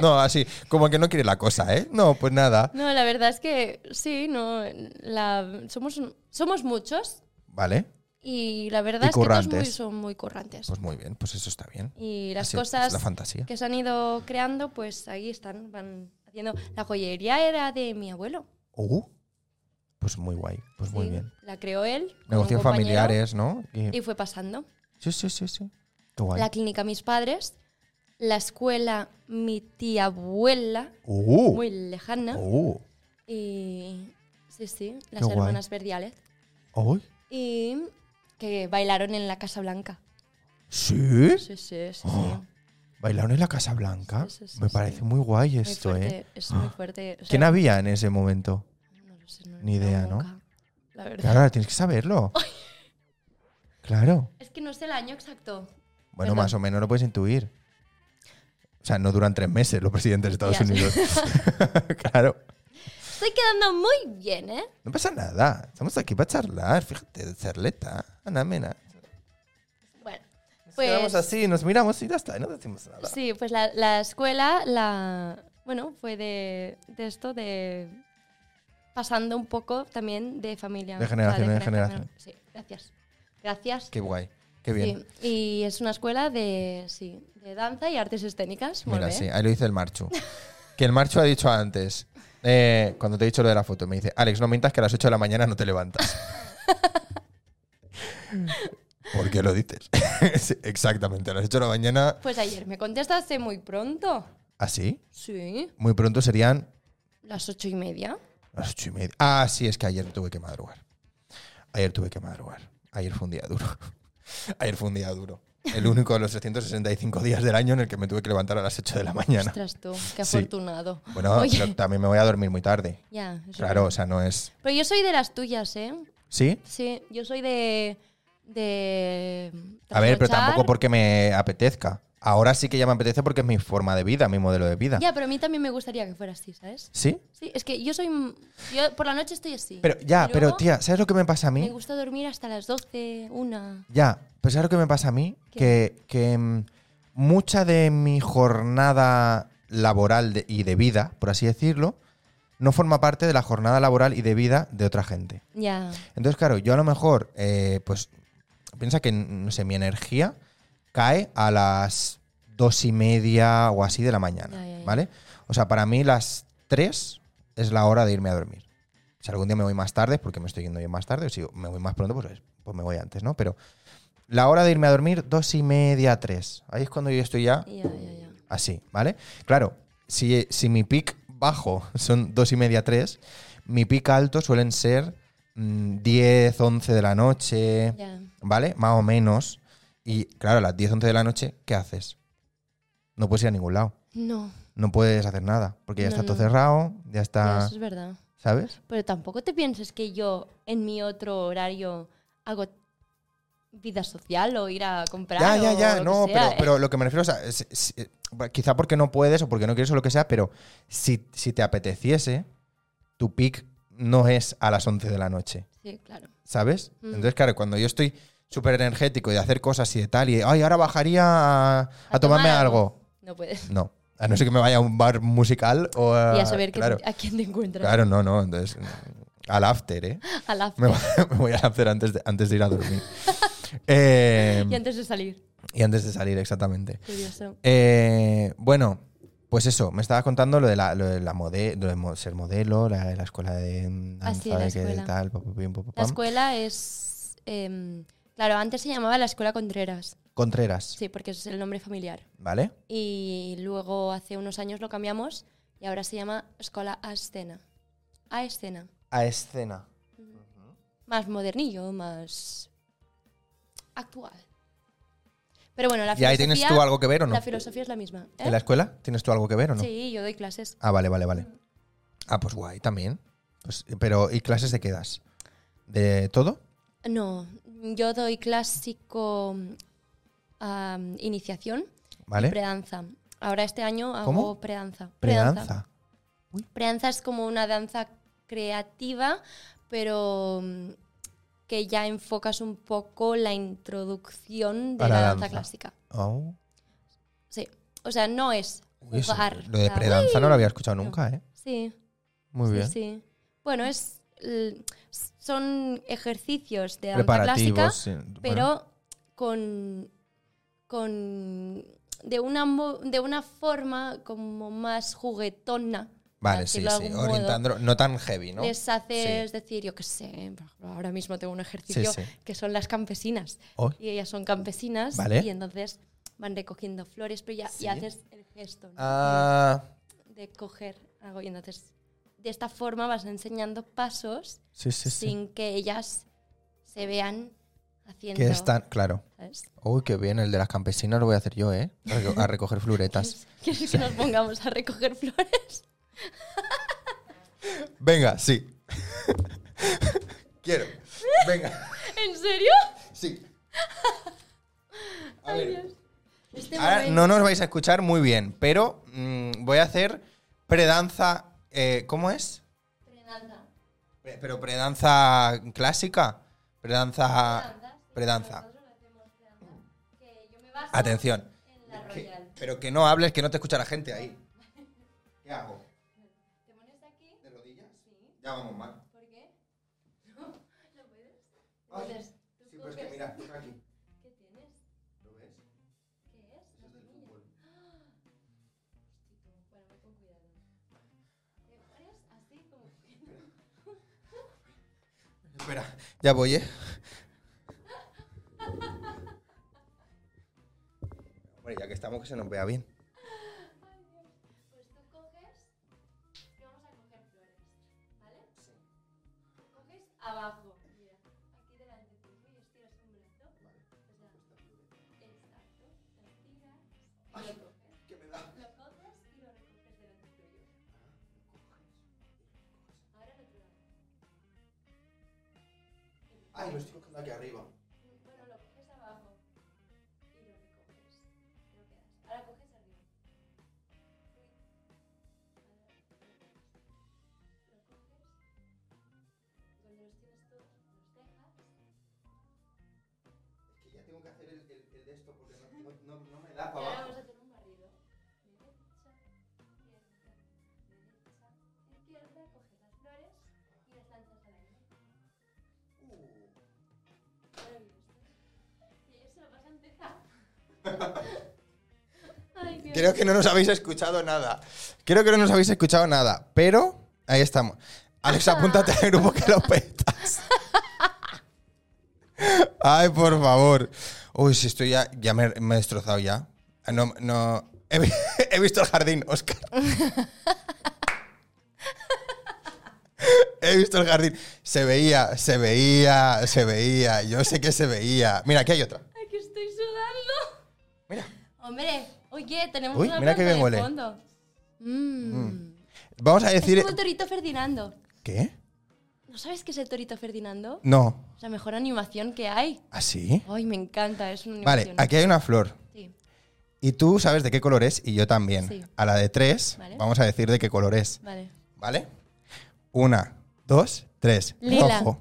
[SPEAKER 2] no, así, como que no quiere la cosa, ¿eh? No, pues nada.
[SPEAKER 1] No, la verdad es que sí, no, la, somos, un- somos muchos
[SPEAKER 2] Vale,
[SPEAKER 1] y la
[SPEAKER 2] Y
[SPEAKER 1] verdad es que todos muy-
[SPEAKER 2] currantes.
[SPEAKER 1] son muy currantes.
[SPEAKER 2] pues muy bien, pues eso está bien.
[SPEAKER 1] Y las
[SPEAKER 2] Así es,
[SPEAKER 1] cosas
[SPEAKER 2] es la fantasía.
[SPEAKER 1] que se han ido creando, pues ahí están, van haciendo. La joyería era de mi abuelo.
[SPEAKER 2] Uh, Pues muy guay, pues muy
[SPEAKER 1] Sí,
[SPEAKER 2] bien. eh.
[SPEAKER 1] La creó él. con un
[SPEAKER 2] Negocios
[SPEAKER 1] compañero,
[SPEAKER 2] familiares, ¿no? Y-
[SPEAKER 1] Y fue pasando.
[SPEAKER 2] sí, sí, sí, sí. Qué guay.
[SPEAKER 1] La clínica mis padres, la escuela mi tía abuela,
[SPEAKER 2] Uh,
[SPEAKER 1] muy lejana,
[SPEAKER 2] uh,
[SPEAKER 1] y sí, sí, las
[SPEAKER 2] Qué guay.
[SPEAKER 1] hermanas Verdiales,
[SPEAKER 2] uy,
[SPEAKER 1] y que bailaron en la Casa Blanca.
[SPEAKER 2] ¿Sí?
[SPEAKER 1] Sí, sí, sí. sí.
[SPEAKER 2] Oh, ¿Bailaron en la Casa Blanca?
[SPEAKER 1] Sí, sí, sí,
[SPEAKER 2] Me
[SPEAKER 1] sí.
[SPEAKER 2] parece muy guay
[SPEAKER 1] muy
[SPEAKER 2] esto,
[SPEAKER 1] fuerte,
[SPEAKER 2] ¿eh?
[SPEAKER 1] es muy fuerte. o sea,
[SPEAKER 2] ¿Quién había en ese momento?
[SPEAKER 1] no lo sé, no
[SPEAKER 2] Ni
[SPEAKER 1] lo
[SPEAKER 2] idea,
[SPEAKER 1] tengo
[SPEAKER 2] ¿no?
[SPEAKER 1] acá, La verdad.
[SPEAKER 2] Claro, tienes que saberlo. Claro.
[SPEAKER 1] Es que no sé el año exacto.
[SPEAKER 2] Bueno,
[SPEAKER 1] Perdón.
[SPEAKER 2] más o menos lo puedes intuir. O sea, no duran tres meses los presidentes de Estados
[SPEAKER 1] Ya.
[SPEAKER 2] Unidos. claro.
[SPEAKER 1] Estoy quedando muy bien, ¿eh?
[SPEAKER 2] No pasa nada. Estamos aquí para charlar. Fíjate, charleta. Ana Mena.
[SPEAKER 1] Bueno,
[SPEAKER 2] Nos
[SPEAKER 1] Pues-
[SPEAKER 2] quedamos así, nos miramos y ya está. Y no decimos nada.
[SPEAKER 1] Sí, pues la, la escuela, la bueno, fue de, de esto, de pasando un poco también de familia.
[SPEAKER 2] De
[SPEAKER 1] o sea,
[SPEAKER 2] generación en generación.
[SPEAKER 1] Sí, gracias. Gracias.
[SPEAKER 2] Qué guay. Qué bien.
[SPEAKER 1] Sí, y es una escuela de, sí, de danza y artes escénicas. molt
[SPEAKER 2] Mira,
[SPEAKER 1] bé.
[SPEAKER 2] sí, ahí lo dice el Marchu. Que el Marchu ha dicho antes, eh, cuando te he dicho lo de la foto, me dice, Alex, no mientas que a las 8 de la mañana no te levantas. ¿Por qué lo dices? Sí, exactamente, a las 8 de la mañana,
[SPEAKER 1] Pues ayer me contestaste muy pronto.
[SPEAKER 2] así,
[SPEAKER 1] Sí.
[SPEAKER 2] muy pronto serían
[SPEAKER 1] Las ocho y media.
[SPEAKER 2] las 8 y media. Ah, sí, es que ayer tuve que madrugar. Ayer tuve que madrugar. Ayer fue un día duro. Ayer fue un día duro. El único de los 365 días del año en el que me tuve que levantar a las 8 de la mañana.
[SPEAKER 1] Ostras tú, qué
[SPEAKER 2] Sí.
[SPEAKER 1] afortunado.
[SPEAKER 2] Bueno,
[SPEAKER 1] Oye,
[SPEAKER 2] pero también me voy a dormir muy tarde.
[SPEAKER 1] ya. eso
[SPEAKER 2] Claro,
[SPEAKER 1] es.
[SPEAKER 2] o sea, no es.
[SPEAKER 1] Pero yo soy de las tuyas, ¿eh?
[SPEAKER 2] ¿Sí?
[SPEAKER 1] Sí, yo soy de. de
[SPEAKER 2] A ver, pero
[SPEAKER 1] trasnochar.
[SPEAKER 2] tampoco porque me apetezca. Ahora sí que ya me apetece porque es mi forma de vida, mi modelo de vida.
[SPEAKER 1] Ya, pero a mí también me gustaría que fuera así, ¿sabes?
[SPEAKER 2] ¿Sí?
[SPEAKER 1] Sí, es que yo soy. m- Yo por la noche estoy así.
[SPEAKER 2] Pero ya,
[SPEAKER 1] Y
[SPEAKER 2] pero
[SPEAKER 1] luego
[SPEAKER 2] tía, ¿sabes lo que me pasa a
[SPEAKER 1] Me
[SPEAKER 2] mí?
[SPEAKER 1] gusta dormir hasta las 12, una.
[SPEAKER 2] Ya, pero ¿sabes lo que me pasa a mí? Que, que, mm, mucha de mi jornada laboral de- y de vida, por así decirlo, no forma parte de la jornada laboral y de vida de otra gente.
[SPEAKER 1] Ya.
[SPEAKER 2] Entonces, claro, yo a lo mejor, eh, pues, piensa que, no sé, mi energía cae a las dos y media o así de la mañana,
[SPEAKER 1] Ya, ya, ya.
[SPEAKER 2] ¿vale? O sea, para mí las tres es la hora de irme a dormir. Si algún día me voy más tarde, es porque me estoy yendo yo más tarde, o si me voy más pronto, pues, pues me voy antes, ¿no? Pero la hora de irme a dormir, dos y media, tres. Ahí es cuando yo estoy ya
[SPEAKER 1] Ya, ya, ya.
[SPEAKER 2] así, ¿vale? Claro, si, si mi pic bajo son dos y media, tres, mi pic alto suelen ser mm, 10, 11 de la noche,
[SPEAKER 1] Ya.
[SPEAKER 2] ¿vale? Más o menos. Y claro, a las 10, 11 de la noche, ¿qué haces? No puedes ir a ningún lado.
[SPEAKER 1] No,
[SPEAKER 2] No puedes hacer nada, porque ya
[SPEAKER 1] No,
[SPEAKER 2] está todo
[SPEAKER 1] no.
[SPEAKER 2] cerrado, ya
[SPEAKER 1] Mm. ya,
[SPEAKER 2] está...
[SPEAKER 1] eso es verdad.
[SPEAKER 2] ¿Sabes?
[SPEAKER 1] Pero tampoco te pienses que yo en mi otro horario hago vida social o ir a comprar.
[SPEAKER 2] Ya, ya,
[SPEAKER 1] o
[SPEAKER 2] ya,
[SPEAKER 1] lo que
[SPEAKER 2] no,
[SPEAKER 1] sea,
[SPEAKER 2] pero,
[SPEAKER 1] ¿eh?
[SPEAKER 2] pero lo que me refiero, o sea, es- es- eh, quizá porque no puedes o porque no quieres o lo que sea, pero si, si te apeteciese, tu pic no es a las 11 de la noche.
[SPEAKER 1] Sí, claro.
[SPEAKER 2] ¿sabes?
[SPEAKER 1] Mm.
[SPEAKER 2] Entonces, claro, cuando yo estoy súper energético y de hacer cosas y de tal, y ay, ahora bajaría a, a tomarme
[SPEAKER 1] tomar
[SPEAKER 2] algo.
[SPEAKER 1] No puedes.
[SPEAKER 2] No, a no ser que me vaya a un bar musical o a.
[SPEAKER 1] y a saber que-
[SPEAKER 2] Ah, claro,
[SPEAKER 1] a quién te encuentras.
[SPEAKER 2] claro, no, no, entonces. Al after, ¿eh?
[SPEAKER 1] Al after
[SPEAKER 2] Me, voy- me voy al after antes de, antes de ir a dormir. Eh,
[SPEAKER 1] Y antes de salir.
[SPEAKER 2] y antes de salir, exactamente.
[SPEAKER 1] Curioso.
[SPEAKER 2] Eh, bueno, pues eso, me estabas contando lo de, la, lo de la mode- lo de mo- ser modelo, la, la escuela de danza,
[SPEAKER 1] Ah, sí, la
[SPEAKER 2] de que
[SPEAKER 1] escuela.
[SPEAKER 2] tal, pa, pa, pim, pa, pa,
[SPEAKER 1] La
[SPEAKER 2] pam.
[SPEAKER 1] escuela es. em, claro, antes se llamaba la Escuela Contreras.
[SPEAKER 2] Contreras,
[SPEAKER 1] Sí, porque ese es el nombre familiar.
[SPEAKER 2] ¿vale?
[SPEAKER 1] Y luego hace unos años lo cambiamos y ahora se llama Escuela a Escena. A Escena.
[SPEAKER 2] A escena.
[SPEAKER 1] Más modernillo, más. actual. Pero bueno, la
[SPEAKER 2] ¿Y
[SPEAKER 1] filosofía.
[SPEAKER 2] ahí tienes tú algo que ver o no?
[SPEAKER 1] La filosofía es la misma. ¿eh?
[SPEAKER 2] ¿En la escuela tienes tú algo que ver o no?
[SPEAKER 1] Sí, yo doy clases.
[SPEAKER 2] Ah, vale, vale, vale. Ah, pues guay, también. Pues, pero, ¿y clases de qué das? ¿De todo?
[SPEAKER 1] No, yo doy clásico. am, iniciación.
[SPEAKER 2] ¿Vale?
[SPEAKER 1] Predanza. Ahora este año hago
[SPEAKER 2] ¿Eh? ¿Cómo?
[SPEAKER 1] predanza.
[SPEAKER 2] Predanza.
[SPEAKER 1] Predanza es como una danza creativa, pero mm, que ya enfocas un poco la introducción de
[SPEAKER 2] A
[SPEAKER 1] la,
[SPEAKER 2] la
[SPEAKER 1] danza,
[SPEAKER 2] danza.
[SPEAKER 1] clásica.
[SPEAKER 2] Oh.
[SPEAKER 1] Sí. O sea, no es
[SPEAKER 2] Uy, eso-
[SPEAKER 1] jugar.
[SPEAKER 2] lo de
[SPEAKER 1] a-
[SPEAKER 2] predanza no lo había escuchado nunca, ¿eh?
[SPEAKER 1] Sí,
[SPEAKER 2] Muy
[SPEAKER 1] sí,
[SPEAKER 2] bien.
[SPEAKER 1] sí. Bueno, es l- son ejercicios de danza clásica,
[SPEAKER 2] Preparativos. sí,
[SPEAKER 1] pero
[SPEAKER 2] bueno.
[SPEAKER 1] con con de una mo- de una forma como más juguetona.
[SPEAKER 2] Vale, sí,
[SPEAKER 1] decirlo de
[SPEAKER 2] sí.
[SPEAKER 1] algún modo.
[SPEAKER 2] Orientándolo. No tan heavy, ¿no?
[SPEAKER 1] Les haces decir, yo qué sé, por ejemplo, ahora mismo tengo un ejercicio
[SPEAKER 2] sí.
[SPEAKER 1] que son las campesinas.
[SPEAKER 2] Oh,
[SPEAKER 1] Y ellas son campesinas
[SPEAKER 2] Vale.
[SPEAKER 1] y entonces van recogiendo flores, pero ya
[SPEAKER 2] Sí.
[SPEAKER 1] y haces el gesto ¿no?
[SPEAKER 2] ah,
[SPEAKER 1] de, de coger algo. Y entonces, de esta forma vas enseñando pasos
[SPEAKER 2] sí, sí, sí.
[SPEAKER 1] sin que ellas se vean haciendo.
[SPEAKER 2] Que están, claro.
[SPEAKER 1] ¿sabes?
[SPEAKER 2] Uy, qué bien, el de las campesinas lo voy a hacer yo, ¿eh? A reco- A recoger floretas.
[SPEAKER 1] ¿Quieres que nos pongamos a recoger flores?
[SPEAKER 2] Venga, sí. Quiero. Venga,
[SPEAKER 1] ¿En serio?
[SPEAKER 2] sí. A
[SPEAKER 1] Ay,
[SPEAKER 2] ver.
[SPEAKER 1] Dios. Este
[SPEAKER 2] Ahora
[SPEAKER 1] momento-
[SPEAKER 2] no nos vais a escuchar muy bien, pero mm, voy a hacer predanza. eh, ¿Cómo es?
[SPEAKER 1] Frenada.
[SPEAKER 2] Pre- Pero predanza clásica. Predanza. Ah, Predanza.
[SPEAKER 1] Nosotros hacemos predanza. Que yo me baso
[SPEAKER 2] Atención.
[SPEAKER 1] en la
[SPEAKER 2] Que-
[SPEAKER 1] Royal.
[SPEAKER 2] pero que no hables, que no te escucha la gente ahí. ¿Qué hago?
[SPEAKER 1] Te pones aquí,
[SPEAKER 2] ¿De rodillas? Ya vamos mal.
[SPEAKER 1] ¿por qué? No, no puedes. Entonces, tú coges-
[SPEAKER 2] toca aquí.
[SPEAKER 1] ¿Qué tienes?
[SPEAKER 2] ¿Lo ves?
[SPEAKER 1] ¿Qué es? La semilla. Hostia, Bueno, voy con cuidado. Te pones así como que-
[SPEAKER 2] Espera, ya voy, ¿eh? Hombre, ya que estamos, que se nos vea bien.
[SPEAKER 1] Ay, Dios. Pues tú coges y vamos a coger flores, ¿vale? Coges abajo, mira, aquí delante tuyo y estiras un brazo. Exacto. Lo estiras y lo coges. Lo coges y lo recoges delante tuyo. Ahora el otro lado.
[SPEAKER 2] Ay, lo estoy cogiendo aquí arriba.
[SPEAKER 1] Bueno, lo coges abajo y lo recoges. Te lo quedas. Ahora coges arriba. Lo coges. Cuando los tienes todos, los dejas.
[SPEAKER 2] Es que ya tengo que hacer el, el, el de esto porque no, no, no, no me da
[SPEAKER 1] Y
[SPEAKER 2] para
[SPEAKER 1] ahora vamos
[SPEAKER 2] abajo.
[SPEAKER 1] a hacer un barrido. Derecha, izquierda, derecha, izquierda. Coges las flores y las lanzas al aire.
[SPEAKER 2] Uh.
[SPEAKER 1] Maravilloso. Y eso lo vas a empezar. Ay, Dios.
[SPEAKER 2] Creo que no nos habéis escuchado nada. Creo que no nos habéis escuchado nada, pero ahí estamos. Alex, apúntate al grupo que lo petas. Ay, por favor. Uy, si estoy ya, ya me, me he destrozado ya. Ah, No, no. He, vi- he visto el jardín, Oscar. He visto el jardín. Se veía, se veía, se veía. Yo sé que se veía. Mira, aquí hay otra.
[SPEAKER 1] Ay, que estoy sudando.
[SPEAKER 2] Mira.
[SPEAKER 1] Hombre, oye, tenemos
[SPEAKER 2] Uy,
[SPEAKER 1] una
[SPEAKER 2] mira qué
[SPEAKER 1] planta
[SPEAKER 2] bien
[SPEAKER 1] de
[SPEAKER 2] huele.
[SPEAKER 1] fondo. Mm.
[SPEAKER 2] Vamos a
[SPEAKER 1] Es
[SPEAKER 2] decir.
[SPEAKER 1] como el Torito Ferdinando.
[SPEAKER 2] ¿Qué?
[SPEAKER 1] ¿No sabes qué es el Torito Ferdinando?
[SPEAKER 2] No. ¿Ah,
[SPEAKER 1] Es la mejor animación que hay.
[SPEAKER 2] ¿Así?
[SPEAKER 1] Ay, me encanta, es una
[SPEAKER 2] Vale,
[SPEAKER 1] animación.
[SPEAKER 2] aquí hay una flor.
[SPEAKER 1] Sí.
[SPEAKER 2] Y tú sabes de qué color es y yo también.
[SPEAKER 1] Sí.
[SPEAKER 2] A la de tres,
[SPEAKER 1] Vale.
[SPEAKER 2] vamos a decir de qué color es.
[SPEAKER 1] Vale.
[SPEAKER 2] ¿Vale? Una, dos, tres.
[SPEAKER 1] Lila.
[SPEAKER 2] Rojo.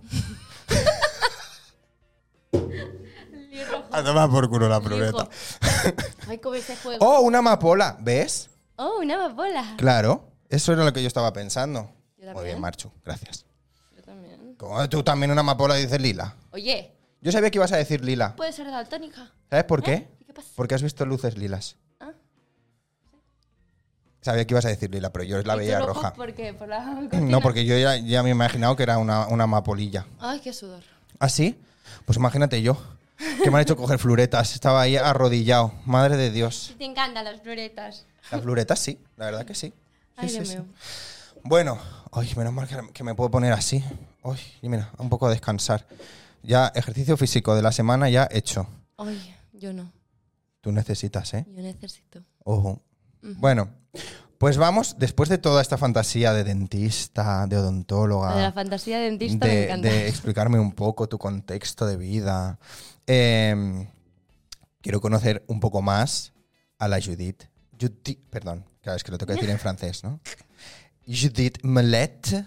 [SPEAKER 1] Lili rojo.
[SPEAKER 2] A tomar por culo la
[SPEAKER 1] Lijo.
[SPEAKER 2] floreta.
[SPEAKER 1] Ay, cómo ese juego.
[SPEAKER 2] Oh, una amapola. ¿Ves?
[SPEAKER 1] Oh, una amapola.
[SPEAKER 2] Claro. Eso era lo que yo estaba pensando.
[SPEAKER 1] Yo también.
[SPEAKER 2] Muy bien, Marchu. Gracias.
[SPEAKER 1] Yo también.
[SPEAKER 2] Como tú también una amapola dices lila.
[SPEAKER 1] Oye,
[SPEAKER 2] Yo sabía que ibas a decir lila.
[SPEAKER 1] puede ser daltónica.
[SPEAKER 2] ¿Sabes por qué?
[SPEAKER 1] ¿Y qué pasa?
[SPEAKER 2] Porque has visto luces lilas.
[SPEAKER 1] ¿eh? Ah.
[SPEAKER 2] Sabía que ibas a decir lila, pero yo la
[SPEAKER 1] ¿Y tú
[SPEAKER 2] veía
[SPEAKER 1] rojo
[SPEAKER 2] roja.
[SPEAKER 1] ¿Por qué? Por la cortina.
[SPEAKER 2] No, porque yo ya, ya me he imaginado que era una, una amapolilla.
[SPEAKER 1] Ay, qué sudor.
[SPEAKER 2] ¿Ah, sí? Pues imagínate yo, que me han hecho coger fluretas. Estaba ahí arrodillado. Madre de Dios.
[SPEAKER 1] Sí, Te encantan las floretas.
[SPEAKER 2] Las fluretas sí, la verdad que sí. Sí,
[SPEAKER 1] Ay,
[SPEAKER 2] sí,
[SPEAKER 1] Dios
[SPEAKER 2] sí.
[SPEAKER 1] mío.
[SPEAKER 2] Bueno, ay, menos mal que- que me puedo poner así. Ay, y mira, un poco a descansar. Ya ejercicio físico de la semana ya hecho.
[SPEAKER 1] Ay, yo no.
[SPEAKER 2] Tú necesitas, ¿eh?
[SPEAKER 1] Yo necesito.
[SPEAKER 2] Ojo. Bueno, pues vamos, después de toda esta fantasía de dentista, de odontóloga.
[SPEAKER 1] Lo de la fantasía dentista me
[SPEAKER 2] Ah, de,
[SPEAKER 1] encanta.
[SPEAKER 2] de explicarme un poco tu contexto de vida. Em, quiero conocer un poco más a la Judith. Judith perdón, claro, es que lo tengo que decir en francés, ¿no? Judith Melet,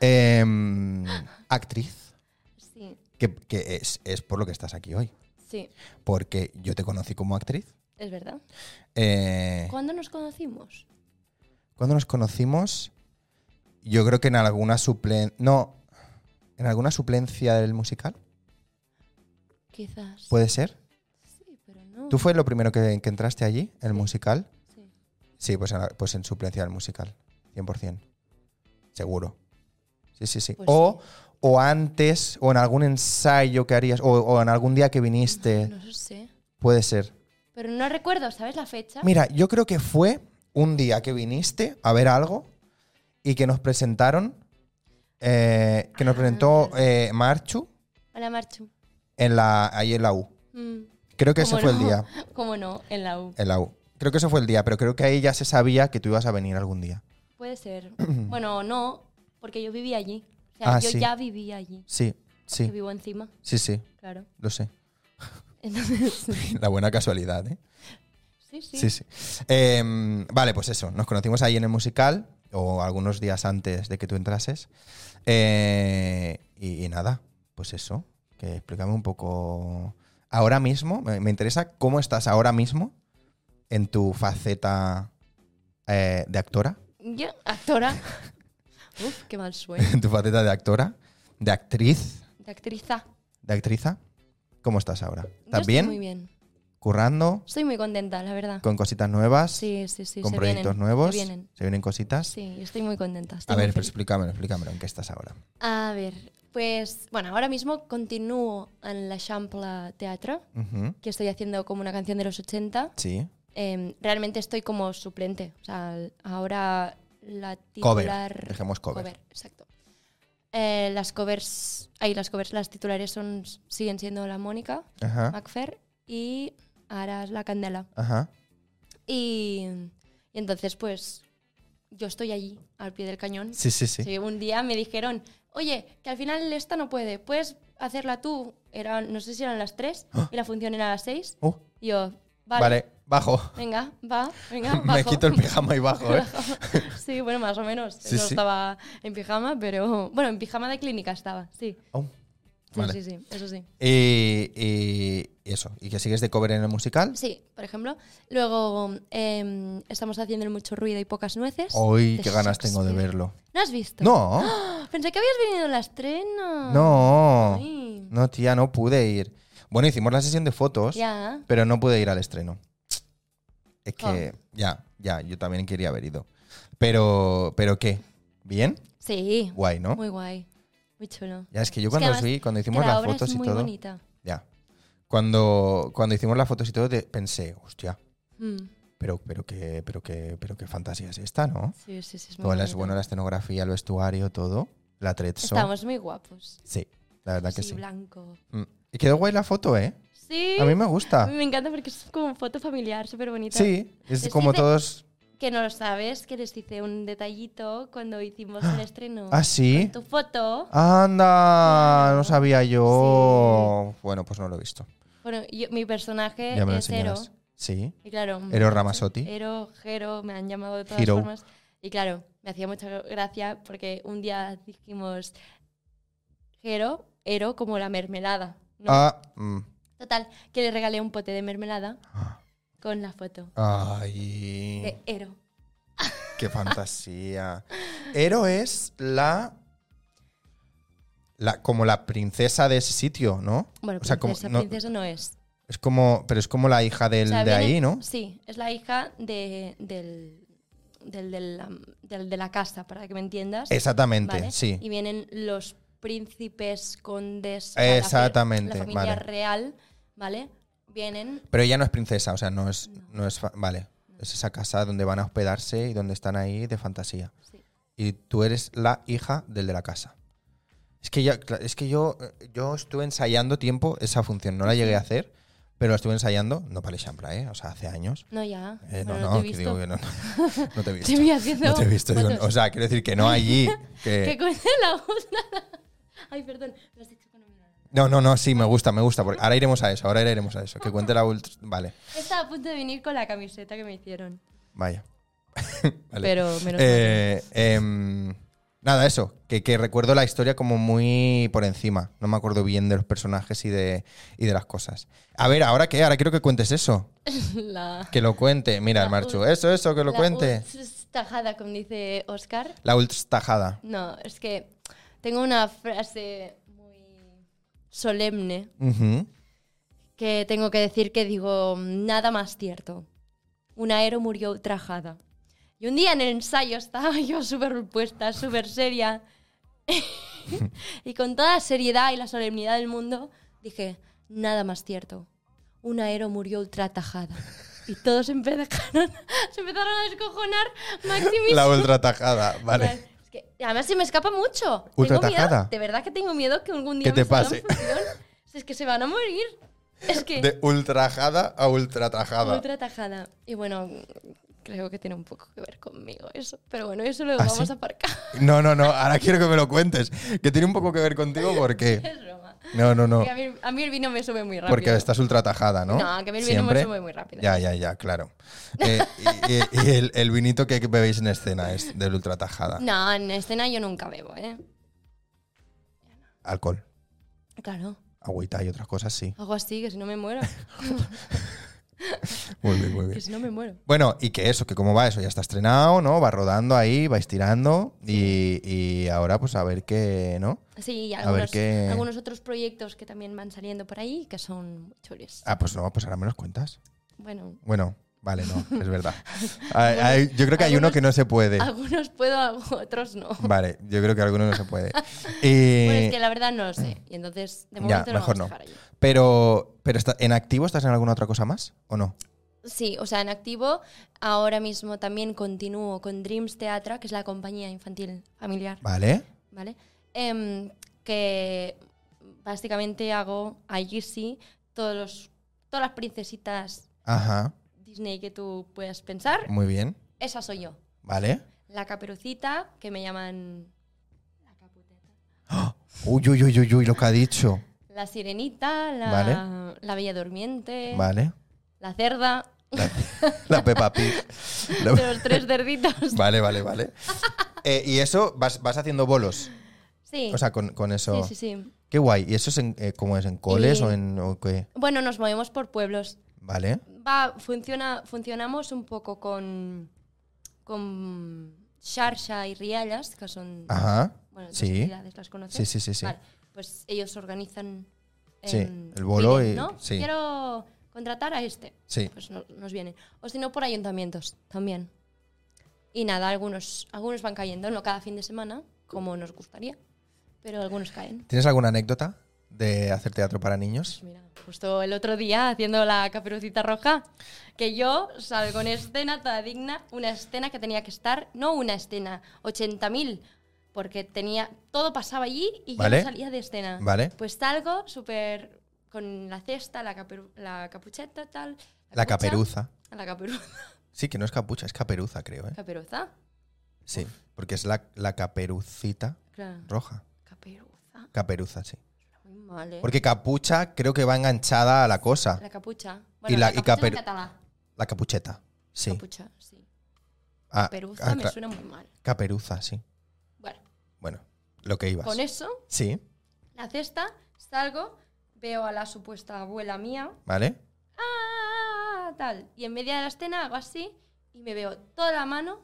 [SPEAKER 2] em, actriz,
[SPEAKER 1] Sí,
[SPEAKER 2] que, que es, es por lo que estás aquí hoy.
[SPEAKER 1] sí,
[SPEAKER 2] Porque yo te conocí como actriz.
[SPEAKER 1] es verdad.
[SPEAKER 2] Eh,
[SPEAKER 1] ¿Cuándo nos conocimos?
[SPEAKER 2] cuando nos conocimos, yo creo que en alguna suplencia. No, en alguna suplencia del musical,
[SPEAKER 1] Quizás.
[SPEAKER 2] ¿puede ser?
[SPEAKER 1] Sí, pero no.
[SPEAKER 2] ¿Tú fue lo primero que, que entraste allí, el musical?
[SPEAKER 1] Sí,
[SPEAKER 2] Sí, pues en, la- pues en suplencia del musical. 100%. Seguro. Sí, sí, sí.
[SPEAKER 1] Pues
[SPEAKER 2] o, o antes, o en algún ensayo que harías, o, o en algún día que viniste,
[SPEAKER 1] Ah, No lo sé.
[SPEAKER 2] puede ser.
[SPEAKER 1] Pero no recuerdo, ¿sabes la fecha?
[SPEAKER 2] Mira, yo creo que fue un día que viniste a ver algo y que nos presentaron, eh, que nos
[SPEAKER 1] Ah.
[SPEAKER 2] presentó eh, Marchu
[SPEAKER 1] Hola, Marchu.
[SPEAKER 2] en la, ahí en la U.
[SPEAKER 1] Mm,
[SPEAKER 2] Creo que ese
[SPEAKER 1] ¿cómo
[SPEAKER 2] fue
[SPEAKER 1] no?
[SPEAKER 2] el día, Eh.
[SPEAKER 1] ¿Cómo no? En la U.
[SPEAKER 2] en la U. Creo que ese fue el día, pero creo que ahí ya se sabía que tú ibas a venir algún día.
[SPEAKER 1] Puede ser. bueno, no, porque yo viví allí. O sea,
[SPEAKER 2] Ah,
[SPEAKER 1] yo
[SPEAKER 2] sí.
[SPEAKER 1] ya viví allí.
[SPEAKER 2] Sí,
[SPEAKER 1] Yo
[SPEAKER 2] sí,
[SPEAKER 1] vivo encima,
[SPEAKER 2] sí, sí,
[SPEAKER 1] claro.
[SPEAKER 2] lo sé.
[SPEAKER 1] Entonces,
[SPEAKER 2] La buena casualidad, ¿eh?
[SPEAKER 1] sí, sí.
[SPEAKER 2] Sí, sí. Em, vale, pues eso, nos conocimos ahí en el musical o algunos días antes de que tú entrases. Eh, y, y nada, pues eso, que explícame un poco ahora mismo, me, me interesa cómo estás ahora mismo en tu faceta eh, de actora,
[SPEAKER 1] Yo, actora. Uf, qué mal sueño.
[SPEAKER 2] en tu faceta de actora, de actriz,
[SPEAKER 1] De actriza.
[SPEAKER 2] de actriza. ¿Cómo estás ahora?
[SPEAKER 1] Yo
[SPEAKER 2] ¿Estás
[SPEAKER 1] estoy
[SPEAKER 2] bien?
[SPEAKER 1] Muy bien.
[SPEAKER 2] ¿Currando?
[SPEAKER 1] Estoy muy contenta, la verdad.
[SPEAKER 2] ¿Con cositas nuevas?
[SPEAKER 1] Sí, sí, sí.
[SPEAKER 2] ¿Con
[SPEAKER 1] se
[SPEAKER 2] proyectos
[SPEAKER 1] vienen,
[SPEAKER 2] nuevos?
[SPEAKER 1] Se vienen.
[SPEAKER 2] cositas?
[SPEAKER 1] Sí, estoy muy contenta. estoy
[SPEAKER 2] A
[SPEAKER 1] muy
[SPEAKER 2] ver, pero
[SPEAKER 1] feliz.
[SPEAKER 2] explícamelo, explícamelo, ¿en qué estás ahora?
[SPEAKER 1] A ver, pues, bueno, ahora mismo continúo en la Champla Teatro,
[SPEAKER 2] Ujú.
[SPEAKER 1] que estoy haciendo como una canción de los 80.
[SPEAKER 2] Sí.
[SPEAKER 1] Em, realmente estoy como suplente. O sea, l- ahora la
[SPEAKER 2] Cover,
[SPEAKER 1] titular...
[SPEAKER 2] dejemos cover.
[SPEAKER 1] exacto. Eh, las covers... Ahí, las covers, las titulares son, siguen siendo la Mónica,
[SPEAKER 2] Ajá.
[SPEAKER 1] Macfer y ahora es la Candela.
[SPEAKER 2] Ajá.
[SPEAKER 1] Y, y entonces, pues, yo estoy allí, al pie del cañón.
[SPEAKER 2] Sí, sí, sí.
[SPEAKER 1] Sí, un día me dijeron, oye, que al final esta no puede, puedes hacerla tú. Era, no sé si eran las 3 y la función era a las 6.
[SPEAKER 2] Uh,
[SPEAKER 1] Y yo, vale,
[SPEAKER 2] Ah. vale. bajo.
[SPEAKER 1] venga, va, venga, bajo.
[SPEAKER 2] Me quito el pijama y bajo, ¿eh?
[SPEAKER 1] Sí, bueno, más o menos.
[SPEAKER 2] Sí,
[SPEAKER 1] no
[SPEAKER 2] sí.
[SPEAKER 1] estaba en pijama, pero... Bueno, en pijama de clínica estaba, sí.
[SPEAKER 2] Oh,
[SPEAKER 1] Sí,
[SPEAKER 2] Vale.
[SPEAKER 1] sí, sí, eso sí.
[SPEAKER 2] Y, y- y eso. ¿Y que sigues de cover en el musical?
[SPEAKER 1] Sí, por ejemplo. Luego em, estamos haciendo el mucho ruido y pocas nueces.
[SPEAKER 2] Hoy,
[SPEAKER 1] de
[SPEAKER 2] qué ganas tengo de
[SPEAKER 1] Shakespeare.
[SPEAKER 2] verlo.
[SPEAKER 1] ¿No has visto?
[SPEAKER 2] No,
[SPEAKER 1] Pensé que habías venido a la estreno.
[SPEAKER 2] no.
[SPEAKER 1] Ay.
[SPEAKER 2] No, tía, no pude ir. Bueno, hicimos la sesión de fotos,
[SPEAKER 1] Ya.
[SPEAKER 2] pero no pude ir al estreno. Es que,
[SPEAKER 1] Ah.
[SPEAKER 2] ya, ya, yo también quería haber ido. Pero, ¿pero qué? ¿Bien?
[SPEAKER 1] Sí.
[SPEAKER 2] Guay, ¿no?
[SPEAKER 1] Muy guay. Muy chulo.
[SPEAKER 2] Ya, es que yo
[SPEAKER 1] Es que
[SPEAKER 2] cuando
[SPEAKER 1] además
[SPEAKER 2] fui, cuando
[SPEAKER 1] Que
[SPEAKER 2] hicimos
[SPEAKER 1] la
[SPEAKER 2] las
[SPEAKER 1] obra
[SPEAKER 2] fotos
[SPEAKER 1] es
[SPEAKER 2] y
[SPEAKER 1] muy
[SPEAKER 2] todo.
[SPEAKER 1] bonita.
[SPEAKER 2] Ya. Cuando, cuando hicimos las fotos y todo, te- pensé, hostia,
[SPEAKER 1] Mm,
[SPEAKER 2] pero, pero, qué, pero, qué, pero qué fantasía es esta, ¿no?
[SPEAKER 1] Sí, sí, sí. Es muy
[SPEAKER 2] Todo la,
[SPEAKER 1] bonito.
[SPEAKER 2] bueno, la escenografía, el vestuario, todo. La trezzo.
[SPEAKER 1] Estamos muy guapos.
[SPEAKER 2] Sí, la verdad que
[SPEAKER 1] Sí,
[SPEAKER 2] sí.
[SPEAKER 1] blanco.
[SPEAKER 2] Mm. Y quedó guay la foto, ¿eh?
[SPEAKER 1] Sí.
[SPEAKER 2] A mí me
[SPEAKER 1] A
[SPEAKER 2] gusta.
[SPEAKER 1] mí me encanta porque es como foto familiar, súper bonita.
[SPEAKER 2] Ah. Sí, es
[SPEAKER 1] Les
[SPEAKER 2] como
[SPEAKER 1] hice-
[SPEAKER 2] todos.
[SPEAKER 1] Que no lo sabes, que les hice un detallito cuando hicimos el estreno.
[SPEAKER 2] ¿Ah, sí?
[SPEAKER 1] Con tu foto.
[SPEAKER 2] ¡Anda! No
[SPEAKER 1] Claro.
[SPEAKER 2] sabía yo. Bueno, pues no lo he visto.
[SPEAKER 1] Bueno, yo- mi personaje
[SPEAKER 2] Ya me lo
[SPEAKER 1] es Ero.
[SPEAKER 2] enseñarás. Sí.
[SPEAKER 1] Y claro,
[SPEAKER 2] Ero Ramazzotti.
[SPEAKER 1] Ero, Jero, me han llamado de todas
[SPEAKER 2] Hero.
[SPEAKER 1] formas. Y claro, me hacía mucha gracia porque un día dijimos Jero, Ero como la mermelada. ¿no?
[SPEAKER 2] Ah, mm.
[SPEAKER 1] Total, que le regalé un pote de mermelada con la foto
[SPEAKER 2] Ay.
[SPEAKER 1] de Ero.
[SPEAKER 2] Qué fantasía. Ero es la, la como la princesa de ese sitio, ¿no?
[SPEAKER 1] Bueno,
[SPEAKER 2] O sea, como-
[SPEAKER 1] princesa,
[SPEAKER 2] no-
[SPEAKER 1] princesa no es.
[SPEAKER 2] es como, pero es como la hija del
[SPEAKER 1] O sea,
[SPEAKER 2] de
[SPEAKER 1] viene-
[SPEAKER 2] ahí, ¿no?
[SPEAKER 1] Sí, es la hija de, del, del- del, um, del de la casa, para que me entiendas.
[SPEAKER 2] Exactamente,
[SPEAKER 1] ¿vale?
[SPEAKER 2] sí.
[SPEAKER 1] Y vienen los príncipes, condes, o sea, la fa-
[SPEAKER 2] Exactamente,
[SPEAKER 1] la familia
[SPEAKER 2] vale.
[SPEAKER 1] real, ¿vale? Vienen,
[SPEAKER 2] Pero ella no es princesa, o sea, no es, no es, fa- vale. Es esa casa donde van a hospedarse y donde están ahí de fantasía.
[SPEAKER 1] sí,
[SPEAKER 2] Y tú eres la hija del de la casa. Es que, ya, cla- es que yo, eh, yo estuve ensayando tiempo esa función, no la llegué a hacer, pero la estuve ensayando, no para el Champla, ¿eh? o sea, hace años.
[SPEAKER 1] no ya,
[SPEAKER 2] Eh,
[SPEAKER 1] bueno,
[SPEAKER 2] no,
[SPEAKER 1] te
[SPEAKER 2] no,
[SPEAKER 1] he
[SPEAKER 2] que
[SPEAKER 1] visto.
[SPEAKER 2] digo que no, no te he visto.
[SPEAKER 1] Te vi haciendo
[SPEAKER 2] No te he visto. digo,
[SPEAKER 1] fotos.
[SPEAKER 2] o sea, quiero decir que no allí.
[SPEAKER 1] que
[SPEAKER 2] que-
[SPEAKER 1] cuente la gustada. Ay, perdón, lo has dicho con un-
[SPEAKER 2] no, no, no, sí, me gusta, me gusta. Porque ahora iremos a eso, ahora iremos a eso. Que cuente la ult- Vale,
[SPEAKER 1] Estaba a punto de venir con la camiseta que me hicieron,
[SPEAKER 2] vaya. Vale.
[SPEAKER 1] pero menos
[SPEAKER 2] Eh, em, nada, eso. Que, que recuerdo la historia como muy por encima. No me acuerdo bien de los personajes y de, y de las cosas. A ver, ¿ahora qué? Ahora quiero que cuentes eso.
[SPEAKER 1] la...
[SPEAKER 2] Que lo cuente. Mira,
[SPEAKER 1] La
[SPEAKER 2] el marcho.
[SPEAKER 1] ult-
[SPEAKER 2] Eso, eso, que lo
[SPEAKER 1] la
[SPEAKER 2] cuente.
[SPEAKER 1] ultra tajada, como dice Oscar.
[SPEAKER 2] La ultra tajada.
[SPEAKER 1] No, es que tengo una frase muy solemne
[SPEAKER 2] Ujú.
[SPEAKER 1] que tengo que decir que digo nada más cierto. Una aero murió ultrajada. Y Y un día en el ensayo estaba yo súper puesta, súper seria. y con toda la seriedad y la solemnidad del mundo dije, nada más cierto. Un aero murió ultratajada. Y todos empezaron, se empezaron a descojonar. Maximiliano.
[SPEAKER 2] La ultratajada, vale.
[SPEAKER 1] Vale. Es que, además se me escapa mucho.
[SPEAKER 2] Ultra
[SPEAKER 1] Tengo miedo,
[SPEAKER 2] tajada.
[SPEAKER 1] de verdad que tengo miedo que algún día
[SPEAKER 2] Que te
[SPEAKER 1] me salga
[SPEAKER 2] pase.
[SPEAKER 1] un follón. Si Es que se van a morir. Es que
[SPEAKER 2] De ultrajada a ultratajada.
[SPEAKER 1] ultra tajada. Y bueno, creo que tiene un poco que ver conmigo eso. Pero bueno, eso lo
[SPEAKER 2] ¿Ah,
[SPEAKER 1] vamos
[SPEAKER 2] sí?
[SPEAKER 1] a aparcar.
[SPEAKER 2] No, no, no, ahora quiero que me lo cuentes. Que tiene un poco que ver contigo porque.
[SPEAKER 1] Es broma.
[SPEAKER 2] No, no, no.
[SPEAKER 1] Que A, mí, a mí el vino me sube muy rápido.
[SPEAKER 2] Porque estás ultratajada, ¿no?
[SPEAKER 1] No, que a mí el vino
[SPEAKER 2] Siempre.
[SPEAKER 1] me sube muy rápido.
[SPEAKER 2] Ya, ya, ya, claro. Eh, y y- y el, el vinito que bebéis en escena es del ultratajada.
[SPEAKER 1] No, en escena yo nunca bebo, ¿eh?
[SPEAKER 2] Alcohol,
[SPEAKER 1] Claro,
[SPEAKER 2] agüita y otras cosas, sí.
[SPEAKER 1] hago así, que si no me muero.
[SPEAKER 2] Muy bien, muy bien.
[SPEAKER 1] que si no me muero.
[SPEAKER 2] Bueno, y que eso, que cómo va eso, ya está estrenado, ¿no? Va rodando ahí, vais tirando y, y ahora pues a ver qué, ¿no?
[SPEAKER 1] Sí, y
[SPEAKER 2] ver
[SPEAKER 1] algunos,
[SPEAKER 2] qué-
[SPEAKER 1] algunos otros proyectos que también van saliendo por ahí que son muy chulos.
[SPEAKER 2] Ah, pues no, pues ahora me los cuentas.
[SPEAKER 1] Bueno,
[SPEAKER 2] Bueno, vale, no, es verdad. Hay- hay- yo creo que hay uno que no se puede.
[SPEAKER 1] algunos puedo, algo- otros no.
[SPEAKER 2] Vale, yo creo que alguno no se puede.
[SPEAKER 1] Bueno,
[SPEAKER 2] Eh,
[SPEAKER 1] es que la verdad no lo sé. Y entonces, de
[SPEAKER 2] ya,
[SPEAKER 1] momento lo
[SPEAKER 2] mejor
[SPEAKER 1] vamos
[SPEAKER 2] no.
[SPEAKER 1] a dejar ahí.
[SPEAKER 2] Pero, pero está, ¿en activo estás en alguna otra cosa más o no?
[SPEAKER 1] Sí, o sea, en activo, ahora mismo también continúo con Dreams Teatra, que es la compañía infantil familiar,
[SPEAKER 2] Vale,
[SPEAKER 1] ¿vale? Em, que básicamente hago allí sí todos los, todas las princesitas
[SPEAKER 2] ajá,
[SPEAKER 1] Disney que tú puedas pensar.
[SPEAKER 2] muy bien,
[SPEAKER 1] Esa soy yo.
[SPEAKER 2] vale.
[SPEAKER 1] La caperucita, que me llaman la caputeta.
[SPEAKER 2] Uy, uy, uy, uy, uy, lo que ha dicho.
[SPEAKER 1] La sirenita, la,
[SPEAKER 2] Vale.
[SPEAKER 1] la bella durmiente,
[SPEAKER 2] Vale.
[SPEAKER 1] la cerda,
[SPEAKER 2] La, la Peppa Pig. La-
[SPEAKER 1] de los tres cerditos.
[SPEAKER 2] Vale, vale, vale. Eh, y eso vas, vas haciendo bolos.
[SPEAKER 1] Sí,
[SPEAKER 2] O sea, con, con eso.
[SPEAKER 1] sí, sí, sí.
[SPEAKER 2] Qué guay. ¿Y eso es en, eh, cómo es? ¿En coles
[SPEAKER 1] Y-
[SPEAKER 2] o en o qué?
[SPEAKER 1] Bueno, nos movemos por pueblos.
[SPEAKER 2] Vale.
[SPEAKER 1] Va, funciona, funcionamos un poco con, con Xarxa y Riallas, que son
[SPEAKER 2] Ajá.
[SPEAKER 1] bueno, dos
[SPEAKER 2] Sí.
[SPEAKER 1] entidades, ¿las conoces?
[SPEAKER 2] Sí, sí, sí, sí.
[SPEAKER 1] Vale, pues ellos organizan
[SPEAKER 2] Sí,
[SPEAKER 1] em,
[SPEAKER 2] el bolo
[SPEAKER 1] piden,
[SPEAKER 2] y-
[SPEAKER 1] ¿no?
[SPEAKER 2] sí.
[SPEAKER 1] Quiero contratar a este.
[SPEAKER 2] Sí.
[SPEAKER 1] Pues no- nos vienen. O si no, por ayuntamientos también. Y nada, algunos, algunos van cayendo, no cada fin de semana, como nos gustaría, pero algunos caen.
[SPEAKER 2] ¿Tienes alguna anécdota de hacer teatro para niños?
[SPEAKER 1] Pues Mira, justo el otro día haciendo la caperucita roja, que yo salgo en escena toda digna, una escena que tenía que estar, no una escena, 80.000, porque tenía, todo pasaba allí y
[SPEAKER 2] Vale.
[SPEAKER 1] yo no salía de escena.
[SPEAKER 2] Vale.
[SPEAKER 1] Pues salgo súper con la cesta, la, caperu- la capucheta, tal.
[SPEAKER 2] La
[SPEAKER 1] capucha,
[SPEAKER 2] caperuza.
[SPEAKER 1] La caperuza.
[SPEAKER 2] Sí, que no es capucha, es caperuza, creo, ¿eh?
[SPEAKER 1] ¿Caperuza?
[SPEAKER 2] Sí. Porque es la, la caperucita
[SPEAKER 1] Claro.
[SPEAKER 2] roja.
[SPEAKER 1] Caperuza.
[SPEAKER 2] Caperuza, sí.
[SPEAKER 1] Muy mal, ¿eh?
[SPEAKER 2] Porque capucha creo que va enganchada a la cosa.
[SPEAKER 1] La capucha. Bueno,
[SPEAKER 2] Y la-
[SPEAKER 1] la,
[SPEAKER 2] y
[SPEAKER 1] capucha
[SPEAKER 2] caperu-
[SPEAKER 1] en catalá.
[SPEAKER 2] La capucheta. Sí.
[SPEAKER 1] Capucha, sí.
[SPEAKER 2] Ah,
[SPEAKER 1] Caperuza
[SPEAKER 2] ah,
[SPEAKER 1] me
[SPEAKER 2] cla-
[SPEAKER 1] suena muy mal.
[SPEAKER 2] Caperuza, sí.
[SPEAKER 1] Bueno,
[SPEAKER 2] Bueno, lo que ibas.
[SPEAKER 1] con eso,
[SPEAKER 2] Sí,
[SPEAKER 1] la cesta, salgo, veo a la supuesta abuela mía,
[SPEAKER 2] ¿vale?
[SPEAKER 1] ¡ah! tal. Y en medio de la escena hago así y me veo toda la mano,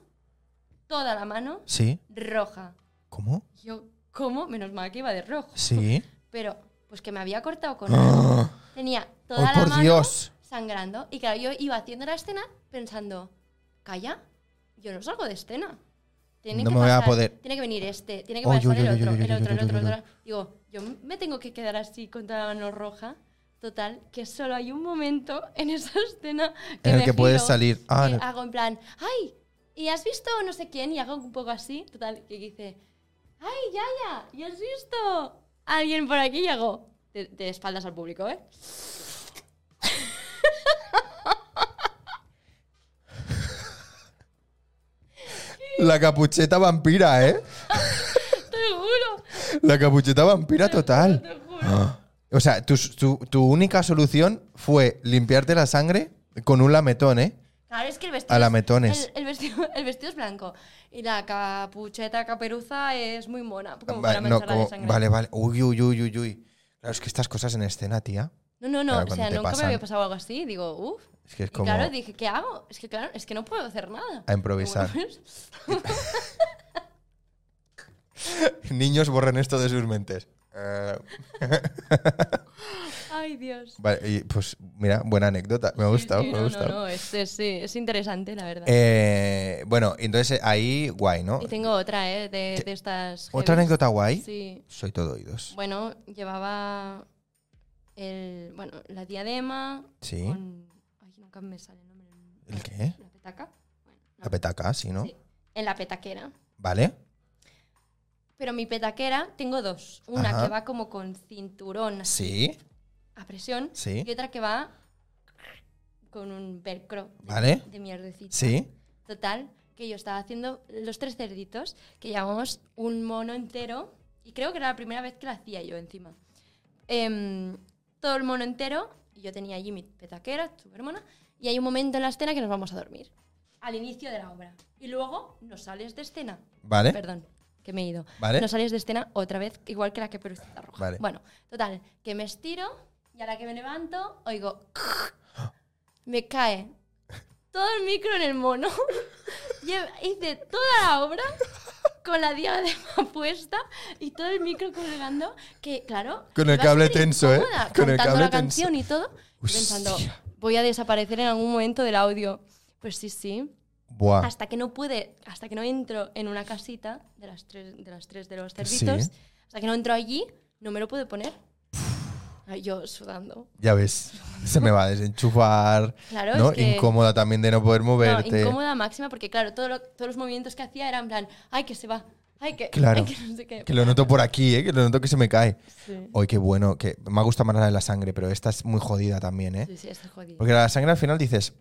[SPEAKER 1] toda la mano
[SPEAKER 2] Sí.
[SPEAKER 1] roja.
[SPEAKER 2] ¿Cómo?
[SPEAKER 1] Yo, ¿cómo? Menos mal que iba de rojo.
[SPEAKER 2] Sí.
[SPEAKER 1] Pero, pues que me había cortado con
[SPEAKER 2] ¡Oh!
[SPEAKER 1] Tenía
[SPEAKER 2] ¡Oh,
[SPEAKER 1] toda la
[SPEAKER 2] por
[SPEAKER 1] mano
[SPEAKER 2] Dios!
[SPEAKER 1] sangrando. Y claro, yo iba haciendo la escena pensando, calla, yo no salgo de escena. Tiene
[SPEAKER 2] No
[SPEAKER 1] que
[SPEAKER 2] me voy a
[SPEAKER 1] pasar-
[SPEAKER 2] poder.
[SPEAKER 1] Tiene que venir este, tiene que
[SPEAKER 2] Oh,
[SPEAKER 1] pasar
[SPEAKER 2] yo, yo,
[SPEAKER 1] el
[SPEAKER 2] yo, yo,
[SPEAKER 1] otro,
[SPEAKER 2] yo,
[SPEAKER 1] el
[SPEAKER 2] yo,
[SPEAKER 1] otro,
[SPEAKER 2] yo,
[SPEAKER 1] el otro,
[SPEAKER 2] yo,
[SPEAKER 1] el
[SPEAKER 2] yo.
[SPEAKER 1] otro. Digo, yo me tengo que quedar así con toda la mano roja. Total, que solo hay un momento en esa escena que
[SPEAKER 2] En el
[SPEAKER 1] me
[SPEAKER 2] que puedes
[SPEAKER 1] giro,
[SPEAKER 2] salir. Ah,
[SPEAKER 1] que
[SPEAKER 2] en el-
[SPEAKER 1] hago en plan, ¡ay! ¿Y has visto no sé quién? Y hago un poco así, total, que dice, ¡ay, Yaya! ¿Y has visto? Alguien por aquí y hago, de, de espaldas al público, ¿eh?
[SPEAKER 2] La capucheta vampira, ¿eh?
[SPEAKER 1] Te lo juro.
[SPEAKER 2] La capucheta vampira
[SPEAKER 1] Te
[SPEAKER 2] total.
[SPEAKER 1] lo juro.
[SPEAKER 2] Ah. O sea, tu, tu- tu única solución fue limpiarte la sangre con un lametón, ¿eh?
[SPEAKER 1] Claro, es que el vestido.
[SPEAKER 2] A la
[SPEAKER 1] es-
[SPEAKER 2] metones.
[SPEAKER 1] El, el vestido, el vestido es blanco. Y la capucheta caperuza es muy mona. Como para
[SPEAKER 2] Vale, Ah, no,
[SPEAKER 1] mancharla de
[SPEAKER 2] como-
[SPEAKER 1] sangre.
[SPEAKER 2] vale, vale. Uy, uy, uy, uy, uy. Claro, es que estas cosas en escena, tía.
[SPEAKER 1] No, no, no.
[SPEAKER 2] Claro,
[SPEAKER 1] o
[SPEAKER 2] cuando
[SPEAKER 1] sea,
[SPEAKER 2] te
[SPEAKER 1] nunca
[SPEAKER 2] pasan.
[SPEAKER 1] me había pasado algo así. Digo, uff.
[SPEAKER 2] Es que es
[SPEAKER 1] Y
[SPEAKER 2] como
[SPEAKER 1] claro, dije, ¿qué hago? Es que claro, es que no puedo hacer nada.
[SPEAKER 2] a improvisar.
[SPEAKER 1] Y bueno, pues,
[SPEAKER 2] Niños borren esto de sus mentes. Eh,
[SPEAKER 1] Ay, Dios.
[SPEAKER 2] Vale, y, pues mira, buena anécdota. Me ha gustado, me ha
[SPEAKER 1] no,
[SPEAKER 2] gustado.
[SPEAKER 1] No, no, es, es- sí, es interesante, la verdad.
[SPEAKER 2] Eh, bueno, entonces eh, ahí, guay, ¿no?
[SPEAKER 1] y tengo otra, ¿eh? De, de estas.
[SPEAKER 2] ¿Otra
[SPEAKER 1] heavies.
[SPEAKER 2] anécdota guay?
[SPEAKER 1] Sí.
[SPEAKER 2] Soy todo oídos.
[SPEAKER 1] Bueno, llevaba el, bueno, la diadema.
[SPEAKER 2] Sí.
[SPEAKER 1] Con, ay, nunca me sale el nombre.
[SPEAKER 2] ¿El qué?
[SPEAKER 1] La petaca. Bueno, no.
[SPEAKER 2] La petaca, sí, ¿no?
[SPEAKER 1] Sí, en la petaquera.
[SPEAKER 2] ¿Vale?
[SPEAKER 1] Pero mi petaquera tengo dos. Una
[SPEAKER 2] Ajá.
[SPEAKER 1] que va como con cinturón así,
[SPEAKER 2] Sí.
[SPEAKER 1] a presión.
[SPEAKER 2] Sí.
[SPEAKER 1] Y otra que va con un velcro de,
[SPEAKER 2] Vale.
[SPEAKER 1] de mierdecita.
[SPEAKER 2] Sí.
[SPEAKER 1] Total, que yo estaba haciendo los tres cerditos, que llevamos un mono entero, y creo que era la primera vez que lo hacía yo encima. Em, todo el mono entero, y yo tenía allí mi petaquera, su hermana, y hay un momento en la escena que nos vamos a dormir, al inicio de la obra. Y luego nos sales de escena.
[SPEAKER 2] ¿Vale?
[SPEAKER 1] Perdón, que me he ido.
[SPEAKER 2] Vale.
[SPEAKER 1] Nos sales de escena otra vez, igual que la que perucita roja.
[SPEAKER 2] Vale.
[SPEAKER 1] Bueno, total, que me estiro, y a la que me levanto, oigo... Me cae todo el micro en el mono. Lle- Hice toda la obra con la diadema puesta y todo el micro colgando. Que, claro.
[SPEAKER 2] Con el
[SPEAKER 1] iba
[SPEAKER 2] cable
[SPEAKER 1] súper
[SPEAKER 2] tenso, ¿eh?
[SPEAKER 1] incómoda,
[SPEAKER 2] Con el
[SPEAKER 1] cantando
[SPEAKER 2] cable
[SPEAKER 1] la canción y todo. y Pensando,
[SPEAKER 2] Hostia.
[SPEAKER 1] voy a desaparecer en algún momento del audio. Pues sí, sí.
[SPEAKER 2] Buah.
[SPEAKER 1] Hasta que no pude, hasta que no entro en una casita de las tres de, las tres de los cerditos,
[SPEAKER 2] Sí.
[SPEAKER 1] hasta que no entro allí, no me lo pude poner. Ay, Yo sudando.
[SPEAKER 2] Ya ves. Se me va a desenchufar.
[SPEAKER 1] Claro,
[SPEAKER 2] ¿no?
[SPEAKER 1] es que-
[SPEAKER 2] Incómoda también de no poder
[SPEAKER 1] No,
[SPEAKER 2] moverte.
[SPEAKER 1] incómoda máxima porque, claro, todo lo- todos los movimientos que hacía eran en plan, ay, que se va, ay, que,
[SPEAKER 2] Claro.
[SPEAKER 1] ay, que no sé qué.
[SPEAKER 2] Que lo noto por aquí, ¿eh? Que lo noto que se me cae.
[SPEAKER 1] Sí.
[SPEAKER 2] Hoy qué bueno. Que me ha gustado más la de la sangre, pero esta es muy jodida también, ¿eh?
[SPEAKER 1] Sí, sí, está jodido.
[SPEAKER 2] Porque la sangre al final dices,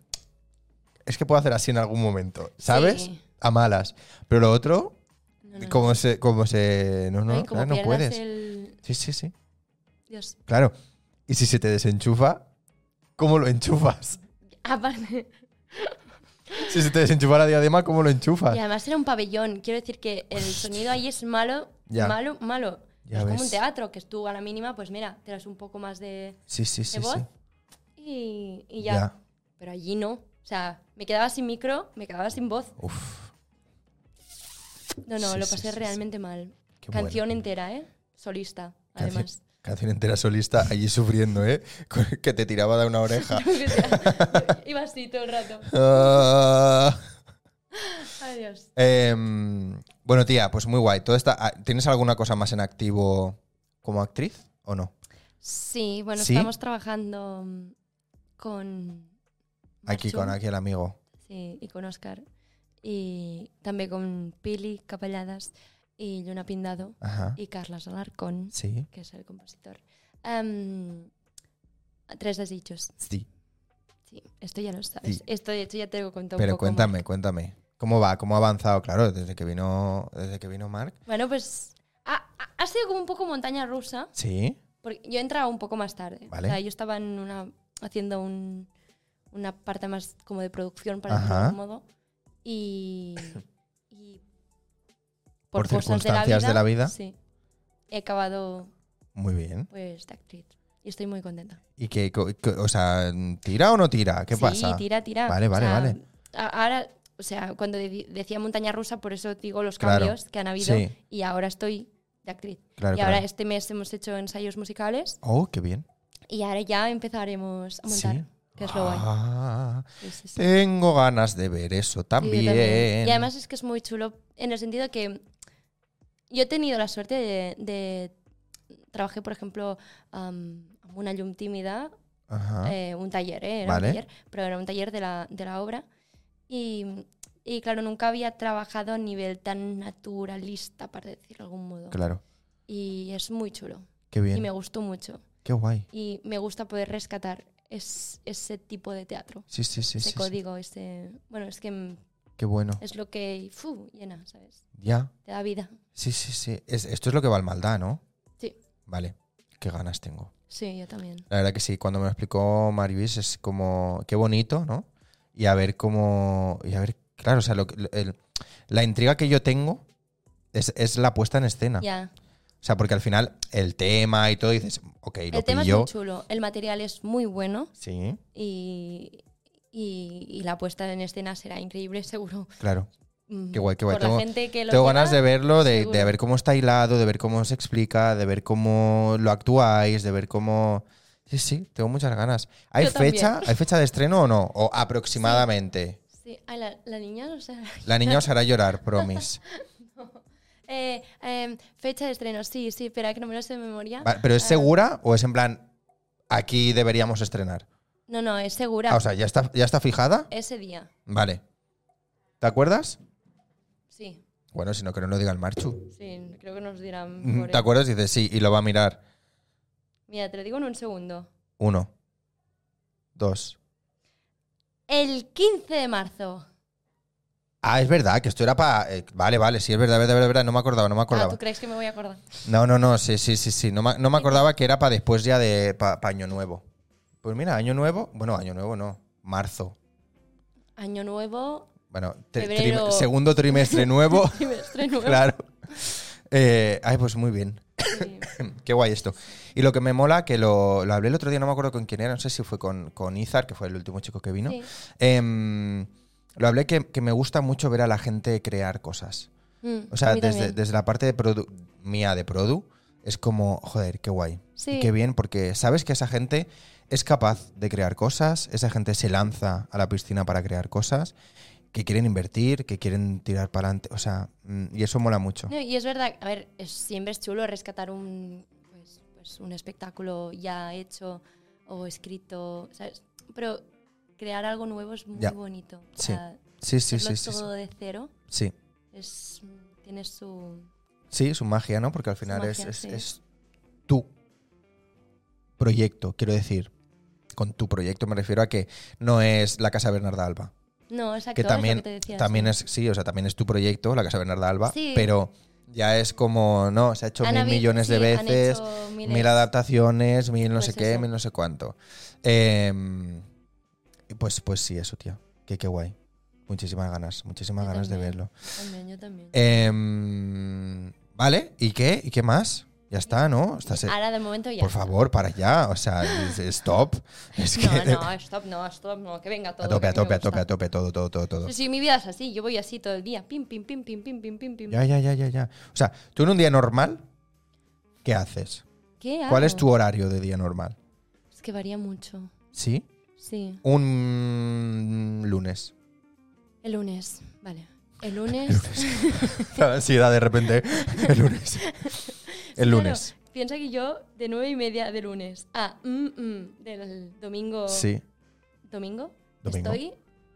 [SPEAKER 2] es que puedo hacer así en algún momento, ¿sabes?
[SPEAKER 1] Sí.
[SPEAKER 2] A malas. Pero lo otro,
[SPEAKER 1] No, no.
[SPEAKER 2] como se, como se, no, no,
[SPEAKER 1] Ay, como
[SPEAKER 2] claro, no
[SPEAKER 1] pierdas
[SPEAKER 2] puedes.
[SPEAKER 1] el-
[SPEAKER 2] Sí, sí, sí,
[SPEAKER 1] Dios.
[SPEAKER 2] claro. Y si se te desenchufa, ¿cómo lo enchufas?
[SPEAKER 1] Aparte-
[SPEAKER 2] Si se te desenchufa la diadema, ¿cómo lo enchufas?
[SPEAKER 1] Y además era un pabellón. Quiero decir que el sonido ahí es malo,
[SPEAKER 2] Ya.
[SPEAKER 1] malo, malo. No
[SPEAKER 2] Ya
[SPEAKER 1] es como
[SPEAKER 2] ves.
[SPEAKER 1] un teatro, que tú a la mínima, pues mira, te das un poco más de,
[SPEAKER 2] Sí, sí,
[SPEAKER 1] de
[SPEAKER 2] sí,
[SPEAKER 1] voz
[SPEAKER 2] sí.
[SPEAKER 1] y, y ya. Pero allí no. O sea, me quedaba sin micro, me quedaba sin voz.
[SPEAKER 2] Uf,
[SPEAKER 1] No, no,
[SPEAKER 2] Sí,
[SPEAKER 1] lo
[SPEAKER 2] sí,
[SPEAKER 1] pasé
[SPEAKER 2] sí, sí.
[SPEAKER 1] realmente mal.
[SPEAKER 2] Qué
[SPEAKER 1] Canción
[SPEAKER 2] bueno.
[SPEAKER 1] entera, ¿eh? Solista,
[SPEAKER 2] canción-
[SPEAKER 1] además.
[SPEAKER 2] Canción entera solista, allí sufriendo, ¿eh? Con- Que te tiraba de una oreja.
[SPEAKER 1] Yo que sea, Iba así todo el rato.
[SPEAKER 2] Ah.
[SPEAKER 1] Adiós.
[SPEAKER 2] Em, bueno, tía, pues muy guay. Todo está, ah, ¿Tienes alguna cosa más en activo como actriz o no?
[SPEAKER 1] Sí, bueno,
[SPEAKER 2] ¿Sí?
[SPEAKER 1] estamos trabajando mm, con.
[SPEAKER 2] Aquí
[SPEAKER 1] Marchu,
[SPEAKER 2] con aquí el amigo.
[SPEAKER 1] Sí, y con Oscar. Y también con Pili Capelladas y Luna Pindado
[SPEAKER 2] Ajá.
[SPEAKER 1] y Carlas Alarcón,
[SPEAKER 2] Sí.
[SPEAKER 1] que es el compositor. Em, tres desdichos.
[SPEAKER 2] Sí.
[SPEAKER 1] Sí, esto ya lo sabes.
[SPEAKER 2] Sí.
[SPEAKER 1] Esto de hecho ya te lo conté un
[SPEAKER 2] Pero
[SPEAKER 1] poco. más.
[SPEAKER 2] cuéntame, cuéntame. ¿Cómo va? ¿Cómo ha avanzado? Claro, desde que vino, desde que vino Mark.
[SPEAKER 1] Bueno, pues. Ha, ha- ha sido como un poco montaña rusa.
[SPEAKER 2] Sí.
[SPEAKER 1] Porque yo entraba un poco más tarde.
[SPEAKER 2] Vale.
[SPEAKER 1] O sea, yo estaba en una, haciendo un- una parte más como de producción, para decirlo de
[SPEAKER 2] Ajá.
[SPEAKER 1] algún modo. Y, y
[SPEAKER 2] Por circunstancias de la vida.
[SPEAKER 1] Sí. He acabado
[SPEAKER 2] Muy bien.
[SPEAKER 1] pues de actriz. Y estoy muy contenta.
[SPEAKER 2] ¿Y qué, co- co- o sea, tira o no tira? ¿Qué
[SPEAKER 1] sí,
[SPEAKER 2] pasa?
[SPEAKER 1] tira, tira.
[SPEAKER 2] Vale, vale, vale.
[SPEAKER 1] a- Ahora, o sea, cuando de- decía montaña rusa, por eso digo los
[SPEAKER 2] Claro.
[SPEAKER 1] cambios que han habido.
[SPEAKER 2] Sí.
[SPEAKER 1] Y ahora estoy de actriz.
[SPEAKER 2] Claro,
[SPEAKER 1] y ahora
[SPEAKER 2] claro.
[SPEAKER 1] este mes hemos hecho ensayos musicales
[SPEAKER 2] Oh, qué bien.
[SPEAKER 1] y ahora ya empezaremos a montar,
[SPEAKER 2] Sí.
[SPEAKER 1] que es lo guay.
[SPEAKER 2] Ah,
[SPEAKER 1] Sí, sí, sí.
[SPEAKER 2] tengo ganas de ver
[SPEAKER 1] Sí,
[SPEAKER 2] eso
[SPEAKER 1] yo
[SPEAKER 2] también.
[SPEAKER 1] también. Y además es que es muy chulo en el sentido que yo he tenido la suerte de. de- trabajé, por ejemplo, am, una Llum Tímida,
[SPEAKER 2] Ajá.
[SPEAKER 1] eh, un taller, ¿eh? Era
[SPEAKER 2] Ah. Vale.
[SPEAKER 1] un taller, pero era un taller de la, de la obra. Y, y claro, nunca había trabajado a nivel tan naturalista, para decirlo de algún modo.
[SPEAKER 2] Claro.
[SPEAKER 1] Y es muy chulo.
[SPEAKER 2] Qué
[SPEAKER 1] Y me
[SPEAKER 2] bien.
[SPEAKER 1] gustó mucho.
[SPEAKER 2] Qué guay.
[SPEAKER 1] Y me gusta poder rescatar es- ese tipo de teatro.
[SPEAKER 2] Sí, sí, sí,
[SPEAKER 1] ese
[SPEAKER 2] sí, sí.
[SPEAKER 1] código, ese. Bueno, es que mm,
[SPEAKER 2] Qué bueno.
[SPEAKER 1] es lo que fu, llena, ¿sabes?
[SPEAKER 2] Ya.
[SPEAKER 1] Te da vida.
[SPEAKER 2] Sí, sí, sí. Es- esto es lo que va al maldad, ¿no?
[SPEAKER 1] Sí.
[SPEAKER 2] Vale. Qué ganas tengo.
[SPEAKER 1] Sí, yo también.
[SPEAKER 2] La verdad que sí. Cuando me lo explicó Marivis es como, qué bonito, ¿no? Y a ver cómo... Y a ver, claro, o sea, lo que- lo- el- la intriga que yo tengo es, es la puesta en escena.
[SPEAKER 1] Ya.
[SPEAKER 2] O sea, porque al final el tema y todo dices, ok, lo
[SPEAKER 1] el tema
[SPEAKER 2] pillo.
[SPEAKER 1] es muy chulo, el material es muy bueno
[SPEAKER 2] sí,
[SPEAKER 1] y, y, y la puesta en escena será increíble, seguro.
[SPEAKER 2] claro.
[SPEAKER 1] Mm,
[SPEAKER 2] Qué guay, qué guay.
[SPEAKER 1] Por la
[SPEAKER 2] Tengo-
[SPEAKER 1] gente que lo
[SPEAKER 2] Tengo
[SPEAKER 1] lleva,
[SPEAKER 2] ganas de verlo, de,
[SPEAKER 1] seguro.
[SPEAKER 2] de ver cómo está hilado, de ver cómo se explica, de ver cómo lo actuáis, de ver cómo... Sí, sí, tengo muchas ganas. ¿Hay
[SPEAKER 1] Yo también.
[SPEAKER 2] fecha? ¿Hay fecha de estreno o no? O aproximadamente.
[SPEAKER 1] Sí, ay, la, la niña no sé.
[SPEAKER 2] La niña os hará llorar, promis.
[SPEAKER 1] Eh, em, fecha de estreno, sí, sí, espera que no me lo sé de memoria.
[SPEAKER 2] Va- ¿Pero es
[SPEAKER 1] Ah,
[SPEAKER 2] segura o es en plan, aquí deberíamos estrenar?
[SPEAKER 1] No, no, es segura.
[SPEAKER 2] Ah, o sea, ¿ya está, ¿ya está fijada?
[SPEAKER 1] Ese día,
[SPEAKER 2] Vale. ¿Te acuerdas?
[SPEAKER 1] sí.
[SPEAKER 2] Bueno, si no, que no lo diga el Marchu.
[SPEAKER 1] Sí, creo que nos dirán.
[SPEAKER 2] Mm,
[SPEAKER 1] por
[SPEAKER 2] ¿Te
[SPEAKER 1] él.
[SPEAKER 2] acuerdas? Dice, sí, y lo va a mirar.
[SPEAKER 1] Mira, te lo digo en un segundo.
[SPEAKER 2] Uno, dos.
[SPEAKER 1] El 15 de marzo.
[SPEAKER 2] Ah, es verdad, que esto era para... vale, vale, sí, es verdad, verdad, verdad, verdad, no me acordaba, no me
[SPEAKER 1] Ah,
[SPEAKER 2] acordaba.
[SPEAKER 1] ¿tú crees que me voy a acordar?
[SPEAKER 2] No, no, no, sí, sí, sí, sí. No me, no me acordaba que era para después ya de pa- pa Año Nuevo. Pues mira, Año Nuevo, bueno, Año Nuevo no, marzo.
[SPEAKER 1] Año nuevo,
[SPEAKER 2] Bueno, tri- tri-
[SPEAKER 1] Febrero.
[SPEAKER 2] segundo trimestre nuevo,
[SPEAKER 1] trimestre nuevo.
[SPEAKER 2] Oh, claro. Eh, ay, pues muy bien.
[SPEAKER 1] Sí.
[SPEAKER 2] Qué guay esto. Y lo que me mola, que lo, lo hablé el otro día, no me acuerdo con quién era, no sé si fue con, con Izar, que fue el último chico que vino.
[SPEAKER 1] Sí.
[SPEAKER 2] Em, lo hablé que, que me gusta mucho ver a la gente crear cosas.
[SPEAKER 1] Mm,
[SPEAKER 2] O
[SPEAKER 1] a
[SPEAKER 2] sea,
[SPEAKER 1] mí
[SPEAKER 2] desde,
[SPEAKER 1] también.
[SPEAKER 2] desde la parte de produ- mía de produ, es como, joder, qué guay.
[SPEAKER 1] Sí.
[SPEAKER 2] Y qué bien, porque sabes que esa gente es capaz de crear cosas, esa gente se lanza a la piscina para crear cosas, que quieren invertir, que quieren tirar para adelante. O sea, mm, y eso mola mucho.
[SPEAKER 1] No, y es verdad, a ver, es- siempre es chulo rescatar un, pues, pues un espectáculo ya hecho o escrito, ¿sabes? Pero crear algo nuevo es muy
[SPEAKER 2] Ya.
[SPEAKER 1] bonito. O
[SPEAKER 2] Sí,
[SPEAKER 1] sea,
[SPEAKER 2] Sí, sí, sí,
[SPEAKER 1] hacerlo
[SPEAKER 2] sí. sí.
[SPEAKER 1] todo de cero
[SPEAKER 2] Sí.
[SPEAKER 1] es, tiene su...
[SPEAKER 2] Sí, su magia, ¿no? Porque al final es,
[SPEAKER 1] magia,
[SPEAKER 2] es-
[SPEAKER 1] sí.
[SPEAKER 2] es tu proyecto, quiero decir. Con tu proyecto me refiero a que no es la Casa Bernarda Alba.
[SPEAKER 1] No, exacto,
[SPEAKER 2] Que
[SPEAKER 1] es
[SPEAKER 2] también,
[SPEAKER 1] lo que te decía.
[SPEAKER 2] también
[SPEAKER 1] sí.
[SPEAKER 2] es, sí, o sea, también es tu proyecto, la Casa Bernarda Alba,
[SPEAKER 1] Sí.
[SPEAKER 2] pero ya es como, no, se ha hecho
[SPEAKER 1] Han
[SPEAKER 2] mil
[SPEAKER 1] habi-
[SPEAKER 2] millones de
[SPEAKER 1] sí, han
[SPEAKER 2] veces,
[SPEAKER 1] hecho miles.
[SPEAKER 2] mil adaptaciones, mil no
[SPEAKER 1] Pues
[SPEAKER 2] sé qué,
[SPEAKER 1] eso.
[SPEAKER 2] mil no sé cuánto. Em, y pues, pues sí, eso, tío. Qué, qué guay. Muchísimas ganas, muchísimas
[SPEAKER 1] Yo
[SPEAKER 2] ganas de
[SPEAKER 1] también.
[SPEAKER 2] verlo.
[SPEAKER 1] También, yo también.
[SPEAKER 2] Eh, Em, vale, ¿y qué? ¿Y qué más? Ya está, ¿no? Estás-
[SPEAKER 1] Ahora de momento ya.
[SPEAKER 2] por favor, para allá. O sea, es- stop. Es Pues que,
[SPEAKER 1] No, no, stop, no, stop, no, que venga todo.
[SPEAKER 2] a tope,
[SPEAKER 1] que
[SPEAKER 2] a
[SPEAKER 1] mí me
[SPEAKER 2] tope, a
[SPEAKER 1] gusta.
[SPEAKER 2] tope, a tope, todo, todo, todo, todo.
[SPEAKER 1] Sí, sí, mi vida es así, yo voy así todo el día. Pim, pim, pim, pim, pim, pim, pim, pim.
[SPEAKER 2] Ya, ya, ya, ya, ya. O sea, tú en un día normal, ¿qué haces?
[SPEAKER 1] ¿Qué
[SPEAKER 2] ¿Cuál
[SPEAKER 1] hago?
[SPEAKER 2] es tu horario de día normal?
[SPEAKER 1] Es que varía mucho.
[SPEAKER 2] ¿Sí?
[SPEAKER 1] Sí.
[SPEAKER 2] Un lunes.
[SPEAKER 1] El lunes, vale. El lunes.
[SPEAKER 2] La ansiedad Ah, de repente. El lunes. El
[SPEAKER 1] Claro,
[SPEAKER 2] lunes.
[SPEAKER 1] piensa que yo de nueve y media de lunes a mm, mm, del domingo.
[SPEAKER 2] Sí.
[SPEAKER 1] Domingo.
[SPEAKER 2] Domingo.
[SPEAKER 1] Estoy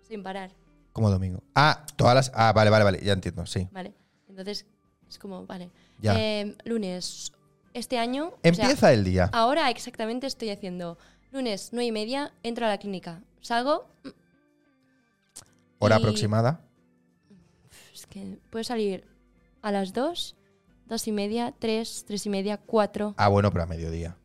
[SPEAKER 1] sin parar,
[SPEAKER 2] Como domingo. Ah, todas las. Ah, vale, vale, vale. Ya entiendo, sí.
[SPEAKER 1] ¿vale? Entonces es como, vale.
[SPEAKER 2] Ya.
[SPEAKER 1] Eh, lunes. Este año. o sea, ah,
[SPEAKER 2] Empieza el día.
[SPEAKER 1] ahora exactamente estoy haciendo lunes nueve y media, entro a la clínica, salgo. mm,
[SPEAKER 2] Hora
[SPEAKER 1] y-
[SPEAKER 2] aproximada.
[SPEAKER 1] Es que puedo salir a las dos, dos y media, tres, tres y media, cuatro.
[SPEAKER 2] Ah, bueno, pero a mediodía.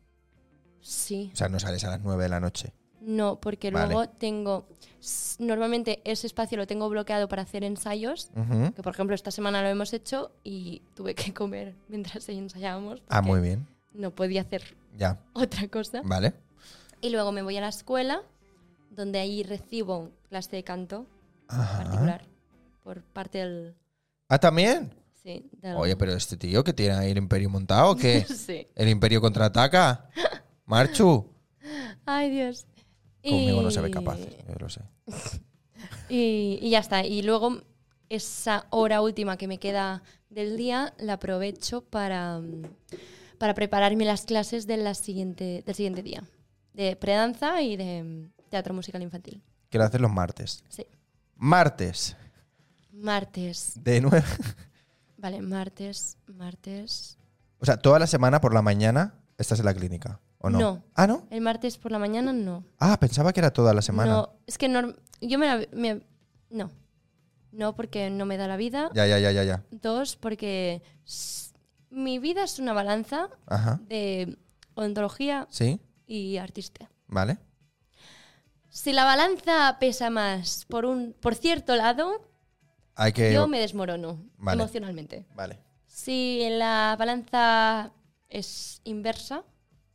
[SPEAKER 1] Sí.
[SPEAKER 2] O sea, no sales a las 9 de la noche.
[SPEAKER 1] No, porque
[SPEAKER 2] Vale.
[SPEAKER 1] luego tengo. s- Normalmente ese espacio lo tengo bloqueado para hacer ensayos.
[SPEAKER 2] Ujú.
[SPEAKER 1] Que por ejemplo esta semana lo hemos hecho y tuve que comer mientras ensayábamos.
[SPEAKER 2] Ah,
[SPEAKER 1] porque
[SPEAKER 2] muy bien.
[SPEAKER 1] No podía hacer
[SPEAKER 2] Ya.
[SPEAKER 1] otra cosa.
[SPEAKER 2] Vale.
[SPEAKER 1] Y luego me voy a la escuela, donde ahí recibo clase de canto
[SPEAKER 2] Ajá.
[SPEAKER 1] particular. Por parte del.
[SPEAKER 2] Ah, también.
[SPEAKER 1] Sí, del-
[SPEAKER 2] Oye, pues, pero este tío que tiene ahí el imperio montado, ¿o ¿qué?
[SPEAKER 1] Sí.
[SPEAKER 2] ¿El imperio contraataca? Marchu.
[SPEAKER 1] Ay, Dios.
[SPEAKER 2] Conmigo no
[SPEAKER 1] Y-
[SPEAKER 2] se ve capaz, yo lo sé.
[SPEAKER 1] Y, y ya está. Y luego esa hora última que me queda del día la aprovecho para, mm, para prepararme las clases de la siguiente, del siguiente día. De predanza y de mm, teatro musical infantil.
[SPEAKER 2] Que lo hacen los martes.
[SPEAKER 1] Sí.
[SPEAKER 2] Martes.
[SPEAKER 1] Martes.
[SPEAKER 2] De nuevo.
[SPEAKER 1] Vale, martes, martes.
[SPEAKER 2] O sea, toda la semana por la mañana estás en la clínica, ¿o no?
[SPEAKER 1] No.
[SPEAKER 2] Ah, ¿no?
[SPEAKER 1] El martes por la mañana no.
[SPEAKER 2] Ah, pensaba que era toda la semana.
[SPEAKER 1] No, es que norm- yo me, la- me- No. No, porque no me da la vida.
[SPEAKER 2] Ya, ya, ya, ya, ya.
[SPEAKER 1] Dos, porque s- mi vida es una balanza
[SPEAKER 2] Ajá.
[SPEAKER 1] de ontología
[SPEAKER 2] ¿Sí?
[SPEAKER 1] y artista.
[SPEAKER 2] ¿Vale?
[SPEAKER 1] Si la balanza pesa más por un por cierto lado,
[SPEAKER 2] Hay que...
[SPEAKER 1] yo me desmorono
[SPEAKER 2] Eh, Vale.
[SPEAKER 1] emocionalmente.
[SPEAKER 2] Vale.
[SPEAKER 1] Si la balanza es inversa,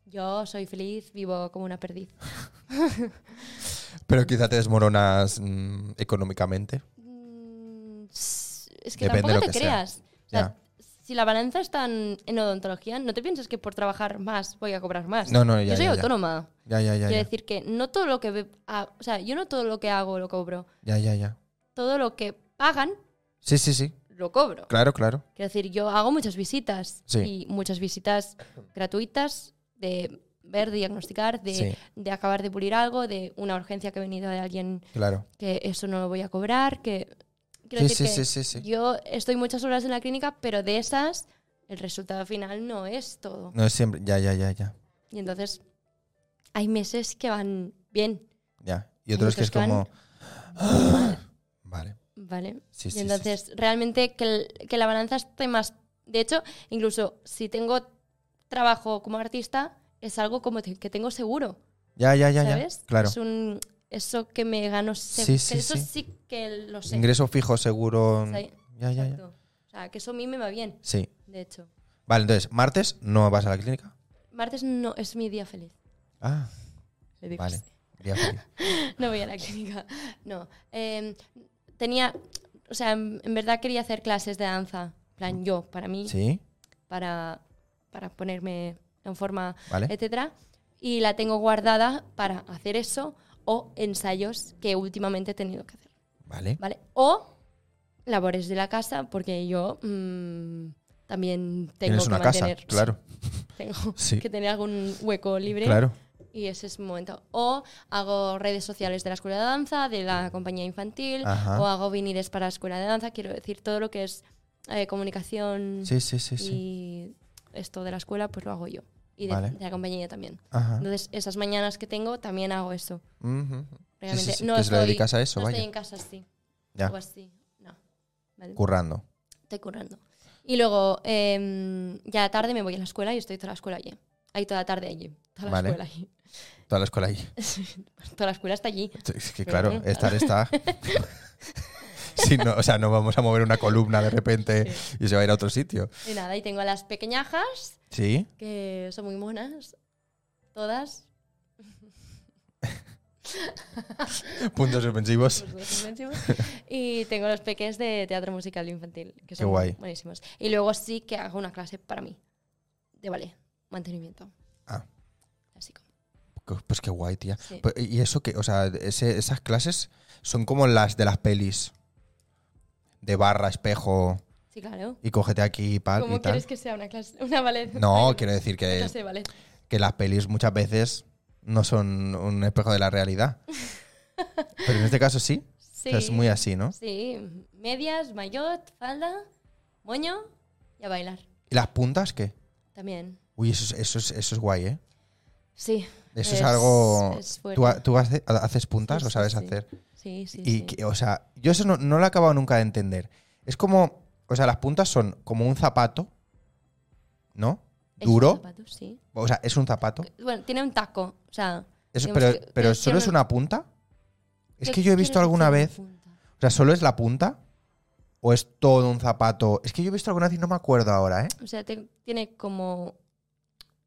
[SPEAKER 1] yo soy feliz, vivo como una perdiz.
[SPEAKER 2] Pero quizá te desmoronas mm, económicamente.
[SPEAKER 1] Mm, s- Es que
[SPEAKER 2] Depende de
[SPEAKER 1] tampoco
[SPEAKER 2] lo
[SPEAKER 1] te
[SPEAKER 2] que sea.
[SPEAKER 1] creas. O sea,
[SPEAKER 2] Ya.
[SPEAKER 1] si la balanza está en, en odontología, no te pienses que por trabajar más voy a cobrar más.
[SPEAKER 2] No, no, ya,
[SPEAKER 1] yo soy
[SPEAKER 2] ya, ya.
[SPEAKER 1] autónoma.
[SPEAKER 2] Ya, ya, ya.
[SPEAKER 1] Quiero
[SPEAKER 2] Ya,
[SPEAKER 1] decir que no todo lo que... ve- ah, o sea, yo no todo lo que hago lo cobro.
[SPEAKER 2] ya, ya. ya.
[SPEAKER 1] Todo lo que pagan
[SPEAKER 2] Sí, sí, sí.
[SPEAKER 1] lo cobro.
[SPEAKER 2] Claro, claro.
[SPEAKER 1] Quiero decir, yo hago muchas visitas
[SPEAKER 2] Sí.
[SPEAKER 1] y muchas visitas gratuitas de ver, de diagnosticar, de,
[SPEAKER 2] Sí.
[SPEAKER 1] de acabar de pulir algo, de una urgencia que ha venido de alguien
[SPEAKER 2] Claro.
[SPEAKER 1] que eso no lo voy a cobrar, que...
[SPEAKER 2] Sí,
[SPEAKER 1] Quiero decir
[SPEAKER 2] sí, sí,
[SPEAKER 1] que
[SPEAKER 2] sí, sí.
[SPEAKER 1] Yo estoy muchas horas en la clínica, pero de esas el resultado final no es todo.
[SPEAKER 2] No es siempre. Ya, ya, ya, ya.
[SPEAKER 1] Y entonces hay meses que van bien,
[SPEAKER 2] ya. Y otros que es
[SPEAKER 1] otros que van-
[SPEAKER 2] como. Vale.
[SPEAKER 1] ¿vale?
[SPEAKER 2] Sí, sí,
[SPEAKER 1] y
[SPEAKER 2] sí,
[SPEAKER 1] entonces realmente que, el- que la balanza esté más... De hecho, incluso si tengo trabajo como artista, es algo como te- que tengo seguro,
[SPEAKER 2] Ya, ya, ya, ya.
[SPEAKER 1] ¿sabes?
[SPEAKER 2] Claro.
[SPEAKER 1] Es un... Eso que me gano seguro.
[SPEAKER 2] Sí, sí,
[SPEAKER 1] eso
[SPEAKER 2] sí.
[SPEAKER 1] sí. que lo sé.
[SPEAKER 2] Ingreso fijo seguro.
[SPEAKER 1] Sí,
[SPEAKER 2] Ya, ya, ya.
[SPEAKER 1] Exacto. O sea, que eso a mí me va bien,
[SPEAKER 2] Sí.
[SPEAKER 1] de hecho.
[SPEAKER 2] Vale, entonces, martes no vas a la clínica.
[SPEAKER 1] Martes no es mi día feliz.
[SPEAKER 2] Ah,
[SPEAKER 1] le digo
[SPEAKER 2] vale.
[SPEAKER 1] así.
[SPEAKER 2] Día feliz.
[SPEAKER 1] No voy a la clínica. No. Eh, tenía. O sea, en, en verdad quería hacer clases de danza. en plan, yo, para mí,
[SPEAKER 2] Mm. Sí,
[SPEAKER 1] para, para ponerme en forma,
[SPEAKER 2] vale.
[SPEAKER 1] etcétera. Y la tengo guardada para hacer eso o ensayos que últimamente he tenido que hacer.
[SPEAKER 2] Vale.
[SPEAKER 1] ¿Vale? O labores de la casa, porque yo mm, también tengo
[SPEAKER 2] Tienes
[SPEAKER 1] que
[SPEAKER 2] una casa,
[SPEAKER 1] mantener.
[SPEAKER 2] claro.
[SPEAKER 1] Tengo
[SPEAKER 2] Sí.
[SPEAKER 1] que tener algún hueco libre.
[SPEAKER 2] Claro.
[SPEAKER 1] Y ese es mi momento. O hago redes sociales de la escuela de danza, de la compañía infantil,
[SPEAKER 2] Ajá.
[SPEAKER 1] o hago viniles para la escuela de danza. Quiero decir, todo lo que es eh, comunicación
[SPEAKER 2] Sí, sí, sí, sí.
[SPEAKER 1] y esto de la escuela, pues lo hago yo. Y de,
[SPEAKER 2] Vale. Ah.
[SPEAKER 1] de la compañía también.
[SPEAKER 2] Ajá.
[SPEAKER 1] Entonces, esas mañanas que tengo, también hago eso.
[SPEAKER 2] Ujú. Sí, sí,
[SPEAKER 1] Realmente,
[SPEAKER 2] sí,
[SPEAKER 1] no
[SPEAKER 2] que se lo
[SPEAKER 1] estoy-
[SPEAKER 2] dedicas a eso,
[SPEAKER 1] no
[SPEAKER 2] vaya.
[SPEAKER 1] estoy en casa así.
[SPEAKER 2] Ya.
[SPEAKER 1] O así. No. ¿Vale?
[SPEAKER 2] Currando.
[SPEAKER 1] Estoy currando. Y luego, em, ya a la tarde me voy a la escuela y estoy toda la escuela allí. Ahí toda la tarde allí. Toda la
[SPEAKER 2] Vale.
[SPEAKER 1] escuela allí.
[SPEAKER 2] Toda la escuela ahí.
[SPEAKER 1] toda la escuela está allí.
[SPEAKER 2] Es que claro,
[SPEAKER 1] Ujú.
[SPEAKER 2] estar está. Sí, no, o sea, no vamos a mover una columna de repente y se va a ir a otro sitio.
[SPEAKER 1] Y nada, y tengo a las pequeñajas,
[SPEAKER 2] Sí.
[SPEAKER 1] que son muy monas, todas.
[SPEAKER 2] Puntos suspensivos.
[SPEAKER 1] por supuesto, buenísimas. y tengo los peques de teatro musical infantil, que son
[SPEAKER 2] guay.
[SPEAKER 1] buenísimos. Y luego sí que hago una clase para mí, de ballet, mantenimiento.
[SPEAKER 2] Ah.
[SPEAKER 1] Así como.
[SPEAKER 2] Co- Pues qué guay, tía.
[SPEAKER 1] Sí.
[SPEAKER 2] Pe- Y eso que, o sea, ese- esas clases son como las de las pelis. De barra, espejo
[SPEAKER 1] Sí, claro.
[SPEAKER 2] y cógete aquí y pal-
[SPEAKER 1] ¿Cómo
[SPEAKER 2] Ah, y tal.
[SPEAKER 1] quieres que sea una clase, una ballet?
[SPEAKER 2] No, quiero decir
[SPEAKER 1] Una
[SPEAKER 2] que,
[SPEAKER 1] clase de ballet.
[SPEAKER 2] que las pelis muchas veces no son un espejo de la realidad. Pero en este caso sí.
[SPEAKER 1] Sí.
[SPEAKER 2] O sea, es muy así, ¿no?
[SPEAKER 1] Sí, medias, maillot, falda, moño y a bailar
[SPEAKER 2] ¿Y las puntas qué?
[SPEAKER 1] también.
[SPEAKER 2] Uy, eso es, eso es, eso es guay, ¿eh?
[SPEAKER 1] Sí.
[SPEAKER 2] Eso es, algo...
[SPEAKER 1] es
[SPEAKER 2] ¿Tú,
[SPEAKER 1] fuerte.
[SPEAKER 2] ha- tú hace- haces puntas
[SPEAKER 1] Sí,
[SPEAKER 2] o
[SPEAKER 1] sí,
[SPEAKER 2] sabes
[SPEAKER 1] sí.
[SPEAKER 2] hacer?
[SPEAKER 1] Sí, sí,
[SPEAKER 2] y
[SPEAKER 1] sí.
[SPEAKER 2] que, o sea, yo eso no, no lo he acabado nunca de entender. Es como, o sea, las puntas son como un zapato, ¿no?
[SPEAKER 1] Es un
[SPEAKER 2] Duro.
[SPEAKER 1] zapato, sí.
[SPEAKER 2] O sea, es un zapato.
[SPEAKER 1] Bueno, tiene un taco, o sea...
[SPEAKER 2] Eso-
[SPEAKER 1] digamos
[SPEAKER 2] pero
[SPEAKER 1] que-
[SPEAKER 2] pero
[SPEAKER 1] que
[SPEAKER 2] solo
[SPEAKER 1] tiene
[SPEAKER 2] es una punta. Es
[SPEAKER 1] ¿Qué
[SPEAKER 2] que yo he
[SPEAKER 1] quieres
[SPEAKER 2] visto alguna
[SPEAKER 1] decir
[SPEAKER 2] vez...
[SPEAKER 1] con punta?
[SPEAKER 2] O sea, ¿solo es la punta? ¿O es todo un zapato? Es que yo he visto alguna vez y no me acuerdo ahora, ¿eh?
[SPEAKER 1] O sea, te- tiene como...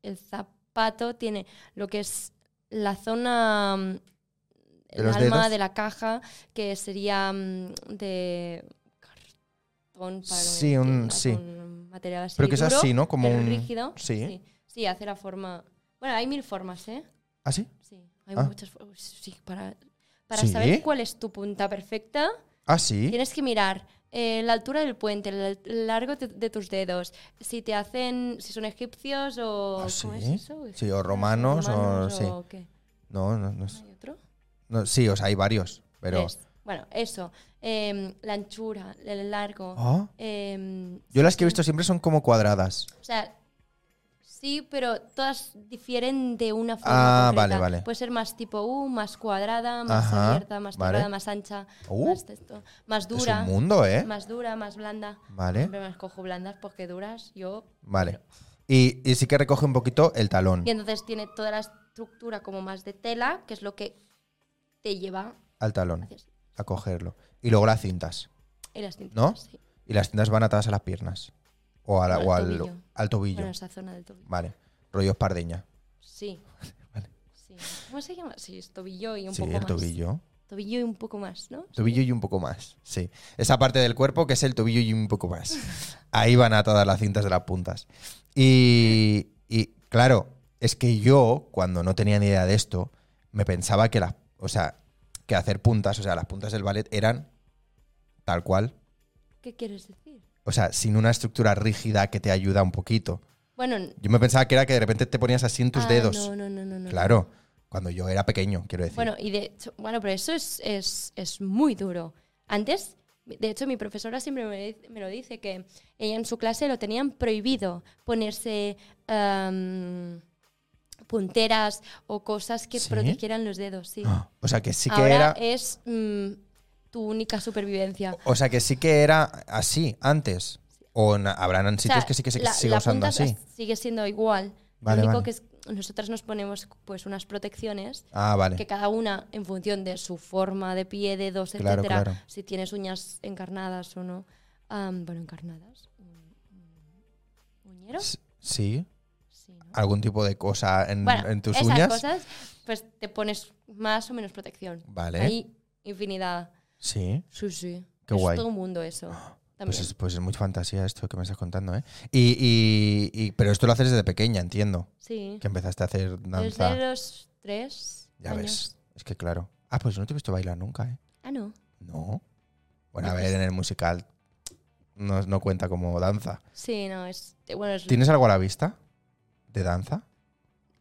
[SPEAKER 1] El zapato tiene lo que es la zona... mm, El
[SPEAKER 2] los
[SPEAKER 1] alma
[SPEAKER 2] dedos?
[SPEAKER 1] de la caja, que sería mm, de cartón para que me
[SPEAKER 2] Sí, un-
[SPEAKER 1] entiendas,
[SPEAKER 2] sí.
[SPEAKER 1] un material así
[SPEAKER 2] Pero que es
[SPEAKER 1] duro,
[SPEAKER 2] así, ¿no? Como
[SPEAKER 1] pero
[SPEAKER 2] un...
[SPEAKER 1] rígido.
[SPEAKER 2] Sí.
[SPEAKER 1] sí. Sí, hace la forma... Bueno, hay mil formas, ¿eh?
[SPEAKER 2] ¿Ah, sí?
[SPEAKER 1] Sí, hay
[SPEAKER 2] Ah.
[SPEAKER 1] muchas formas. Sí, para... Para
[SPEAKER 2] ¿Sí?
[SPEAKER 1] saber cuál es tu punta perfecta,
[SPEAKER 2] ¿Ah, sí?
[SPEAKER 1] Tienes que mirar eh, la altura del puente, el al- el largo de, de tus dedos, si te hacen, si son egipcios o...
[SPEAKER 2] ¿Ah, sí?
[SPEAKER 1] ¿cómo es eso?
[SPEAKER 2] Sí, o romanos, o-
[SPEAKER 1] romanos
[SPEAKER 2] sí.
[SPEAKER 1] qué.
[SPEAKER 2] No, no, no, es-
[SPEAKER 1] ¿Hay otro?
[SPEAKER 2] no, Sí, o sea, hay varios, pero...
[SPEAKER 1] Tres. Bueno, eso. em, la anchura, el largo.
[SPEAKER 2] Ah.
[SPEAKER 1] em,
[SPEAKER 2] Yo las que he visto siempre son como cuadradas.
[SPEAKER 1] o sea, sí, pero todas difieren de una forma
[SPEAKER 2] Ah,
[SPEAKER 1] concreta.
[SPEAKER 2] vale, vale.
[SPEAKER 1] Puede ser más tipo U, más cuadrada, más
[SPEAKER 2] Ajá,
[SPEAKER 1] abierta, más
[SPEAKER 2] vale.
[SPEAKER 1] cuadrada, más ancha,
[SPEAKER 2] Uh,
[SPEAKER 1] más, de esto, más dura,
[SPEAKER 2] Es un mundo, ¿eh?
[SPEAKER 1] más dura, más blanda.
[SPEAKER 2] Vale,
[SPEAKER 1] Siempre me las cojo blandas porque duras, yo.
[SPEAKER 2] vale. Y, y sí que recoge un poquito el talón
[SPEAKER 1] Y entonces tiene toda la estructura como más de tela, que es lo que te lleva
[SPEAKER 2] al talón,
[SPEAKER 1] hacia así.
[SPEAKER 2] a cogerlo. Y luego las cintas.
[SPEAKER 1] Y las cintas,
[SPEAKER 2] ¿No?
[SPEAKER 1] sí.
[SPEAKER 2] Y las cintas van atadas a las piernas. O, a la-
[SPEAKER 1] O
[SPEAKER 2] o
[SPEAKER 1] al
[SPEAKER 2] al,
[SPEAKER 1] tobillo.
[SPEAKER 2] al tobillo.
[SPEAKER 1] Bueno, esa zona del tobillo.
[SPEAKER 2] Vale, rollo espardeña.
[SPEAKER 1] Sí.
[SPEAKER 2] Vale.
[SPEAKER 1] sí. ¿Cómo se llama? Sí, es tobillo y un
[SPEAKER 2] Sí,
[SPEAKER 1] poco
[SPEAKER 2] el
[SPEAKER 1] más.
[SPEAKER 2] tobillo.
[SPEAKER 1] Tobillo y un poco más, ¿no?
[SPEAKER 2] Tobillo y un poco más, sí. Esa parte del cuerpo que es el tobillo y un poco más. Ahí van atadas las cintas de las puntas. Y, y, claro, es que yo, cuando no tenía ni idea de esto, me pensaba que las. O sea, que hacer puntas, o sea, las puntas del ballet eran tal cual.
[SPEAKER 1] ¿Qué quieres decir?
[SPEAKER 2] O sea, sin una estructura rígida que te ayuda un poquito.
[SPEAKER 1] Bueno,
[SPEAKER 2] Yo me pensaba que era que de repente te ponías así en tus
[SPEAKER 1] ah,
[SPEAKER 2] dedos.
[SPEAKER 1] No, no, no, no, no.
[SPEAKER 2] Claro, cuando yo era pequeño, quiero decir.
[SPEAKER 1] Bueno, y de hecho, bueno, pero eso es, es, es muy duro. Antes, de hecho, mi profesora siempre me, dice- me lo dice, que ella en su clase lo tenían prohibido ponerse em, punteras o cosas que
[SPEAKER 2] ¿Sí?
[SPEAKER 1] protegieran los dedos, sí.
[SPEAKER 2] Ah, O sea, que sí que
[SPEAKER 1] Ahora
[SPEAKER 2] era. Oh,
[SPEAKER 1] es mm, tu única supervivencia.
[SPEAKER 2] O sea, que sí que era así antes. O na- habrán
[SPEAKER 1] O sea,
[SPEAKER 2] sitios que sí que se
[SPEAKER 1] la-
[SPEAKER 2] siga
[SPEAKER 1] la
[SPEAKER 2] usando
[SPEAKER 1] punta
[SPEAKER 2] así.
[SPEAKER 1] la- sigue siendo igual.
[SPEAKER 2] Vale,
[SPEAKER 1] lo único
[SPEAKER 2] vale.
[SPEAKER 1] que es, nosotras nos ponemos pues unas protecciones
[SPEAKER 2] Ah, vale.
[SPEAKER 1] que cada una en función de su forma de pie, dedos,
[SPEAKER 2] Claro,
[SPEAKER 1] etcétera,
[SPEAKER 2] claro.
[SPEAKER 1] si tienes uñas encarnadas o no. Am, bueno, encarnadas. mm, ¿Uñero?
[SPEAKER 2] S- Sí.
[SPEAKER 1] Sí, ¿no?
[SPEAKER 2] Algún tipo de cosa en,
[SPEAKER 1] Bueno,
[SPEAKER 2] en tus
[SPEAKER 1] esas
[SPEAKER 2] uñas.
[SPEAKER 1] cosas, pues te pones más o menos protección.
[SPEAKER 2] Vale.
[SPEAKER 1] Hay infinidad.
[SPEAKER 2] Sí.
[SPEAKER 1] Sí, sí.
[SPEAKER 2] Qué
[SPEAKER 1] es
[SPEAKER 2] guay.
[SPEAKER 1] todo un mundo eso. También.
[SPEAKER 2] Pues es, pues es mucha fantasía esto que me estás contando, ¿eh? Y, y- y- pero esto lo haces desde pequeña, entiendo.
[SPEAKER 1] sí.
[SPEAKER 2] Que empezaste a hacer danza.
[SPEAKER 1] Desde los tres
[SPEAKER 2] Ya
[SPEAKER 1] años.
[SPEAKER 2] ves. Es que claro. Ah, pues no te he visto bailar nunca, ¿eh?
[SPEAKER 1] Ah, no.
[SPEAKER 2] No. Bueno, a
[SPEAKER 1] Yo qué
[SPEAKER 2] ver, en el musical no, no cuenta como danza.
[SPEAKER 1] Sí, no, es. eh, Bueno, es
[SPEAKER 2] ¿Tienes algo a la vista de danza?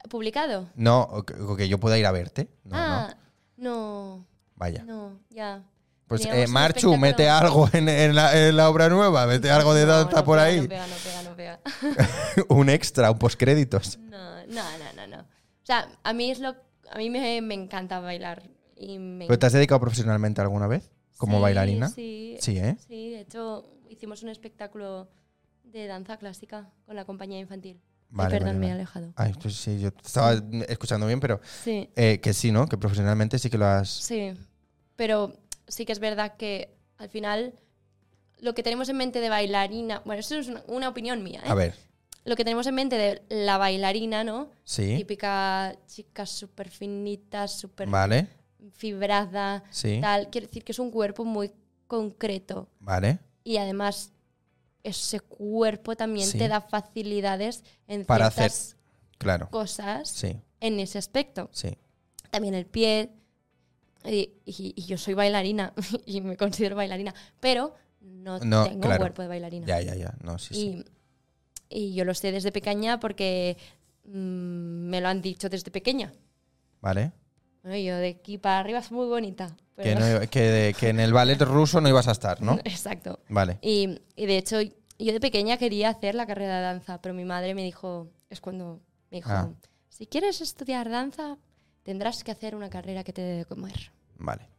[SPEAKER 1] publicado.
[SPEAKER 2] No, o que, o que yo pueda ir a verte. No, no.
[SPEAKER 1] ah, no.
[SPEAKER 2] Vaya.
[SPEAKER 1] No, ya.
[SPEAKER 2] Pues
[SPEAKER 1] Teníamos
[SPEAKER 2] eh,
[SPEAKER 1] un
[SPEAKER 2] Marchu,
[SPEAKER 1] espectáculo.
[SPEAKER 2] mete algo en, en la, en la obra nueva, mete algo de
[SPEAKER 1] No,
[SPEAKER 2] danza
[SPEAKER 1] no
[SPEAKER 2] por
[SPEAKER 1] pega,
[SPEAKER 2] ahí.
[SPEAKER 1] No pega, no pega, no pega.
[SPEAKER 2] un extra, un postcréditos.
[SPEAKER 1] No, no, no, no, no. O sea, a mí es lo a mí me, me encanta bailar y me
[SPEAKER 2] ¿Pero te has dedicado profesionalmente alguna vez? ¿Como
[SPEAKER 1] Sí,
[SPEAKER 2] bailarina?
[SPEAKER 1] Sí.
[SPEAKER 2] Sí, ¿eh?
[SPEAKER 1] Sí, de hecho hicimos un espectáculo de danza clásica con la compañía infantil. Ay,
[SPEAKER 2] Vale,
[SPEAKER 1] perdón,
[SPEAKER 2] vale,
[SPEAKER 1] me he
[SPEAKER 2] vale.
[SPEAKER 1] alejado.
[SPEAKER 2] Ay, pues sí, yo te estaba escuchando bien, pero
[SPEAKER 1] Sí.
[SPEAKER 2] eh, que sí, ¿no? Que profesionalmente sí que lo has...
[SPEAKER 1] Sí, pero sí que es verdad que al final lo que tenemos en mente de bailarina, bueno, eso es una, una opinión mía, ¿eh?
[SPEAKER 2] A ver,
[SPEAKER 1] Lo que tenemos en mente de la bailarina, ¿no?
[SPEAKER 2] sí.
[SPEAKER 1] típica chica súper finita, súper
[SPEAKER 2] Vale,
[SPEAKER 1] fibrada,
[SPEAKER 2] sí.
[SPEAKER 1] tal. Quiere decir que es un cuerpo muy concreto.
[SPEAKER 2] Vale.
[SPEAKER 1] Y además, ese cuerpo también
[SPEAKER 2] Sí.
[SPEAKER 1] te da facilidades en
[SPEAKER 2] Para hacer-
[SPEAKER 1] ciertas
[SPEAKER 2] Claro.
[SPEAKER 1] cosas
[SPEAKER 2] Sí,
[SPEAKER 1] en ese aspecto.
[SPEAKER 2] sí.
[SPEAKER 1] También el pie. Y, y- y yo soy bailarina y me considero bailarina, pero no,
[SPEAKER 2] No,
[SPEAKER 1] tengo
[SPEAKER 2] claro.
[SPEAKER 1] cuerpo de bailarina.
[SPEAKER 2] Ya, ya, ya. No, sí, sí.
[SPEAKER 1] Y, y yo lo sé desde pequeña porque mm, me lo han dicho desde pequeña.
[SPEAKER 2] Vale.
[SPEAKER 1] Bueno, yo de aquí para arriba es muy bonita.
[SPEAKER 2] Que,
[SPEAKER 1] pero-
[SPEAKER 2] no- que de- que en el ballet ruso no ibas a estar, ¿no?
[SPEAKER 1] Exacto.
[SPEAKER 2] Vale.
[SPEAKER 1] Y, y de hecho, yo de pequeña quería hacer la carrera de danza, pero mi madre me dijo, es cuando me dijo,
[SPEAKER 2] Ah.
[SPEAKER 1] si quieres estudiar danza, tendrás que hacer una carrera que te dé de comer.
[SPEAKER 2] Vale.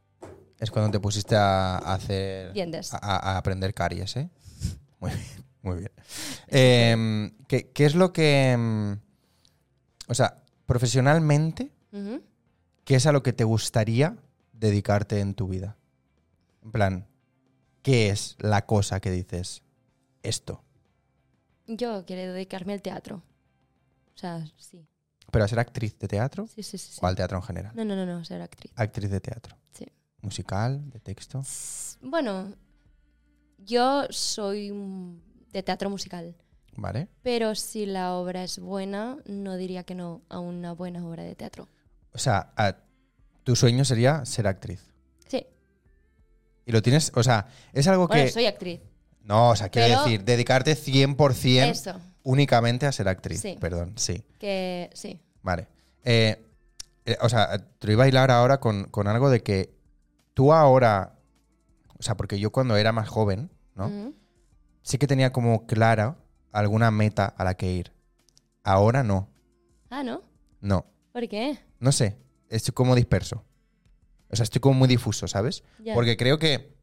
[SPEAKER 2] Es cuando te pusiste a hacer.
[SPEAKER 1] Dientes.
[SPEAKER 2] A, a- a aprender caries, ¿eh? Muy bien, muy bien. Em, ¿qué, qué es lo que. em, O sea, profesionalmente,
[SPEAKER 1] Ujú.
[SPEAKER 2] ¿qué es a lo que te gustaría dedicarte en tu vida? En plan, ¿qué es la cosa que dices esto?
[SPEAKER 1] Yo quiero dedicarme al teatro. O sea, sí.
[SPEAKER 2] ¿Pero a ser actriz de teatro
[SPEAKER 1] Sí, sí, sí. sí.
[SPEAKER 2] o al teatro en general?
[SPEAKER 1] No, no, no, no, ser actriz.
[SPEAKER 2] Actriz de teatro.
[SPEAKER 1] Sí.
[SPEAKER 2] Musical, de texto.
[SPEAKER 1] S- Bueno, yo soy mm, de teatro musical.
[SPEAKER 2] Vale.
[SPEAKER 1] Pero si la obra es buena, no diría que no a una buena obra de teatro.
[SPEAKER 2] O sea, a- tu sueño sería ser actriz.
[SPEAKER 1] Sí,
[SPEAKER 2] Y lo tienes, o sea, es algo
[SPEAKER 1] bueno,
[SPEAKER 2] que...
[SPEAKER 1] soy actriz.
[SPEAKER 2] No, o sea, quiero
[SPEAKER 1] Pero-
[SPEAKER 2] decir, dedicarte 100%
[SPEAKER 1] Eso,
[SPEAKER 2] únicamente a ser actriz.
[SPEAKER 1] Sí.
[SPEAKER 2] Perdón, sí.
[SPEAKER 1] que sí.
[SPEAKER 2] Vale. Eh, eh, o sea, te iba a hilar ahora con, con algo de que tú ahora, o sea, porque yo cuando era más joven, ¿no?
[SPEAKER 1] Ujú.
[SPEAKER 2] Sí que tenía como clara alguna meta a la que ir. Ahora no,
[SPEAKER 1] Ah, ¿no?
[SPEAKER 2] no,
[SPEAKER 1] ¿Por qué?
[SPEAKER 2] no sé, estoy como disperso. O sea, estoy como muy difuso, ¿sabes?
[SPEAKER 1] Ya.
[SPEAKER 2] Porque creo que.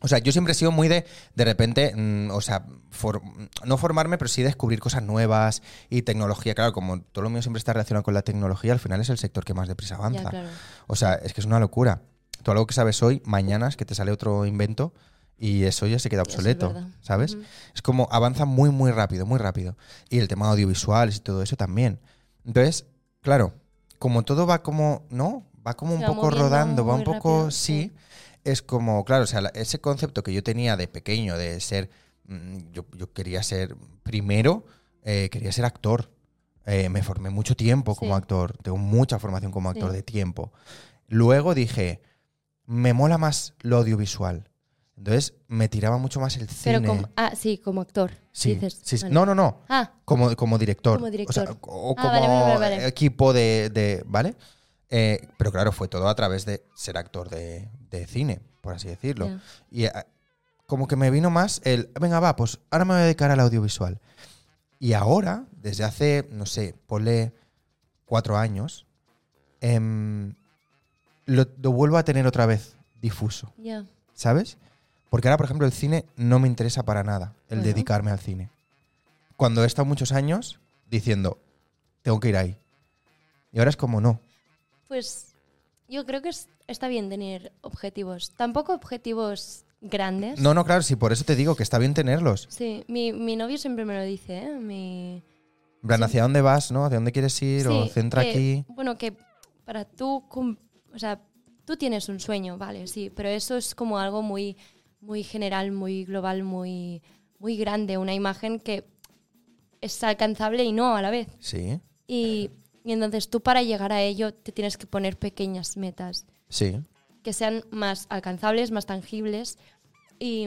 [SPEAKER 2] O sea, yo siempre he sido muy de, de repente, mm, o sea, for- no formarme, pero sí descubrir cosas nuevas y tecnología. Claro, como todo lo mío siempre está relacionado con la tecnología, al final es el sector que más deprisa avanza.
[SPEAKER 1] Ya, claro.
[SPEAKER 2] O sea, es que es una locura. Tú algo que sabes hoy, mañana es que te sale otro invento y eso ya se queda
[SPEAKER 1] Eso es
[SPEAKER 2] obsoleto,
[SPEAKER 1] verdad.
[SPEAKER 2] ¿sabes?
[SPEAKER 1] Ujú.
[SPEAKER 2] Es como avanza muy, muy rápido, muy rápido. Y el tema audiovisuales y todo eso también. Entonces, claro, como todo va como, ¿no? va como un
[SPEAKER 1] Se va
[SPEAKER 2] poco
[SPEAKER 1] moviendo
[SPEAKER 2] rodando, va un
[SPEAKER 1] muy
[SPEAKER 2] poco,
[SPEAKER 1] rápido,
[SPEAKER 2] sí. Es como, claro, o sea, la- ese concepto que yo tenía de pequeño, de ser, mm, yo, yo quería ser, primero, eh, quería ser actor. Eh, me formé mucho tiempo como
[SPEAKER 1] Sí.
[SPEAKER 2] actor, tengo mucha formación como actor
[SPEAKER 1] Sí.
[SPEAKER 2] de tiempo. Luego dije, me mola más lo audiovisual. Entonces me tiraba mucho más el cine.
[SPEAKER 1] Pero como, ah, sí, como actor.
[SPEAKER 2] sí,
[SPEAKER 1] dices,
[SPEAKER 2] sí, sí.
[SPEAKER 1] vale.
[SPEAKER 2] No, no, no.
[SPEAKER 1] Ah,
[SPEAKER 2] Como, como director.
[SPEAKER 1] Como
[SPEAKER 2] O, sea,
[SPEAKER 1] director.
[SPEAKER 2] o
[SPEAKER 1] Ah,
[SPEAKER 2] como
[SPEAKER 1] vale, vale, vale, vale.
[SPEAKER 2] equipo de. de- ¿Vale? Eh, pero claro, fue todo a través de ser actor de, de cine, por así decirlo.
[SPEAKER 1] ya.
[SPEAKER 2] Y eh, como que me vino más el. Venga, va, pues ahora me voy a dedicar al audiovisual. Y ahora, desde hace, no sé, ponle cuatro años, em, lo- lo vuelvo a tener otra vez difuso.
[SPEAKER 1] ya.
[SPEAKER 2] ¿sabes? Porque ahora, por ejemplo, el cine no me interesa para nada, el
[SPEAKER 1] Bueno.
[SPEAKER 2] dedicarme al cine. Cuando he estado muchos años diciendo, tengo que ir ahí. Y ahora es como, no.
[SPEAKER 1] Pues yo creo que es- está bien tener objetivos. Tampoco objetivos grandes.
[SPEAKER 2] No, no, claro, sí, por eso te digo que está bien tenerlos.
[SPEAKER 1] Sí, mi, mi novio siempre me lo dice, ¿eh? Mi...
[SPEAKER 2] En plan, ¿hacia dónde vas, no? ¿Hacia dónde quieres ir? o
[SPEAKER 1] Sí, eh,
[SPEAKER 2] centra
[SPEAKER 1] que-
[SPEAKER 2] aquí.
[SPEAKER 1] Bueno, que para tú, cum- o sea, tú tienes un sueño, vale, sí, pero eso es como algo muy, muy general, muy global, muy, muy grande, una imagen que es alcanzable y no a la vez.
[SPEAKER 2] Sí,
[SPEAKER 1] Y, y entonces tú para llegar a ello te tienes que poner pequeñas metas
[SPEAKER 2] sí.
[SPEAKER 1] que sean más alcanzables, más tangibles. Y,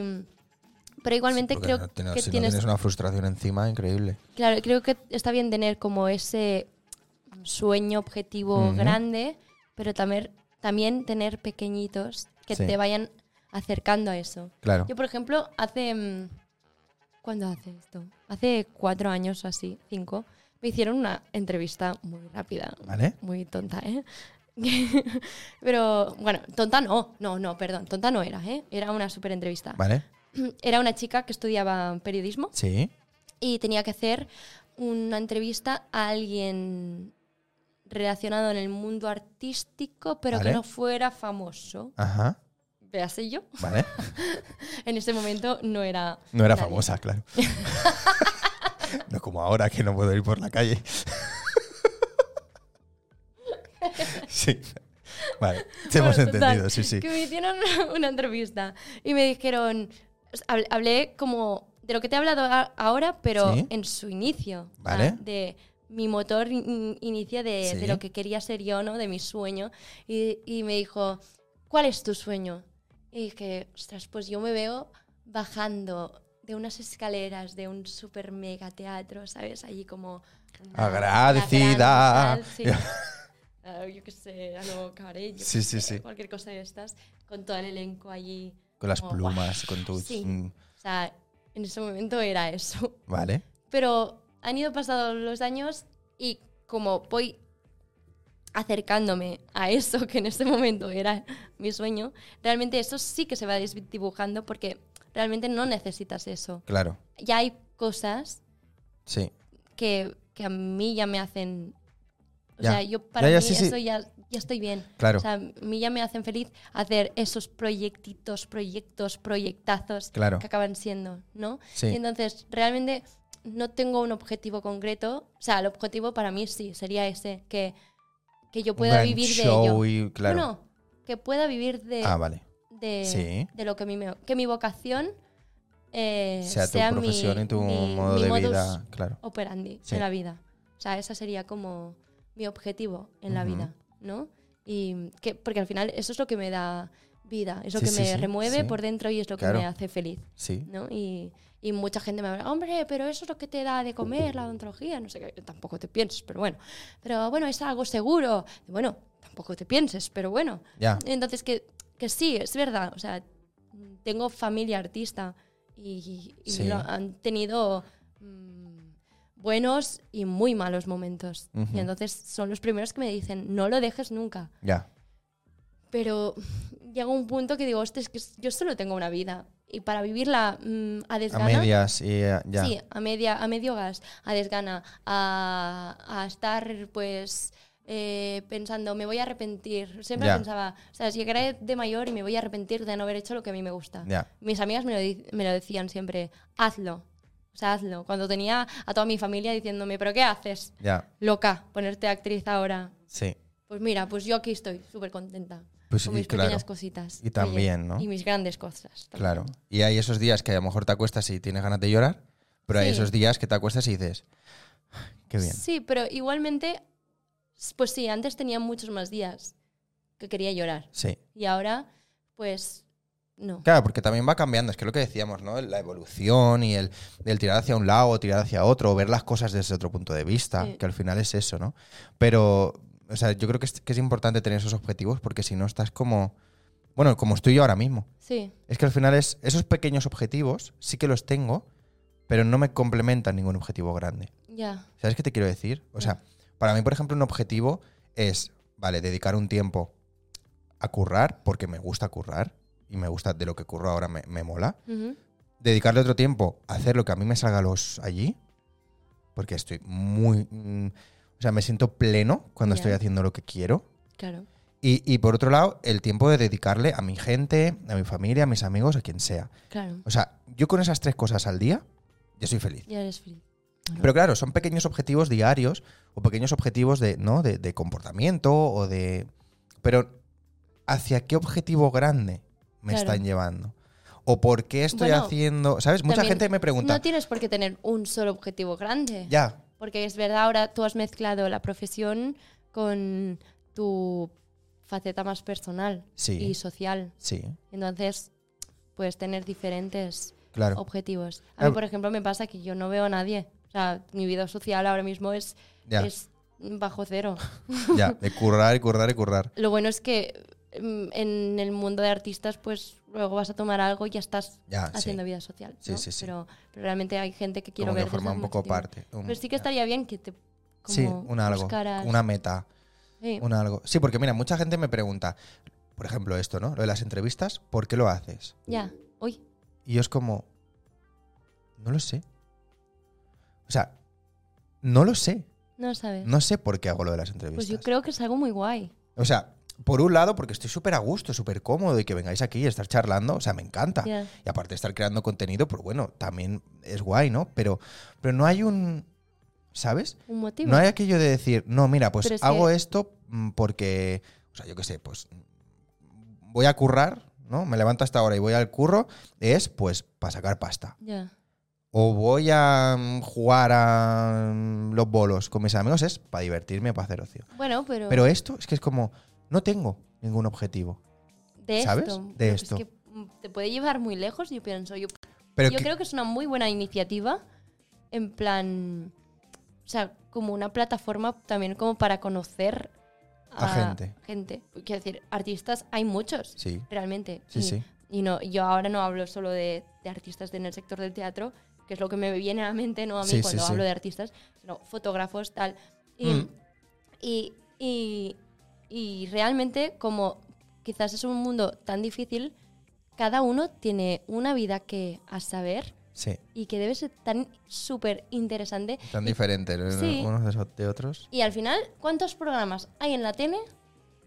[SPEAKER 1] pero igualmente
[SPEAKER 2] Porque
[SPEAKER 1] creo
[SPEAKER 2] no tienes-
[SPEAKER 1] que
[SPEAKER 2] si no
[SPEAKER 1] tienes,
[SPEAKER 2] tienes una frustración encima, increíble.
[SPEAKER 1] Claro, creo que está bien tener como ese sueño, objetivo
[SPEAKER 2] Ujú.
[SPEAKER 1] grande, pero también, también tener pequeñitos que
[SPEAKER 2] Sí.
[SPEAKER 1] te vayan acercando a eso.
[SPEAKER 2] Claro.
[SPEAKER 1] Yo, por ejemplo, hace... mm, ¿Cuándo hace esto? Hace cuatro años o así, cinco, me hicieron una entrevista muy rápida.
[SPEAKER 2] ¿Vale?
[SPEAKER 1] Muy tonta, ¿eh? pero, bueno, tonta no, no, no, perdón, tonta no era, ¿eh? Era una súper entrevista.
[SPEAKER 2] ¿Vale?
[SPEAKER 1] Era una chica que estudiaba periodismo
[SPEAKER 2] Sí.
[SPEAKER 1] y tenía que hacer una entrevista a alguien relacionado en el mundo artístico, pero
[SPEAKER 2] Vale.
[SPEAKER 1] que no fuera famoso.
[SPEAKER 2] Ajá.
[SPEAKER 1] Véase yo.
[SPEAKER 2] ¿Vale?
[SPEAKER 1] En ese momento no era.
[SPEAKER 2] No era
[SPEAKER 1] nadie.
[SPEAKER 2] famosa, claro. no como ahora que no puedo ir por la calle. sí. Vale, te hemos
[SPEAKER 1] Bueno, total,
[SPEAKER 2] entendido, sí, sí.
[SPEAKER 1] Que me hicieron una entrevista y me dijeron. o sea, habl- Hablé como de lo que te he hablado a- ahora, pero
[SPEAKER 2] Sí.
[SPEAKER 1] en su inicio. o sea,
[SPEAKER 2] Vale.
[SPEAKER 1] de mi motor in- inicia de,
[SPEAKER 2] Sí.
[SPEAKER 1] de lo que quería ser yo, ¿no? De mi sueño. Y, y me dijo, ¿cuál es tu sueño? Y dije, ostras, pues yo me veo bajando de unas escaleras de un super mega teatro, ¿sabes? Allí como... una- una gran
[SPEAKER 2] Agradecida.
[SPEAKER 1] sal, sí. Ah, yo qué sé, a lo Carey, yo
[SPEAKER 2] Sí,
[SPEAKER 1] qué sé,
[SPEAKER 2] sí, sí.
[SPEAKER 1] cualquier cosa de estas, con todo el elenco allí.
[SPEAKER 2] Con las
[SPEAKER 1] como,
[SPEAKER 2] plumas, con tus...
[SPEAKER 1] sí.
[SPEAKER 2] mm,
[SPEAKER 1] "Guau". O sea, en ese momento era eso.
[SPEAKER 2] Vale,
[SPEAKER 1] Pero han ido pasando los años y como voy acercándome a eso que en ese momento era mi sueño, realmente eso sí que se va desdibujando porque realmente no necesitas eso.
[SPEAKER 2] claro,
[SPEAKER 1] Ya hay cosas
[SPEAKER 2] sí.
[SPEAKER 1] que, que a mí ya me hacen... O
[SPEAKER 2] Ya.
[SPEAKER 1] sea, yo para
[SPEAKER 2] Ya, ya,
[SPEAKER 1] mí
[SPEAKER 2] sí, sí.
[SPEAKER 1] eso Ya, ya estoy bien.
[SPEAKER 2] Claro.
[SPEAKER 1] O sea, a mí ya me hacen feliz hacer esos proyectitos, proyectos, proyectazos
[SPEAKER 2] Claro.
[SPEAKER 1] que acaban siendo, ¿no?
[SPEAKER 2] Sí.
[SPEAKER 1] Y entonces, realmente no tengo un objetivo concreto. O sea, el objetivo para mí sí, sería ese, que, que yo
[SPEAKER 2] Un
[SPEAKER 1] pueda
[SPEAKER 2] gran
[SPEAKER 1] vivir
[SPEAKER 2] show
[SPEAKER 1] de ello. eh,
[SPEAKER 2] y- claro.
[SPEAKER 1] No, no, que pueda vivir de,
[SPEAKER 2] Ah, vale.
[SPEAKER 1] de,
[SPEAKER 2] Sí.
[SPEAKER 1] de lo que, mi, que mi vocación eh,
[SPEAKER 2] Sea tu
[SPEAKER 1] mi-
[SPEAKER 2] profesión y tu
[SPEAKER 1] mi-
[SPEAKER 2] modo
[SPEAKER 1] mi
[SPEAKER 2] de
[SPEAKER 1] modus
[SPEAKER 2] vida, claro.
[SPEAKER 1] operandi
[SPEAKER 2] Sí.
[SPEAKER 1] en la vida. O sea, ese sería como mi objetivo en la
[SPEAKER 2] Ujú.
[SPEAKER 1] vida, ¿no? Y que, porque al final eso es lo que me da vida, es lo
[SPEAKER 2] Sí,
[SPEAKER 1] que
[SPEAKER 2] sí,
[SPEAKER 1] me
[SPEAKER 2] sí,
[SPEAKER 1] remueve
[SPEAKER 2] sí.
[SPEAKER 1] por dentro y es lo que
[SPEAKER 2] Claro.
[SPEAKER 1] me hace feliz,
[SPEAKER 2] Sí.
[SPEAKER 1] ¿no? Y, y mucha gente me habla, hombre, pero eso es lo que te da de comer, la odontología, no sé qué, tampoco te pienses, pero bueno. Pero bueno, es algo seguro. Y bueno, tampoco te pienses, pero bueno.
[SPEAKER 2] Ya,
[SPEAKER 1] Entonces, que, que sí, es verdad. O sea, tengo familia artista y, y
[SPEAKER 2] Sí.
[SPEAKER 1] lo- han tenido mm, buenos y muy malos momentos.
[SPEAKER 2] Ujú.
[SPEAKER 1] Y entonces son los primeros que me dicen, no lo dejes nunca.
[SPEAKER 2] ya.
[SPEAKER 1] Pero llega un punto que digo, hostia, es que yo solo tengo una vida. Y para vivirla mm, a
[SPEAKER 2] A
[SPEAKER 1] desgana...
[SPEAKER 2] medias y eh, ya.
[SPEAKER 1] Sí, a, media, a medio gas, a desgana, a, a estar pues eh, pensando, me voy a arrepentir. Siempre
[SPEAKER 2] Ya.
[SPEAKER 1] pensaba, o sea, llegaré de mayor y me voy a arrepentir de no haber hecho lo que a mí me gusta.
[SPEAKER 2] Ya.
[SPEAKER 1] Mis amigas me lo, di- me lo decían siempre, hazlo, o sea, hazlo. Cuando tenía a toda mi familia diciéndome, pero ¿qué haces?
[SPEAKER 2] Ya,
[SPEAKER 1] Loca, ponerte actriz ahora.
[SPEAKER 2] sí.
[SPEAKER 1] Pues mira, pues yo aquí estoy súper contenta.
[SPEAKER 2] Pues
[SPEAKER 1] con
[SPEAKER 2] y
[SPEAKER 1] mis
[SPEAKER 2] claro.
[SPEAKER 1] pequeñas cositas.
[SPEAKER 2] Y también, ¿no?
[SPEAKER 1] Y mis grandes cosas. también.
[SPEAKER 2] Claro. Y hay esos días que a lo mejor te acuestas y tienes ganas de llorar, pero hay
[SPEAKER 1] Sí.
[SPEAKER 2] esos días que te acuestas y dices, "Ay, qué bien.
[SPEAKER 1] Sí, pero igualmente, s- pues sí, antes tenía muchos más días que quería llorar.
[SPEAKER 2] Sí.
[SPEAKER 1] Y ahora, pues, no.
[SPEAKER 2] Claro, porque también va cambiando, es que es lo que decíamos, ¿no? La evolución y el, el tirar hacia un lado, tirar hacia otro, ver las cosas desde otro punto de vista,
[SPEAKER 1] Sí.
[SPEAKER 2] que al final es eso, ¿no? Pero, o sea, yo creo que es, que es importante tener esos objetivos porque si no estás como, bueno, como estoy yo ahora mismo.
[SPEAKER 1] Sí,
[SPEAKER 2] Es que al final es, esos pequeños objetivos sí que los tengo, pero no me complementan ningún objetivo grande.
[SPEAKER 1] ya.
[SPEAKER 2] ¿Sabes qué te quiero decir? O sea, para mí, por ejemplo, un objetivo es, vale, dedicar un tiempo a currar, porque me gusta currar y me gusta de lo que curro ahora, me, me mola.
[SPEAKER 1] Ujú.
[SPEAKER 2] Dedicarle otro tiempo a hacer lo que a mí me salga los allí, porque estoy muy. mm, o sea, me siento pleno cuando
[SPEAKER 1] Ya.
[SPEAKER 2] estoy haciendo lo que quiero.
[SPEAKER 1] Claro.
[SPEAKER 2] Y, y por otro lado, el tiempo de dedicarle a mi gente, a mi familia, a mis amigos, a quien sea.
[SPEAKER 1] Claro.
[SPEAKER 2] O sea, yo con esas tres cosas al día, yo soy feliz.
[SPEAKER 1] Ya eres feliz.
[SPEAKER 2] Pero claro, son pequeños objetivos diarios o pequeños objetivos de, ¿no? de, de comportamiento o de... Pero ¿hacia qué objetivo grande me
[SPEAKER 1] Claro.
[SPEAKER 2] están llevando? ¿O por qué estoy
[SPEAKER 1] Bueno,
[SPEAKER 2] haciendo...? ¿Sabes? Mucha
[SPEAKER 1] También,
[SPEAKER 2] gente me pregunta...
[SPEAKER 1] No tienes por qué tener un solo objetivo grande.
[SPEAKER 2] ya,
[SPEAKER 1] Porque es verdad, ahora tú has mezclado la profesión con tu faceta más personal
[SPEAKER 2] Sí.
[SPEAKER 1] y social.
[SPEAKER 2] sí,
[SPEAKER 1] Entonces, puedes tener diferentes
[SPEAKER 2] claro.
[SPEAKER 1] Oh,
[SPEAKER 2] Em.
[SPEAKER 1] objetivos. A
[SPEAKER 2] Claro.
[SPEAKER 1] mí, por ejemplo, me pasa que yo no veo a nadie. O sea, mi vida social ahora mismo es,
[SPEAKER 2] Ya.
[SPEAKER 1] es bajo cero.
[SPEAKER 2] Ya, de currar y currar y currar.
[SPEAKER 1] Lo bueno es que mm, en el mundo de artistas, pues luego vas a tomar algo y ya estás
[SPEAKER 2] Ya, Ah, sí.
[SPEAKER 1] haciendo vida social.
[SPEAKER 2] Sí,
[SPEAKER 1] ¿no?
[SPEAKER 2] sí, sí.
[SPEAKER 1] Pero, pero realmente hay gente que quiero
[SPEAKER 2] Como
[SPEAKER 1] ver.
[SPEAKER 2] que
[SPEAKER 1] desde
[SPEAKER 2] forma
[SPEAKER 1] hace
[SPEAKER 2] un
[SPEAKER 1] mucho
[SPEAKER 2] poco
[SPEAKER 1] tiempo.
[SPEAKER 2] parte. un-
[SPEAKER 1] Pero sí que estaría bien que te como
[SPEAKER 2] sí, un algo,
[SPEAKER 1] buscaras-
[SPEAKER 2] una meta,
[SPEAKER 1] Sí,
[SPEAKER 2] un algo. Sí, porque mira, mucha gente me pregunta, por ejemplo, esto, ¿no? Lo de las entrevistas, ¿por qué lo haces?
[SPEAKER 1] Ya, uy,
[SPEAKER 2] Y yo es como, no lo sé. O sea, no lo sé.
[SPEAKER 1] no lo sabes.
[SPEAKER 2] No sé por qué hago lo de las entrevistas.
[SPEAKER 1] pues yo creo que es algo muy guay.
[SPEAKER 2] O sea, por un lado, porque estoy súper a gusto, súper cómodo y que vengáis aquí y estar charlando, o sea, me encanta.
[SPEAKER 1] Ya.
[SPEAKER 2] Y aparte de estar creando contenido, pues bueno, también es guay, ¿no? Pero, pero no hay un, ¿sabes?
[SPEAKER 1] Un motivo.
[SPEAKER 2] No hay aquello de decir, no, mira, pues
[SPEAKER 1] Pero es
[SPEAKER 2] hago
[SPEAKER 1] que-
[SPEAKER 2] esto mm, porque, o sea, yo qué sé, pues mm, voy a currar, ¿no? Me levanto hasta ahora y voy al curro, es pues para sacar pasta.
[SPEAKER 1] Ya,
[SPEAKER 2] o voy a mm, jugar a mm, los bolos con mis amigos es para divertirme, para hacer ocio.
[SPEAKER 1] Bueno, pero,
[SPEAKER 2] Pero esto es que es como, no tengo ningún objetivo.
[SPEAKER 1] de
[SPEAKER 2] ¿sabes?
[SPEAKER 1] esto.
[SPEAKER 2] De
[SPEAKER 1] pero
[SPEAKER 2] esto.
[SPEAKER 1] Es que mm, te puede llevar muy lejos, yo pienso. Yo,
[SPEAKER 2] Pero
[SPEAKER 1] yo
[SPEAKER 2] que-
[SPEAKER 1] creo que es una muy buena iniciativa, en plan, o sea, como una plataforma también como para conocer
[SPEAKER 2] A gente.
[SPEAKER 1] gente. Quiero decir, artistas hay muchos,
[SPEAKER 2] Sí,
[SPEAKER 1] realmente.
[SPEAKER 2] sí,
[SPEAKER 1] y,
[SPEAKER 2] sí.
[SPEAKER 1] y no, yo ahora no hablo solo de, de artistas en el sector del teatro, que es lo que me viene a la mente, no a mí
[SPEAKER 2] Sí, sí,
[SPEAKER 1] cuando
[SPEAKER 2] sí.
[SPEAKER 1] hablo de artistas, sino fotógrafos, tal. Y,
[SPEAKER 2] Mm.
[SPEAKER 1] y, y- y realmente, como quizás es un mundo tan difícil, cada uno tiene una vida que a saber
[SPEAKER 2] Sí,
[SPEAKER 1] y que debe ser tan súper interesante.
[SPEAKER 2] tan diferentes ¿no?
[SPEAKER 1] Sí.
[SPEAKER 2] unos de so- de otros.
[SPEAKER 1] Y al final, ¿cuántos programas hay en la tele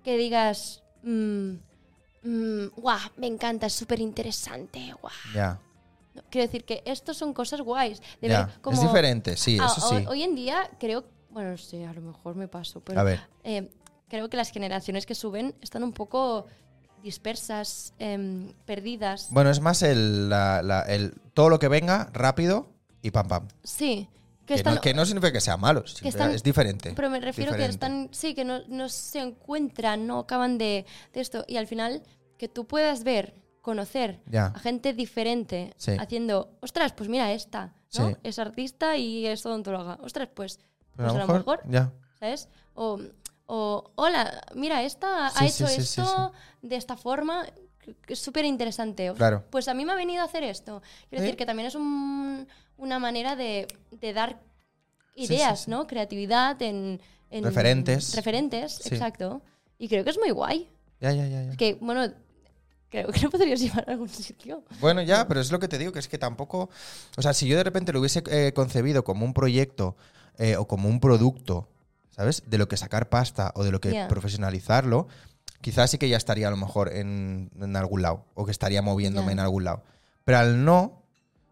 [SPEAKER 1] que digas, mm, mm, guau, me encanta, es súper interesante, guau?
[SPEAKER 2] Ya,
[SPEAKER 1] No, Quiero decir que estos son cosas guays. De
[SPEAKER 2] ya.
[SPEAKER 1] ver como-
[SPEAKER 2] Es diferente, sí,
[SPEAKER 1] Ah,
[SPEAKER 2] eso
[SPEAKER 1] hoy-
[SPEAKER 2] sí.
[SPEAKER 1] Hoy en día creo, bueno, no sé, a lo mejor me paso, pero
[SPEAKER 2] A ver.
[SPEAKER 1] eh, creo que las generaciones que suben están un poco dispersas, em, perdidas.
[SPEAKER 2] Bueno, es más el, la- la- el todo lo que venga rápido y pam pam.
[SPEAKER 1] sí, que
[SPEAKER 2] Que,
[SPEAKER 1] están...
[SPEAKER 2] no, que no significa que sea malo, significa-
[SPEAKER 1] están-
[SPEAKER 2] es diferente.
[SPEAKER 1] pero me refiero que
[SPEAKER 2] diferente.
[SPEAKER 1] están, sí, que no, no se encuentran, no acaban de, de esto. Y al final, que tú puedas ver, conocer
[SPEAKER 2] Ya.
[SPEAKER 1] a gente diferente
[SPEAKER 2] Sí.
[SPEAKER 1] haciendo, ostras, pues mira esta, ¿no?
[SPEAKER 2] Sí.
[SPEAKER 1] Es artista y es odontóloga. Ostras, pues,
[SPEAKER 2] Pero
[SPEAKER 1] pues a lo mejor
[SPEAKER 2] Ya,
[SPEAKER 1] ¿sabes? O, o, hola, mira, esta ha
[SPEAKER 2] Sí, sí,
[SPEAKER 1] hecho
[SPEAKER 2] sí, sí,
[SPEAKER 1] esto de esta forma, que- que es súper interesante.
[SPEAKER 2] Claro.
[SPEAKER 1] Pues a mí me ha venido a hacer esto. Quiero
[SPEAKER 2] Sí.
[SPEAKER 1] decir que también es un- una manera de, de dar
[SPEAKER 2] Sí, sí,
[SPEAKER 1] ideas,
[SPEAKER 2] sí.
[SPEAKER 1] ¿no? Creatividad en, en-
[SPEAKER 2] Referentes.
[SPEAKER 1] Referentes,
[SPEAKER 2] Sí.
[SPEAKER 1] exacto. Y creo que es muy guay.
[SPEAKER 2] ya, ya, ya. ya.
[SPEAKER 1] Que, bueno, creo que no podrías llevar a algún sitio.
[SPEAKER 2] Bueno, ya, pero es lo que te digo, que es que tampoco. O sea, si yo de repente lo hubiese eh, concebido como un proyecto eh, o como un producto, ¿sabes? De lo que sacar pasta o de lo que
[SPEAKER 1] Ya.
[SPEAKER 2] profesionalizarlo, quizás sí que ya estaría a lo mejor en, en algún lado o que estaría moviéndome
[SPEAKER 1] Ya.
[SPEAKER 2] en algún lado. Pero al no,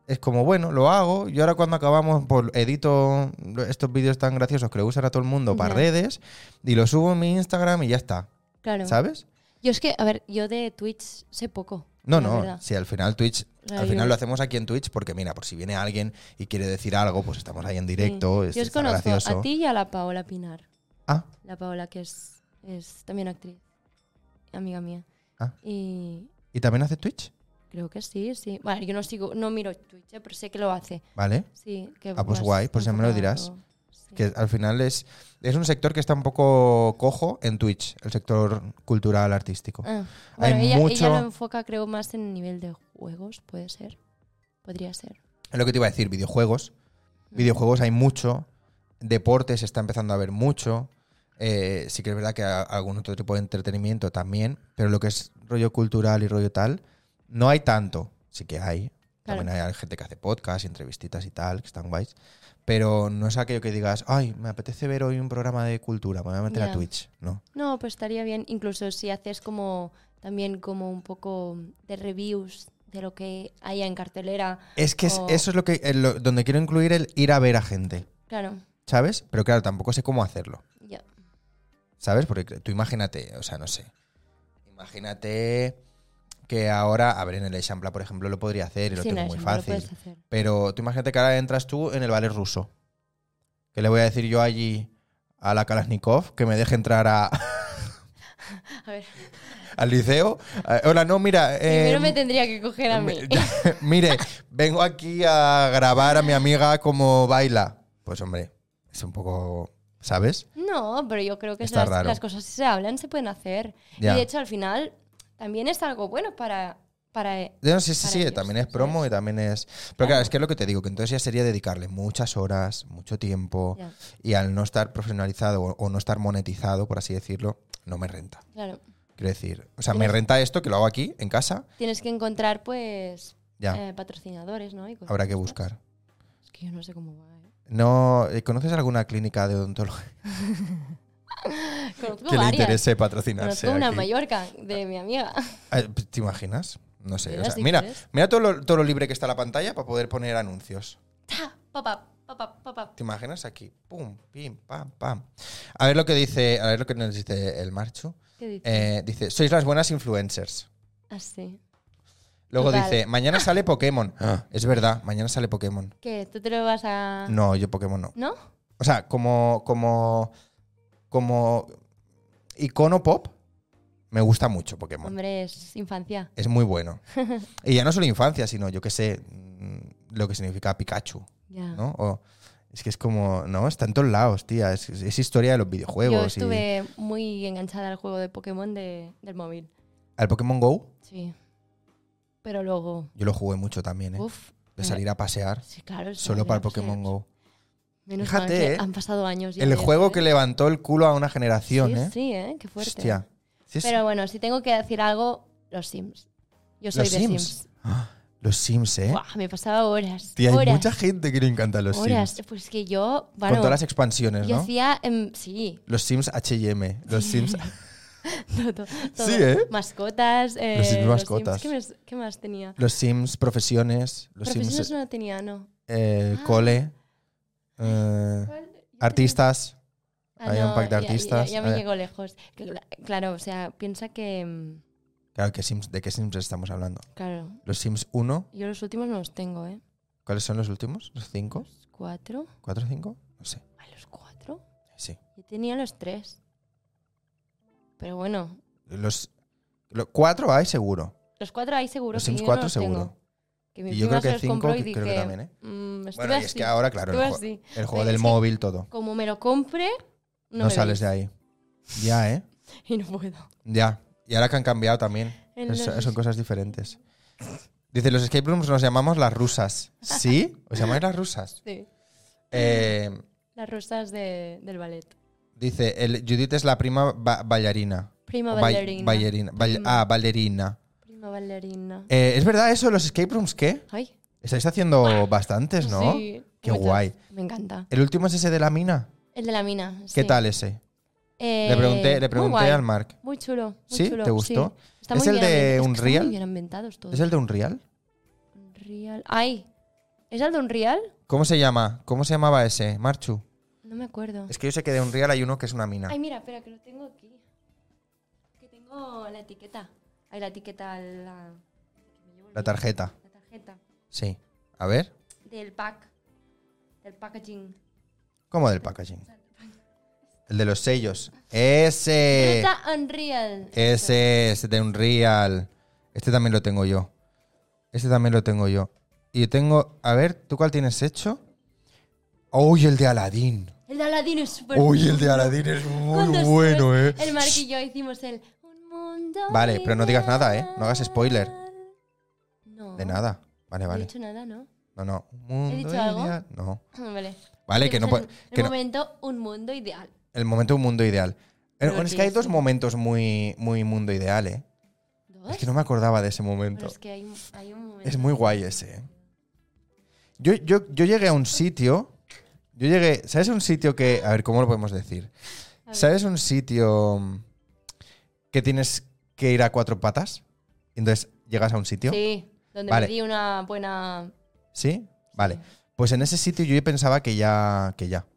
[SPEAKER 2] es como, bueno, lo hago. Y ahora cuando acabamos, pues edito estos vídeos tan graciosos que le usan a todo el mundo
[SPEAKER 1] Ya.
[SPEAKER 2] para redes y lo subo en mi Instagram y ya está.
[SPEAKER 1] Claro.
[SPEAKER 2] ¿Sabes?
[SPEAKER 1] Yo es que, a ver, yo de Twitch sé poco.
[SPEAKER 2] No,
[SPEAKER 1] la
[SPEAKER 2] no,
[SPEAKER 1] verdad.
[SPEAKER 2] si al final Twitch,
[SPEAKER 1] Ay,
[SPEAKER 2] al final
[SPEAKER 1] yo-
[SPEAKER 2] lo hacemos aquí en Twitch porque mira, por si viene alguien y quiere decir algo, pues estamos ahí en directo, es
[SPEAKER 1] Yo os
[SPEAKER 2] está
[SPEAKER 1] conozco
[SPEAKER 2] gracioso.
[SPEAKER 1] a ti y a la Paola Pinar.
[SPEAKER 2] Ah,
[SPEAKER 1] La Paola, que es, es también actriz, amiga mía.
[SPEAKER 2] Ah.
[SPEAKER 1] Y
[SPEAKER 2] ¿y también hace Twitch?
[SPEAKER 1] creo que sí, sí. Bueno, yo no sigo, no miro Twitch, eh, pero sé que lo hace.
[SPEAKER 2] Vale.
[SPEAKER 1] Sí, que
[SPEAKER 2] Ah, pues
[SPEAKER 1] vas
[SPEAKER 2] guay, pues ya me lo
[SPEAKER 1] enfocado,
[SPEAKER 2] dirás.
[SPEAKER 1] sí.
[SPEAKER 2] Que al final es, es un sector que está un poco cojo en Twitch, el sector cultural artístico.
[SPEAKER 1] Ah, bueno, ella, ella
[SPEAKER 2] mucho-
[SPEAKER 1] lo enfoca, creo, más en nivel de juegos, puede ser. Podría ser.
[SPEAKER 2] Es lo que te iba a decir, videojuegos. Videojuegos hay mucho. Deportes está empezando a haber mucho. eh, sí que es verdad que a- algún otro tipo de entretenimiento también. Pero lo que es rollo cultural y rollo tal, no hay tanto. Sí que hay.
[SPEAKER 1] Claro.
[SPEAKER 2] También hay gente que hace podcast, y entrevistitas y tal, que están guays. Pero no es aquello que digas, ay, me apetece ver hoy un programa de cultura, me voy a meter a
[SPEAKER 1] Ya.
[SPEAKER 2] Twitch. No.
[SPEAKER 1] No, pues estaría bien, incluso si haces como también como un poco de reviews de lo que haya en cartelera.
[SPEAKER 2] Es que es-
[SPEAKER 1] O-
[SPEAKER 2] eso es lo que eh, lo- donde quiero incluir el ir a ver a gente,
[SPEAKER 1] Claro,
[SPEAKER 2] ¿sabes? Pero claro, tampoco sé cómo hacerlo.
[SPEAKER 1] ya.
[SPEAKER 2] ¿Sabes? Porque tú imagínate, o sea, no sé. Imagínate que ahora, a ver, en el Echampla, por ejemplo, lo podría hacer y lo
[SPEAKER 1] Sí,
[SPEAKER 2] tengo
[SPEAKER 1] no,
[SPEAKER 2] muy
[SPEAKER 1] eso no lo puedes
[SPEAKER 2] fácil.
[SPEAKER 1] hacer.
[SPEAKER 2] Pero tú imagínate que ahora entras tú en el ballet ruso. Que le voy a decir yo allí a la Kalashnikov que me deje entrar a-
[SPEAKER 1] A ver,
[SPEAKER 2] al liceo. Eh, hola, no, mira. eh,
[SPEAKER 1] primero me tendría que coger a mí.
[SPEAKER 2] mi- Mire, vengo aquí a grabar a mi amiga como baila. Pues hombre, es un poco, ¿sabes?
[SPEAKER 1] No, pero yo creo que
[SPEAKER 2] Está
[SPEAKER 1] las,
[SPEAKER 2] raro.
[SPEAKER 1] las cosas si se hablan se pueden hacer.
[SPEAKER 2] Ya.
[SPEAKER 1] Y de hecho al final también es algo bueno para... para eh,
[SPEAKER 2] No, sí, sí,
[SPEAKER 1] para
[SPEAKER 2] sí,
[SPEAKER 1] ellos,
[SPEAKER 2] también es
[SPEAKER 1] ¿sabes?
[SPEAKER 2] promo y también es... Pero claro, es que es lo que te digo, que entonces ya sería dedicarle muchas horas, mucho tiempo,
[SPEAKER 1] ya,
[SPEAKER 2] y al no estar profesionalizado o, o no estar monetizado, por así decirlo, no me renta.
[SPEAKER 1] claro.
[SPEAKER 2] Quiero decir, o sea, me
[SPEAKER 1] Tienes-
[SPEAKER 2] renta esto, que lo hago aquí, en casa,
[SPEAKER 1] Tienes que encontrar pues
[SPEAKER 2] ya,
[SPEAKER 1] eh, pues, patrocinadores, ¿no? Y cosas
[SPEAKER 2] habrá que
[SPEAKER 1] estas.
[SPEAKER 2] buscar.
[SPEAKER 1] Es que yo no sé cómo va. ¿eh?
[SPEAKER 2] No, eh, ¿Conoces alguna clínica de odontología
[SPEAKER 1] Conozco
[SPEAKER 2] que le
[SPEAKER 1] varias.
[SPEAKER 2] interese patrocinarse?
[SPEAKER 1] Conozco una en
[SPEAKER 2] aquí?
[SPEAKER 1] Mallorca de mi amiga.
[SPEAKER 2] Eh, ¿Te imaginas? No sé.
[SPEAKER 1] Mira,
[SPEAKER 2] o sea,
[SPEAKER 1] si
[SPEAKER 2] mira,
[SPEAKER 1] quieres.
[SPEAKER 2] mira todo, lo, todo lo libre que está la pantalla para poder poner anuncios.
[SPEAKER 1] Papá, papá, papá.
[SPEAKER 2] ¿Te imaginas aquí? Pum, pim, pam, pam. A ver lo que dice, a ver lo que nos dice el Marchu.
[SPEAKER 1] ¿Qué dices? Ah,
[SPEAKER 2] Eh, dice, sois las buenas influencers.
[SPEAKER 1] Así.
[SPEAKER 2] Luego
[SPEAKER 1] Total.
[SPEAKER 2] dice, mañana sale Pokémon. Ah, es verdad, mañana sale Pokémon.
[SPEAKER 1] ¿Qué? ¿Tú te lo vas a...?
[SPEAKER 2] No, yo Pokémon no.
[SPEAKER 1] ¿No?
[SPEAKER 2] O sea, como, como, como icono pop, me gusta mucho Pokémon.
[SPEAKER 1] Hombre, es infancia.
[SPEAKER 2] Es muy bueno. Y ya no solo infancia, sino yo que sé mm, lo que significa Pikachu,
[SPEAKER 1] Ya.
[SPEAKER 2] ¿no? O, es que es como, no, está en todos lados, tía. Es, es historia de los
[SPEAKER 1] Yo
[SPEAKER 2] videojuegos. y-
[SPEAKER 1] estuve muy enganchada al juego de Pokémon de- del móvil.
[SPEAKER 2] Al Pokémon Go,
[SPEAKER 1] Sí. Pero luego...
[SPEAKER 2] yo lo jugué mucho también, ¿eh?
[SPEAKER 1] Uf.
[SPEAKER 2] De salir a pasear
[SPEAKER 1] Sí, claro. es
[SPEAKER 2] solo
[SPEAKER 1] salir
[SPEAKER 2] para
[SPEAKER 1] a
[SPEAKER 2] el Pokémon
[SPEAKER 1] pasear.
[SPEAKER 2] Go.
[SPEAKER 1] Menos
[SPEAKER 2] Fíjate,
[SPEAKER 1] mal que
[SPEAKER 2] eh.
[SPEAKER 1] han pasado años. ya
[SPEAKER 2] El
[SPEAKER 1] de
[SPEAKER 2] juego
[SPEAKER 1] esto,
[SPEAKER 2] que
[SPEAKER 1] ¿eh?
[SPEAKER 2] levantó el culo a una generación,
[SPEAKER 1] Sí,
[SPEAKER 2] ¿eh?
[SPEAKER 1] sí, ¿eh? Qué fuerte.
[SPEAKER 2] Hostia. Sí, sí.
[SPEAKER 1] Pero bueno, si tengo que decir algo, los Sims. Yo soy
[SPEAKER 2] Los
[SPEAKER 1] de
[SPEAKER 2] Sims.
[SPEAKER 1] Sims.
[SPEAKER 2] Ah, Los Sims, ¿eh?
[SPEAKER 1] Buah, me pasaba horas.
[SPEAKER 2] Tía, hay
[SPEAKER 1] horas,
[SPEAKER 2] mucha gente que le encanta los
[SPEAKER 1] horas.
[SPEAKER 2] Sims.
[SPEAKER 1] Pues que yo,
[SPEAKER 2] Con
[SPEAKER 1] bueno,
[SPEAKER 2] todas las expansiones,
[SPEAKER 1] yo
[SPEAKER 2] ¿no?
[SPEAKER 1] hacía, em, sí,
[SPEAKER 2] Los Sims HM. Los Sims.
[SPEAKER 1] todo, todo.
[SPEAKER 2] Sí, ¿eh?
[SPEAKER 1] Mascotas. eh,
[SPEAKER 2] Los Sims
[SPEAKER 1] los
[SPEAKER 2] mascotas.
[SPEAKER 1] ¿Qué, más, qué más tenía?
[SPEAKER 2] Los Sims profesiones. Los
[SPEAKER 1] Profesiones
[SPEAKER 2] Sims
[SPEAKER 1] no tenía, no.
[SPEAKER 2] eh,
[SPEAKER 1] Ah.
[SPEAKER 2] cole. eh, artistas.
[SPEAKER 1] Ah,
[SPEAKER 2] había un
[SPEAKER 1] no,
[SPEAKER 2] pack de
[SPEAKER 1] ya- ya-
[SPEAKER 2] artistas, eh.
[SPEAKER 1] Ya,
[SPEAKER 2] a
[SPEAKER 1] me
[SPEAKER 2] ver.
[SPEAKER 1] llegó lejos. Cla- Claro, o sea, piensa que, em,
[SPEAKER 2] Claro, ¿qué Sims, ¿de qué Sims estamos hablando?
[SPEAKER 1] claro,
[SPEAKER 2] Los Sims 1.
[SPEAKER 1] yo los últimos no los tengo, ¿eh?
[SPEAKER 2] ¿Cuáles son los últimos? ¿Los 5?
[SPEAKER 1] Los cuatro.
[SPEAKER 2] ¿Cuatro o 5? No sé.
[SPEAKER 1] Ay, los cuatro.
[SPEAKER 2] Sí.
[SPEAKER 1] Yo tenía los tres. Pero bueno,
[SPEAKER 2] Los, lo- cuatro hay seguro.
[SPEAKER 1] los cuatro ahí seguro.
[SPEAKER 2] Los
[SPEAKER 1] que
[SPEAKER 2] Sims
[SPEAKER 1] yo no
[SPEAKER 2] 4
[SPEAKER 1] los tengo.
[SPEAKER 2] seguro.
[SPEAKER 1] Que mi
[SPEAKER 2] Y yo
[SPEAKER 1] prima
[SPEAKER 2] creo que
[SPEAKER 1] se los
[SPEAKER 2] cinco
[SPEAKER 1] compró y
[SPEAKER 2] que- creo que
[SPEAKER 1] dije,
[SPEAKER 2] también, ¿eh?
[SPEAKER 1] "Mm, estuve
[SPEAKER 2] Bueno, y es
[SPEAKER 1] así,
[SPEAKER 2] que ahora, claro, el,
[SPEAKER 1] estuve
[SPEAKER 2] ju-
[SPEAKER 1] así.
[SPEAKER 2] el juego
[SPEAKER 1] Pero
[SPEAKER 2] del
[SPEAKER 1] es que
[SPEAKER 2] móvil, todo.
[SPEAKER 1] Como me lo compre, no,
[SPEAKER 2] No,
[SPEAKER 1] me
[SPEAKER 2] sales de ahí. Ya, ¿eh?
[SPEAKER 1] veis. Y no puedo.
[SPEAKER 2] Ya. Y ahora que han cambiado también.
[SPEAKER 1] En
[SPEAKER 2] Es-
[SPEAKER 1] los-
[SPEAKER 2] son cosas diferentes. Dice, los escape rooms nos llamamos las rusas. ¿Sí? ¿Os llamáis las rusas?
[SPEAKER 1] Sí,
[SPEAKER 2] Eh,
[SPEAKER 1] las rosas de- del ballet.
[SPEAKER 2] dice, el, Judith es la prima ba- bailarina.
[SPEAKER 1] Prima
[SPEAKER 2] O ba-
[SPEAKER 1] bailarina.
[SPEAKER 2] ballerina. Bal-
[SPEAKER 1] Prima.
[SPEAKER 2] ah, bailarina.
[SPEAKER 1] Prima bailarina.
[SPEAKER 2] Eh, ¿Es verdad eso? ¿Los escape rooms qué?
[SPEAKER 1] Ay,
[SPEAKER 2] Estáis haciendo bastantes, Eh, ¿no?
[SPEAKER 1] sí,
[SPEAKER 2] Qué
[SPEAKER 1] muchas.
[SPEAKER 2] guay.
[SPEAKER 1] Me encanta.
[SPEAKER 2] El último es ese de la mina.
[SPEAKER 1] El de la mina.
[SPEAKER 2] ¿Qué
[SPEAKER 1] sí.
[SPEAKER 2] tal ese?
[SPEAKER 1] Eh,
[SPEAKER 2] le pregunté,
[SPEAKER 1] muy
[SPEAKER 2] le pregunté
[SPEAKER 1] guay,
[SPEAKER 2] al Mark.
[SPEAKER 1] Muy chulo. muy
[SPEAKER 2] ¿Sí?
[SPEAKER 1] chulo,
[SPEAKER 2] ¿Te gustó?
[SPEAKER 1] sí. Está
[SPEAKER 2] ¿Es
[SPEAKER 1] muy
[SPEAKER 2] el
[SPEAKER 1] bien
[SPEAKER 2] de
[SPEAKER 1] ambientado- es que están
[SPEAKER 2] Unreal?
[SPEAKER 1] muy bien ambientados todos.
[SPEAKER 2] ¿Es el de Unreal?
[SPEAKER 1] Unreal. Ay, ¿Es el de Unreal?
[SPEAKER 2] ¿Cómo se llama? ¿Cómo se llamaba ese? Marchu.
[SPEAKER 1] No me acuerdo.
[SPEAKER 2] Es que yo sé que de Unreal hay uno que es una mina.
[SPEAKER 1] Ay, mira, espera, que lo tengo aquí. Que tengo la etiqueta. Ay, la etiqueta, la...
[SPEAKER 2] La tarjeta.
[SPEAKER 1] La tarjeta
[SPEAKER 2] Sí. A ver.
[SPEAKER 1] del pack. Del packaging.
[SPEAKER 2] ¿Cómo del packaging? El de los sellos. Ese.
[SPEAKER 1] Fruta Unreal.
[SPEAKER 2] eh, Ese es de Unreal. Este también lo tengo yo. Este también lo tengo yo. Y tengo. A ver, ¿tú cuál tienes hecho? ¡Uy, el de Aladdin!
[SPEAKER 1] El de Aladdin es súper
[SPEAKER 2] ¡Uy, el de Aladdin es muy bueno, eh!
[SPEAKER 1] El Mark y yo hicimos el... Un mundo
[SPEAKER 2] Vale, pero no digas nada, ¿eh? No hagas
[SPEAKER 1] ideal.
[SPEAKER 2] spoiler.
[SPEAKER 1] No.
[SPEAKER 2] De nada. Vale,
[SPEAKER 1] No he
[SPEAKER 2] vale.
[SPEAKER 1] dicho nada, ¿no?
[SPEAKER 2] No, no. Un
[SPEAKER 1] dicho
[SPEAKER 2] mundo
[SPEAKER 1] algo?
[SPEAKER 2] ideal. No.
[SPEAKER 1] Vale.
[SPEAKER 2] Vale, que no
[SPEAKER 1] Hicimos
[SPEAKER 2] puede-
[SPEAKER 1] El,
[SPEAKER 2] que
[SPEAKER 1] el
[SPEAKER 2] no-
[SPEAKER 1] momento, un mundo ideal.
[SPEAKER 2] El momento un mundo ideal. Eh,
[SPEAKER 1] Pero
[SPEAKER 2] bueno, es que
[SPEAKER 1] tienes
[SPEAKER 2] hay dos
[SPEAKER 1] que-
[SPEAKER 2] momentos muy, muy mundo ideal, ¿eh?
[SPEAKER 1] ¿Dos?
[SPEAKER 2] Es que no me acordaba de ese
[SPEAKER 1] Pero
[SPEAKER 2] momento.
[SPEAKER 1] es que hay, hay un momento...
[SPEAKER 2] Es muy guay ese. ¿eh? Yo, yo, yo llegué a un sitio. Yo llegué. ¿Sabes un sitio que. A ver, ¿cómo lo podemos decir?
[SPEAKER 1] A ver.
[SPEAKER 2] ¿Sabes un sitio mm, que tienes que ir a cuatro patas? Entonces llegas a un sitio.
[SPEAKER 1] Sí, donde
[SPEAKER 2] Vale.
[SPEAKER 1] pedí una buena...
[SPEAKER 2] ¿Sí? Vale. Pues en ese sitio yo ya pensaba que ya. que ya.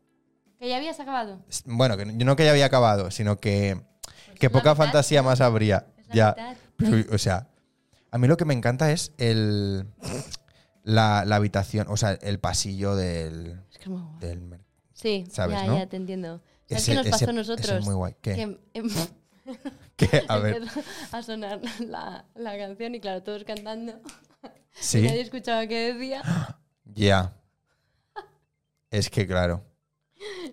[SPEAKER 1] Que ya habías acabado.
[SPEAKER 2] S- Bueno, que no- yo no que ya había acabado, sino que.
[SPEAKER 1] Pues
[SPEAKER 2] Que
[SPEAKER 1] es la
[SPEAKER 2] poca
[SPEAKER 1] mitad,
[SPEAKER 2] fantasía más habría.
[SPEAKER 1] es la
[SPEAKER 2] Ya.
[SPEAKER 1] mitad.
[SPEAKER 2] Pero, o sea, a mí lo que me encanta es el. La, la habitación, o sea, el pasillo del.
[SPEAKER 1] Es que es muy guay.
[SPEAKER 2] del mer-
[SPEAKER 1] Sí,
[SPEAKER 2] ¿Sabes,
[SPEAKER 1] ya,
[SPEAKER 2] no?
[SPEAKER 1] ya te entiendo. ¿Sabes qué nos pasó a nosotros?
[SPEAKER 2] ese es muy guay. ¿Qué?
[SPEAKER 1] Que em-
[SPEAKER 2] ¿Qué? A ver.
[SPEAKER 1] empezó a sonar la, la canción y claro, todos cantando.
[SPEAKER 2] Sí.
[SPEAKER 1] Nadie escuchaba qué decía.
[SPEAKER 2] Ya. Es que claro.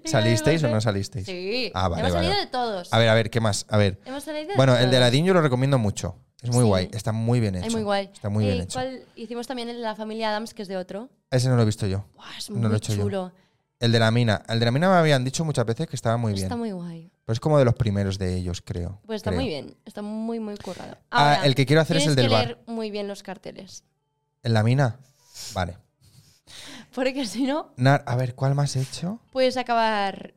[SPEAKER 2] ¿Salisteis o no salisteis?
[SPEAKER 1] Sí.
[SPEAKER 2] Ah, vale,
[SPEAKER 1] Hemos
[SPEAKER 2] vale.
[SPEAKER 1] salido de todos.
[SPEAKER 2] A ver, a ver, ¿qué más? A ver.
[SPEAKER 1] Hemos salido de
[SPEAKER 2] Bueno,
[SPEAKER 1] todos.
[SPEAKER 2] el de Aladdin yo lo recomiendo mucho. Es muy
[SPEAKER 1] Sí.
[SPEAKER 2] guay. Está muy bien hecho.
[SPEAKER 1] Es muy guay.
[SPEAKER 2] Está muy
[SPEAKER 1] Eh,
[SPEAKER 2] bien hecho.
[SPEAKER 1] ¿cuál? Hicimos también el de la familia Adams, que es de otro.
[SPEAKER 2] Ese no lo he visto yo.
[SPEAKER 1] Buah, es
[SPEAKER 2] No
[SPEAKER 1] muy
[SPEAKER 2] lo he hecho yo.
[SPEAKER 1] chulo.
[SPEAKER 2] El de la mina. El de la mina me habían dicho muchas veces que estaba muy bien.
[SPEAKER 1] Está muy guay.
[SPEAKER 2] Pero es como de los primeros de ellos, creo.
[SPEAKER 1] Pues está
[SPEAKER 2] creo.
[SPEAKER 1] muy bien. Está muy, muy currado.
[SPEAKER 2] Ah,
[SPEAKER 1] Ahora,
[SPEAKER 2] el que quiero hacer es
[SPEAKER 1] tienes
[SPEAKER 2] el del
[SPEAKER 1] que
[SPEAKER 2] bar.
[SPEAKER 1] leer muy bien los carteles.
[SPEAKER 2] ¿En la mina? Vale.
[SPEAKER 1] Porque si no,
[SPEAKER 2] Nar- a ver, ¿cuál más he hecho?
[SPEAKER 1] puedes acabar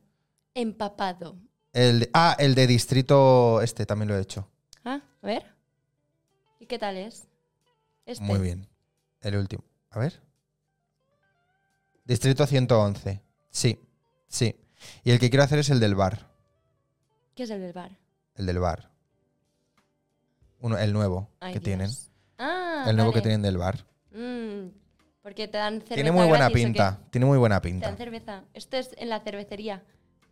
[SPEAKER 1] empapado.
[SPEAKER 2] El de- ah, el de distrito este también lo he hecho.
[SPEAKER 1] Ah, a ver. ¿Y qué tal es? Este.
[SPEAKER 2] Muy bien. El último. A ver. Distrito 111. Sí, sí. Y el que quiero hacer es el del bar.
[SPEAKER 1] ¿Qué es el del bar?
[SPEAKER 2] El del bar. Uno, el nuevo
[SPEAKER 1] Ay,
[SPEAKER 2] que
[SPEAKER 1] Dios.
[SPEAKER 2] tienen.
[SPEAKER 1] Ah,
[SPEAKER 2] el nuevo que
[SPEAKER 1] vale.
[SPEAKER 2] tienen del bar.
[SPEAKER 1] Mm, porque te dan cerveza.
[SPEAKER 2] Tiene muy buena
[SPEAKER 1] gratis, ¿o qué?
[SPEAKER 2] pinta. Tiene muy buena
[SPEAKER 1] Te dan
[SPEAKER 2] pinta.
[SPEAKER 1] cerveza. Esto es en la cervecería.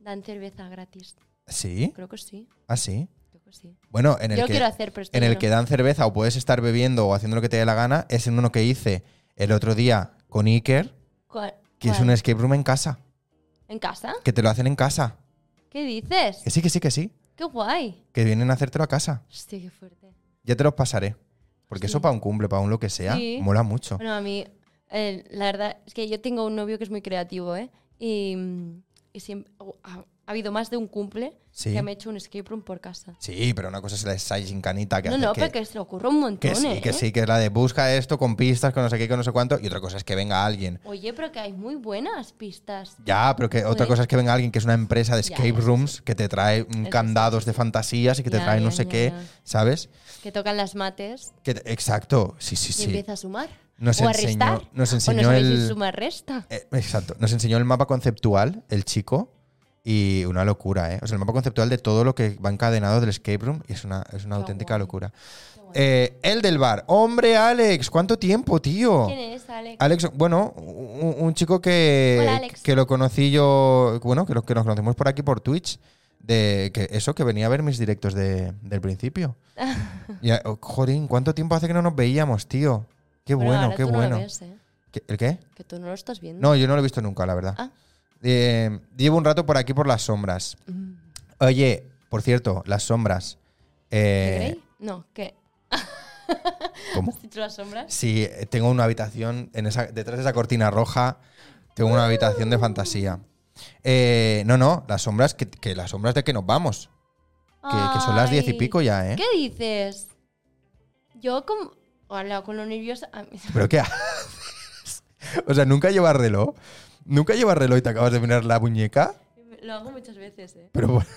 [SPEAKER 1] Dan cerveza gratis.
[SPEAKER 2] ¿Sí?
[SPEAKER 1] Creo que sí.
[SPEAKER 2] ¿Ah, sí?
[SPEAKER 1] Creo que sí.
[SPEAKER 2] Bueno, en el
[SPEAKER 1] Yo lo
[SPEAKER 2] que...
[SPEAKER 1] quiero hacer, pero estoy
[SPEAKER 2] en el que dan cerveza o puedes estar bebiendo o haciendo lo que te dé la gana, es en uno que hice el otro día con Iker, que es un escape room en casa,
[SPEAKER 1] ¿En casa?
[SPEAKER 2] que te lo hacen en casa.
[SPEAKER 1] ¿Qué dices?
[SPEAKER 2] Que sí, que sí, que sí,
[SPEAKER 1] ¡Qué guay!
[SPEAKER 2] que vienen a hacértelo a casa.
[SPEAKER 1] Hostia, qué fuerte.
[SPEAKER 2] Ya te los pasaré. Porque eso
[SPEAKER 1] Sí.
[SPEAKER 2] para un cumple, para un lo que sea,
[SPEAKER 1] Sí.
[SPEAKER 2] mola mucho.
[SPEAKER 1] Bueno, a mí, eh, la verdad es que yo tengo un novio que es muy creativo, ¿eh? Y, mm, y siempre, ha, ha habido más de un cumple
[SPEAKER 2] Sí.
[SPEAKER 1] que me he hecho un escape room por casa.
[SPEAKER 2] Sí, pero una cosa es la de Saijin Canita que
[SPEAKER 1] No,
[SPEAKER 2] hace
[SPEAKER 1] no,
[SPEAKER 2] que,
[SPEAKER 1] pero que se le ocurre un montón,
[SPEAKER 2] que sí,
[SPEAKER 1] ¿eh?
[SPEAKER 2] que sí, que es la de busca esto con pistas, con no sé qué, con no sé cuánto, y otra cosa es que venga alguien.
[SPEAKER 1] Oye, pero que hay muy buenas pistas.
[SPEAKER 2] Ya, pero que otra
[SPEAKER 1] Joder.
[SPEAKER 2] cosa es que venga alguien que es una empresa de
[SPEAKER 1] Ya,
[SPEAKER 2] escape
[SPEAKER 1] eso sí.
[SPEAKER 2] rooms que te trae mm,
[SPEAKER 1] sí.
[SPEAKER 2] candados de fantasías y que te
[SPEAKER 1] Ya,
[SPEAKER 2] trae no
[SPEAKER 1] ya,
[SPEAKER 2] sé
[SPEAKER 1] ya,
[SPEAKER 2] qué,
[SPEAKER 1] ya.
[SPEAKER 2] ¿sabes?
[SPEAKER 1] Que tocan las mates
[SPEAKER 2] Que te- exacto, sí, sí,
[SPEAKER 1] y
[SPEAKER 2] sí.
[SPEAKER 1] empieza a sumar.
[SPEAKER 2] Nos
[SPEAKER 1] o a
[SPEAKER 2] enseñó-
[SPEAKER 1] restar.
[SPEAKER 2] nos enseñó
[SPEAKER 1] o no sabéis
[SPEAKER 2] el-
[SPEAKER 1] si suma resta.
[SPEAKER 2] Eh, exacto, nos enseñó el mapa conceptual, el chico, y una locura, ¿eh? O sea, el mapa conceptual de todo lo que va encadenado del escape room y es una, es una
[SPEAKER 1] Qué
[SPEAKER 2] auténtica
[SPEAKER 1] guay.
[SPEAKER 2] locura.
[SPEAKER 1] Qué guay.
[SPEAKER 2] Eh, el del bar. Hombre, Alex, ¿cuánto tiempo, tío?
[SPEAKER 1] ¿Quién es, Alex?
[SPEAKER 2] Alex, bueno, un, un chico que,
[SPEAKER 1] Hola, Alex.
[SPEAKER 2] que lo conocí yo, bueno, que, lo- que nos conocimos por aquí por Twitch, de que eso, que venía a ver mis directos de, del principio. y, eh, jorín, ¿cuánto tiempo hace que no nos veíamos, tío? Qué
[SPEAKER 1] Pero
[SPEAKER 2] bueno,
[SPEAKER 1] ahora
[SPEAKER 2] qué
[SPEAKER 1] tú no lo
[SPEAKER 2] bueno.
[SPEAKER 1] ves, ¿eh?
[SPEAKER 2] ¿Qué- ¿El qué?
[SPEAKER 1] Que tú no lo estás viendo.
[SPEAKER 2] No, yo no lo he visto nunca, la verdad.
[SPEAKER 1] Mm. Ah.
[SPEAKER 2] Eh, llevo un rato por aquí por las sombras.
[SPEAKER 1] Mm.
[SPEAKER 2] Oye, por cierto, las sombras.
[SPEAKER 1] ¿Qué
[SPEAKER 2] Eh,
[SPEAKER 1] creéis? No, ¿qué?
[SPEAKER 2] ¿Cómo?
[SPEAKER 1] ¿Has dicho las sombras?
[SPEAKER 2] Sí, eh, tengo una habitación en esa, detrás de esa cortina roja. Tengo una habitación de fantasía. Eh, no, no, las sombras, que, que las sombras de que nos vamos. Que, que son las diez y
[SPEAKER 1] Ay.
[SPEAKER 2] pico ya, ¿eh?
[SPEAKER 1] ¿Qué dices? Yo como... Hola, con lo nerviosa... a mí-
[SPEAKER 2] ¿Pero qué haces? O sea, nunca llevas reloj. Nunca llevas reloj y te acabas de mirar la muñeca.
[SPEAKER 1] Lo hago muchas veces, ¿eh?
[SPEAKER 2] Pero bueno.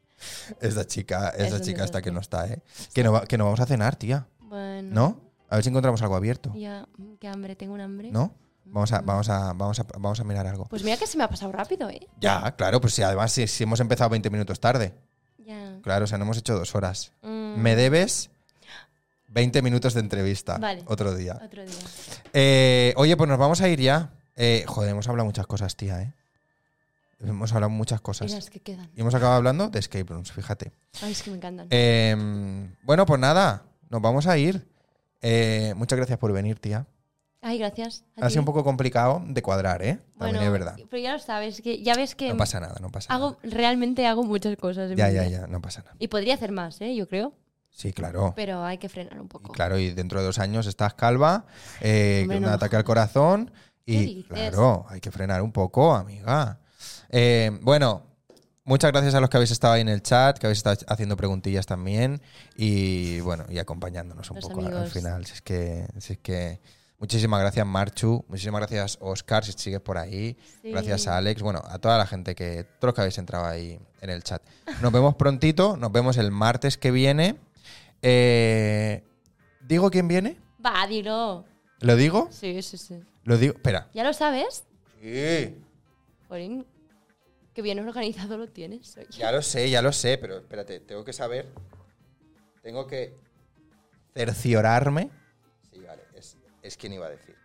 [SPEAKER 2] Esta chica,
[SPEAKER 1] Es
[SPEAKER 2] esta
[SPEAKER 1] un
[SPEAKER 2] chica hasta que
[SPEAKER 1] desastre.
[SPEAKER 2] no está, ¿eh? Que no, va- que no vamos a cenar, tía.
[SPEAKER 1] Bueno.
[SPEAKER 2] ¿No? A ver si encontramos algo abierto.
[SPEAKER 1] Ya, mm, qué hambre, tengo un hambre.
[SPEAKER 2] ¿No? Vamos a, vamos a, vamos a, vamos a mirar algo.
[SPEAKER 1] Pues mira que se me ha pasado rápido, ¿eh?
[SPEAKER 2] Ya, claro, pues sí, además si, si hemos empezado 20 minutos tarde.
[SPEAKER 1] Ya.
[SPEAKER 2] Claro, o sea, no hemos hecho dos horas.
[SPEAKER 1] Mm,
[SPEAKER 2] Me debes 20 minutos de entrevista
[SPEAKER 1] Vale.
[SPEAKER 2] otro día.
[SPEAKER 1] Otro día.
[SPEAKER 2] Eh, oye, pues nos vamos a ir ya. Eh, joder, hemos hablado muchas cosas, tía, ¿eh? Hemos hablado muchas
[SPEAKER 1] Y
[SPEAKER 2] cosas.
[SPEAKER 1] las que quedan.
[SPEAKER 2] Y hemos acabado hablando de escape rooms, fíjate.
[SPEAKER 1] Ay, es que me encantan.
[SPEAKER 2] Eh, bueno, pues nada, nos vamos a ir. Eh, muchas gracias por venir, tía.
[SPEAKER 1] Ay, gracias. a
[SPEAKER 2] Ha
[SPEAKER 1] ti.
[SPEAKER 2] sido un poco complicado de cuadrar, ¿eh? También
[SPEAKER 1] Bueno,
[SPEAKER 2] es verdad.
[SPEAKER 1] Pero ya lo sabes, que ya ves que
[SPEAKER 2] No pasa nada, no pasa
[SPEAKER 1] hago, realmente hago muchas cosas. en
[SPEAKER 2] nada. Ya,
[SPEAKER 1] mi
[SPEAKER 2] ya,
[SPEAKER 1] vida.
[SPEAKER 2] ya, no pasa nada.
[SPEAKER 1] Y podría hacer más, ¿eh? yo creo.
[SPEAKER 2] Sí, claro.
[SPEAKER 1] Pero hay que frenar un poco.
[SPEAKER 2] Claro, y dentro de dos años estás calva, eh,
[SPEAKER 1] Hombre,
[SPEAKER 2] con un
[SPEAKER 1] no.
[SPEAKER 2] ataque al corazón.
[SPEAKER 1] ¿Qué
[SPEAKER 2] Y
[SPEAKER 1] dices?
[SPEAKER 2] claro, hay que frenar un poco, amiga. Eh, bueno, muchas gracias a los que habéis estado ahí en el chat, que habéis estado haciendo preguntillas también y bueno, y acompañándonos un
[SPEAKER 1] Los
[SPEAKER 2] poco al
[SPEAKER 1] amigos.
[SPEAKER 2] final. Si es que, si es que muchísimas gracias, Marchu, muchísimas gracias, Oscar, si sigues por ahí.
[SPEAKER 1] Sí.
[SPEAKER 2] Gracias a Alex, bueno, a toda la gente que, todos los que habéis entrado ahí en el chat. Nos vemos prontito, nos vemos el martes que viene. Eh, ¿Digo quién viene?
[SPEAKER 1] Va, dilo.
[SPEAKER 2] ¿Lo digo?
[SPEAKER 1] Sí, sí, sí.
[SPEAKER 2] Lo digo. Espera.
[SPEAKER 1] ¿Ya lo sabes?
[SPEAKER 2] Sí,
[SPEAKER 1] Jolín, que bien organizado lo tienes. oye.
[SPEAKER 2] ya lo sé, ya lo sé, pero espérate, tengo que saber. Tengo que cerciorarme. Sí, vale, es, es quien iba a decir.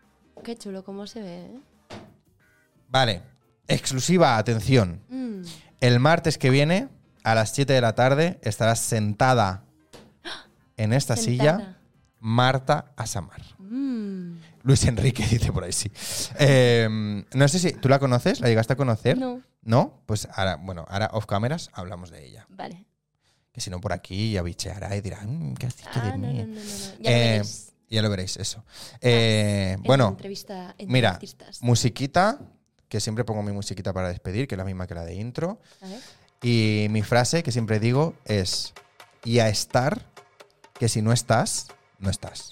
[SPEAKER 1] Qué chulo cómo se ve, ¿eh?
[SPEAKER 2] Vale, exclusiva, atención.
[SPEAKER 1] Mm.
[SPEAKER 2] El martes que viene, a las 7 de la tarde, estarás sentada en esta
[SPEAKER 1] Sentada.
[SPEAKER 2] silla Marta Asamar.
[SPEAKER 1] Mm.
[SPEAKER 2] Luis Enrique dice por ahí, sí. Eh, no sé si tú la conoces, la llegaste a conocer.
[SPEAKER 1] No.
[SPEAKER 2] ¿No? Pues ahora, bueno, ahora off cameras hablamos de ella.
[SPEAKER 1] Vale.
[SPEAKER 2] Que si no por aquí ya bicheará y dirá, "Mm, ¿qué has dicho
[SPEAKER 1] Ah, no,
[SPEAKER 2] de
[SPEAKER 1] no,
[SPEAKER 2] mí?".
[SPEAKER 1] no, no, no. Ya lo
[SPEAKER 2] Eh,
[SPEAKER 1] veréis Ah,
[SPEAKER 2] ya lo veréis, eso. Eh,
[SPEAKER 1] en la
[SPEAKER 2] bueno,
[SPEAKER 1] entrevista entre
[SPEAKER 2] mira,
[SPEAKER 1] artistas.
[SPEAKER 2] musiquita, que siempre pongo mi musiquita para despedir, que es la misma que la de intro.
[SPEAKER 1] A ver.
[SPEAKER 2] Y mi frase que siempre digo es, y a estar, que si no estás, no estás.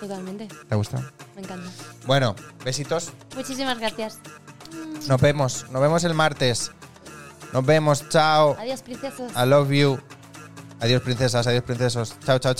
[SPEAKER 1] Totalmente.
[SPEAKER 2] ¿Te ha gustado?
[SPEAKER 1] Me encanta.
[SPEAKER 2] Bueno, besitos.
[SPEAKER 1] Muchísimas gracias.
[SPEAKER 2] Nos vemos. Nos vemos el martes. Nos vemos. Chao. Oh.
[SPEAKER 1] Adiós, princesas.
[SPEAKER 2] I love you. Adiós, princesas. Adiós, princesos. Chao, chao, chao.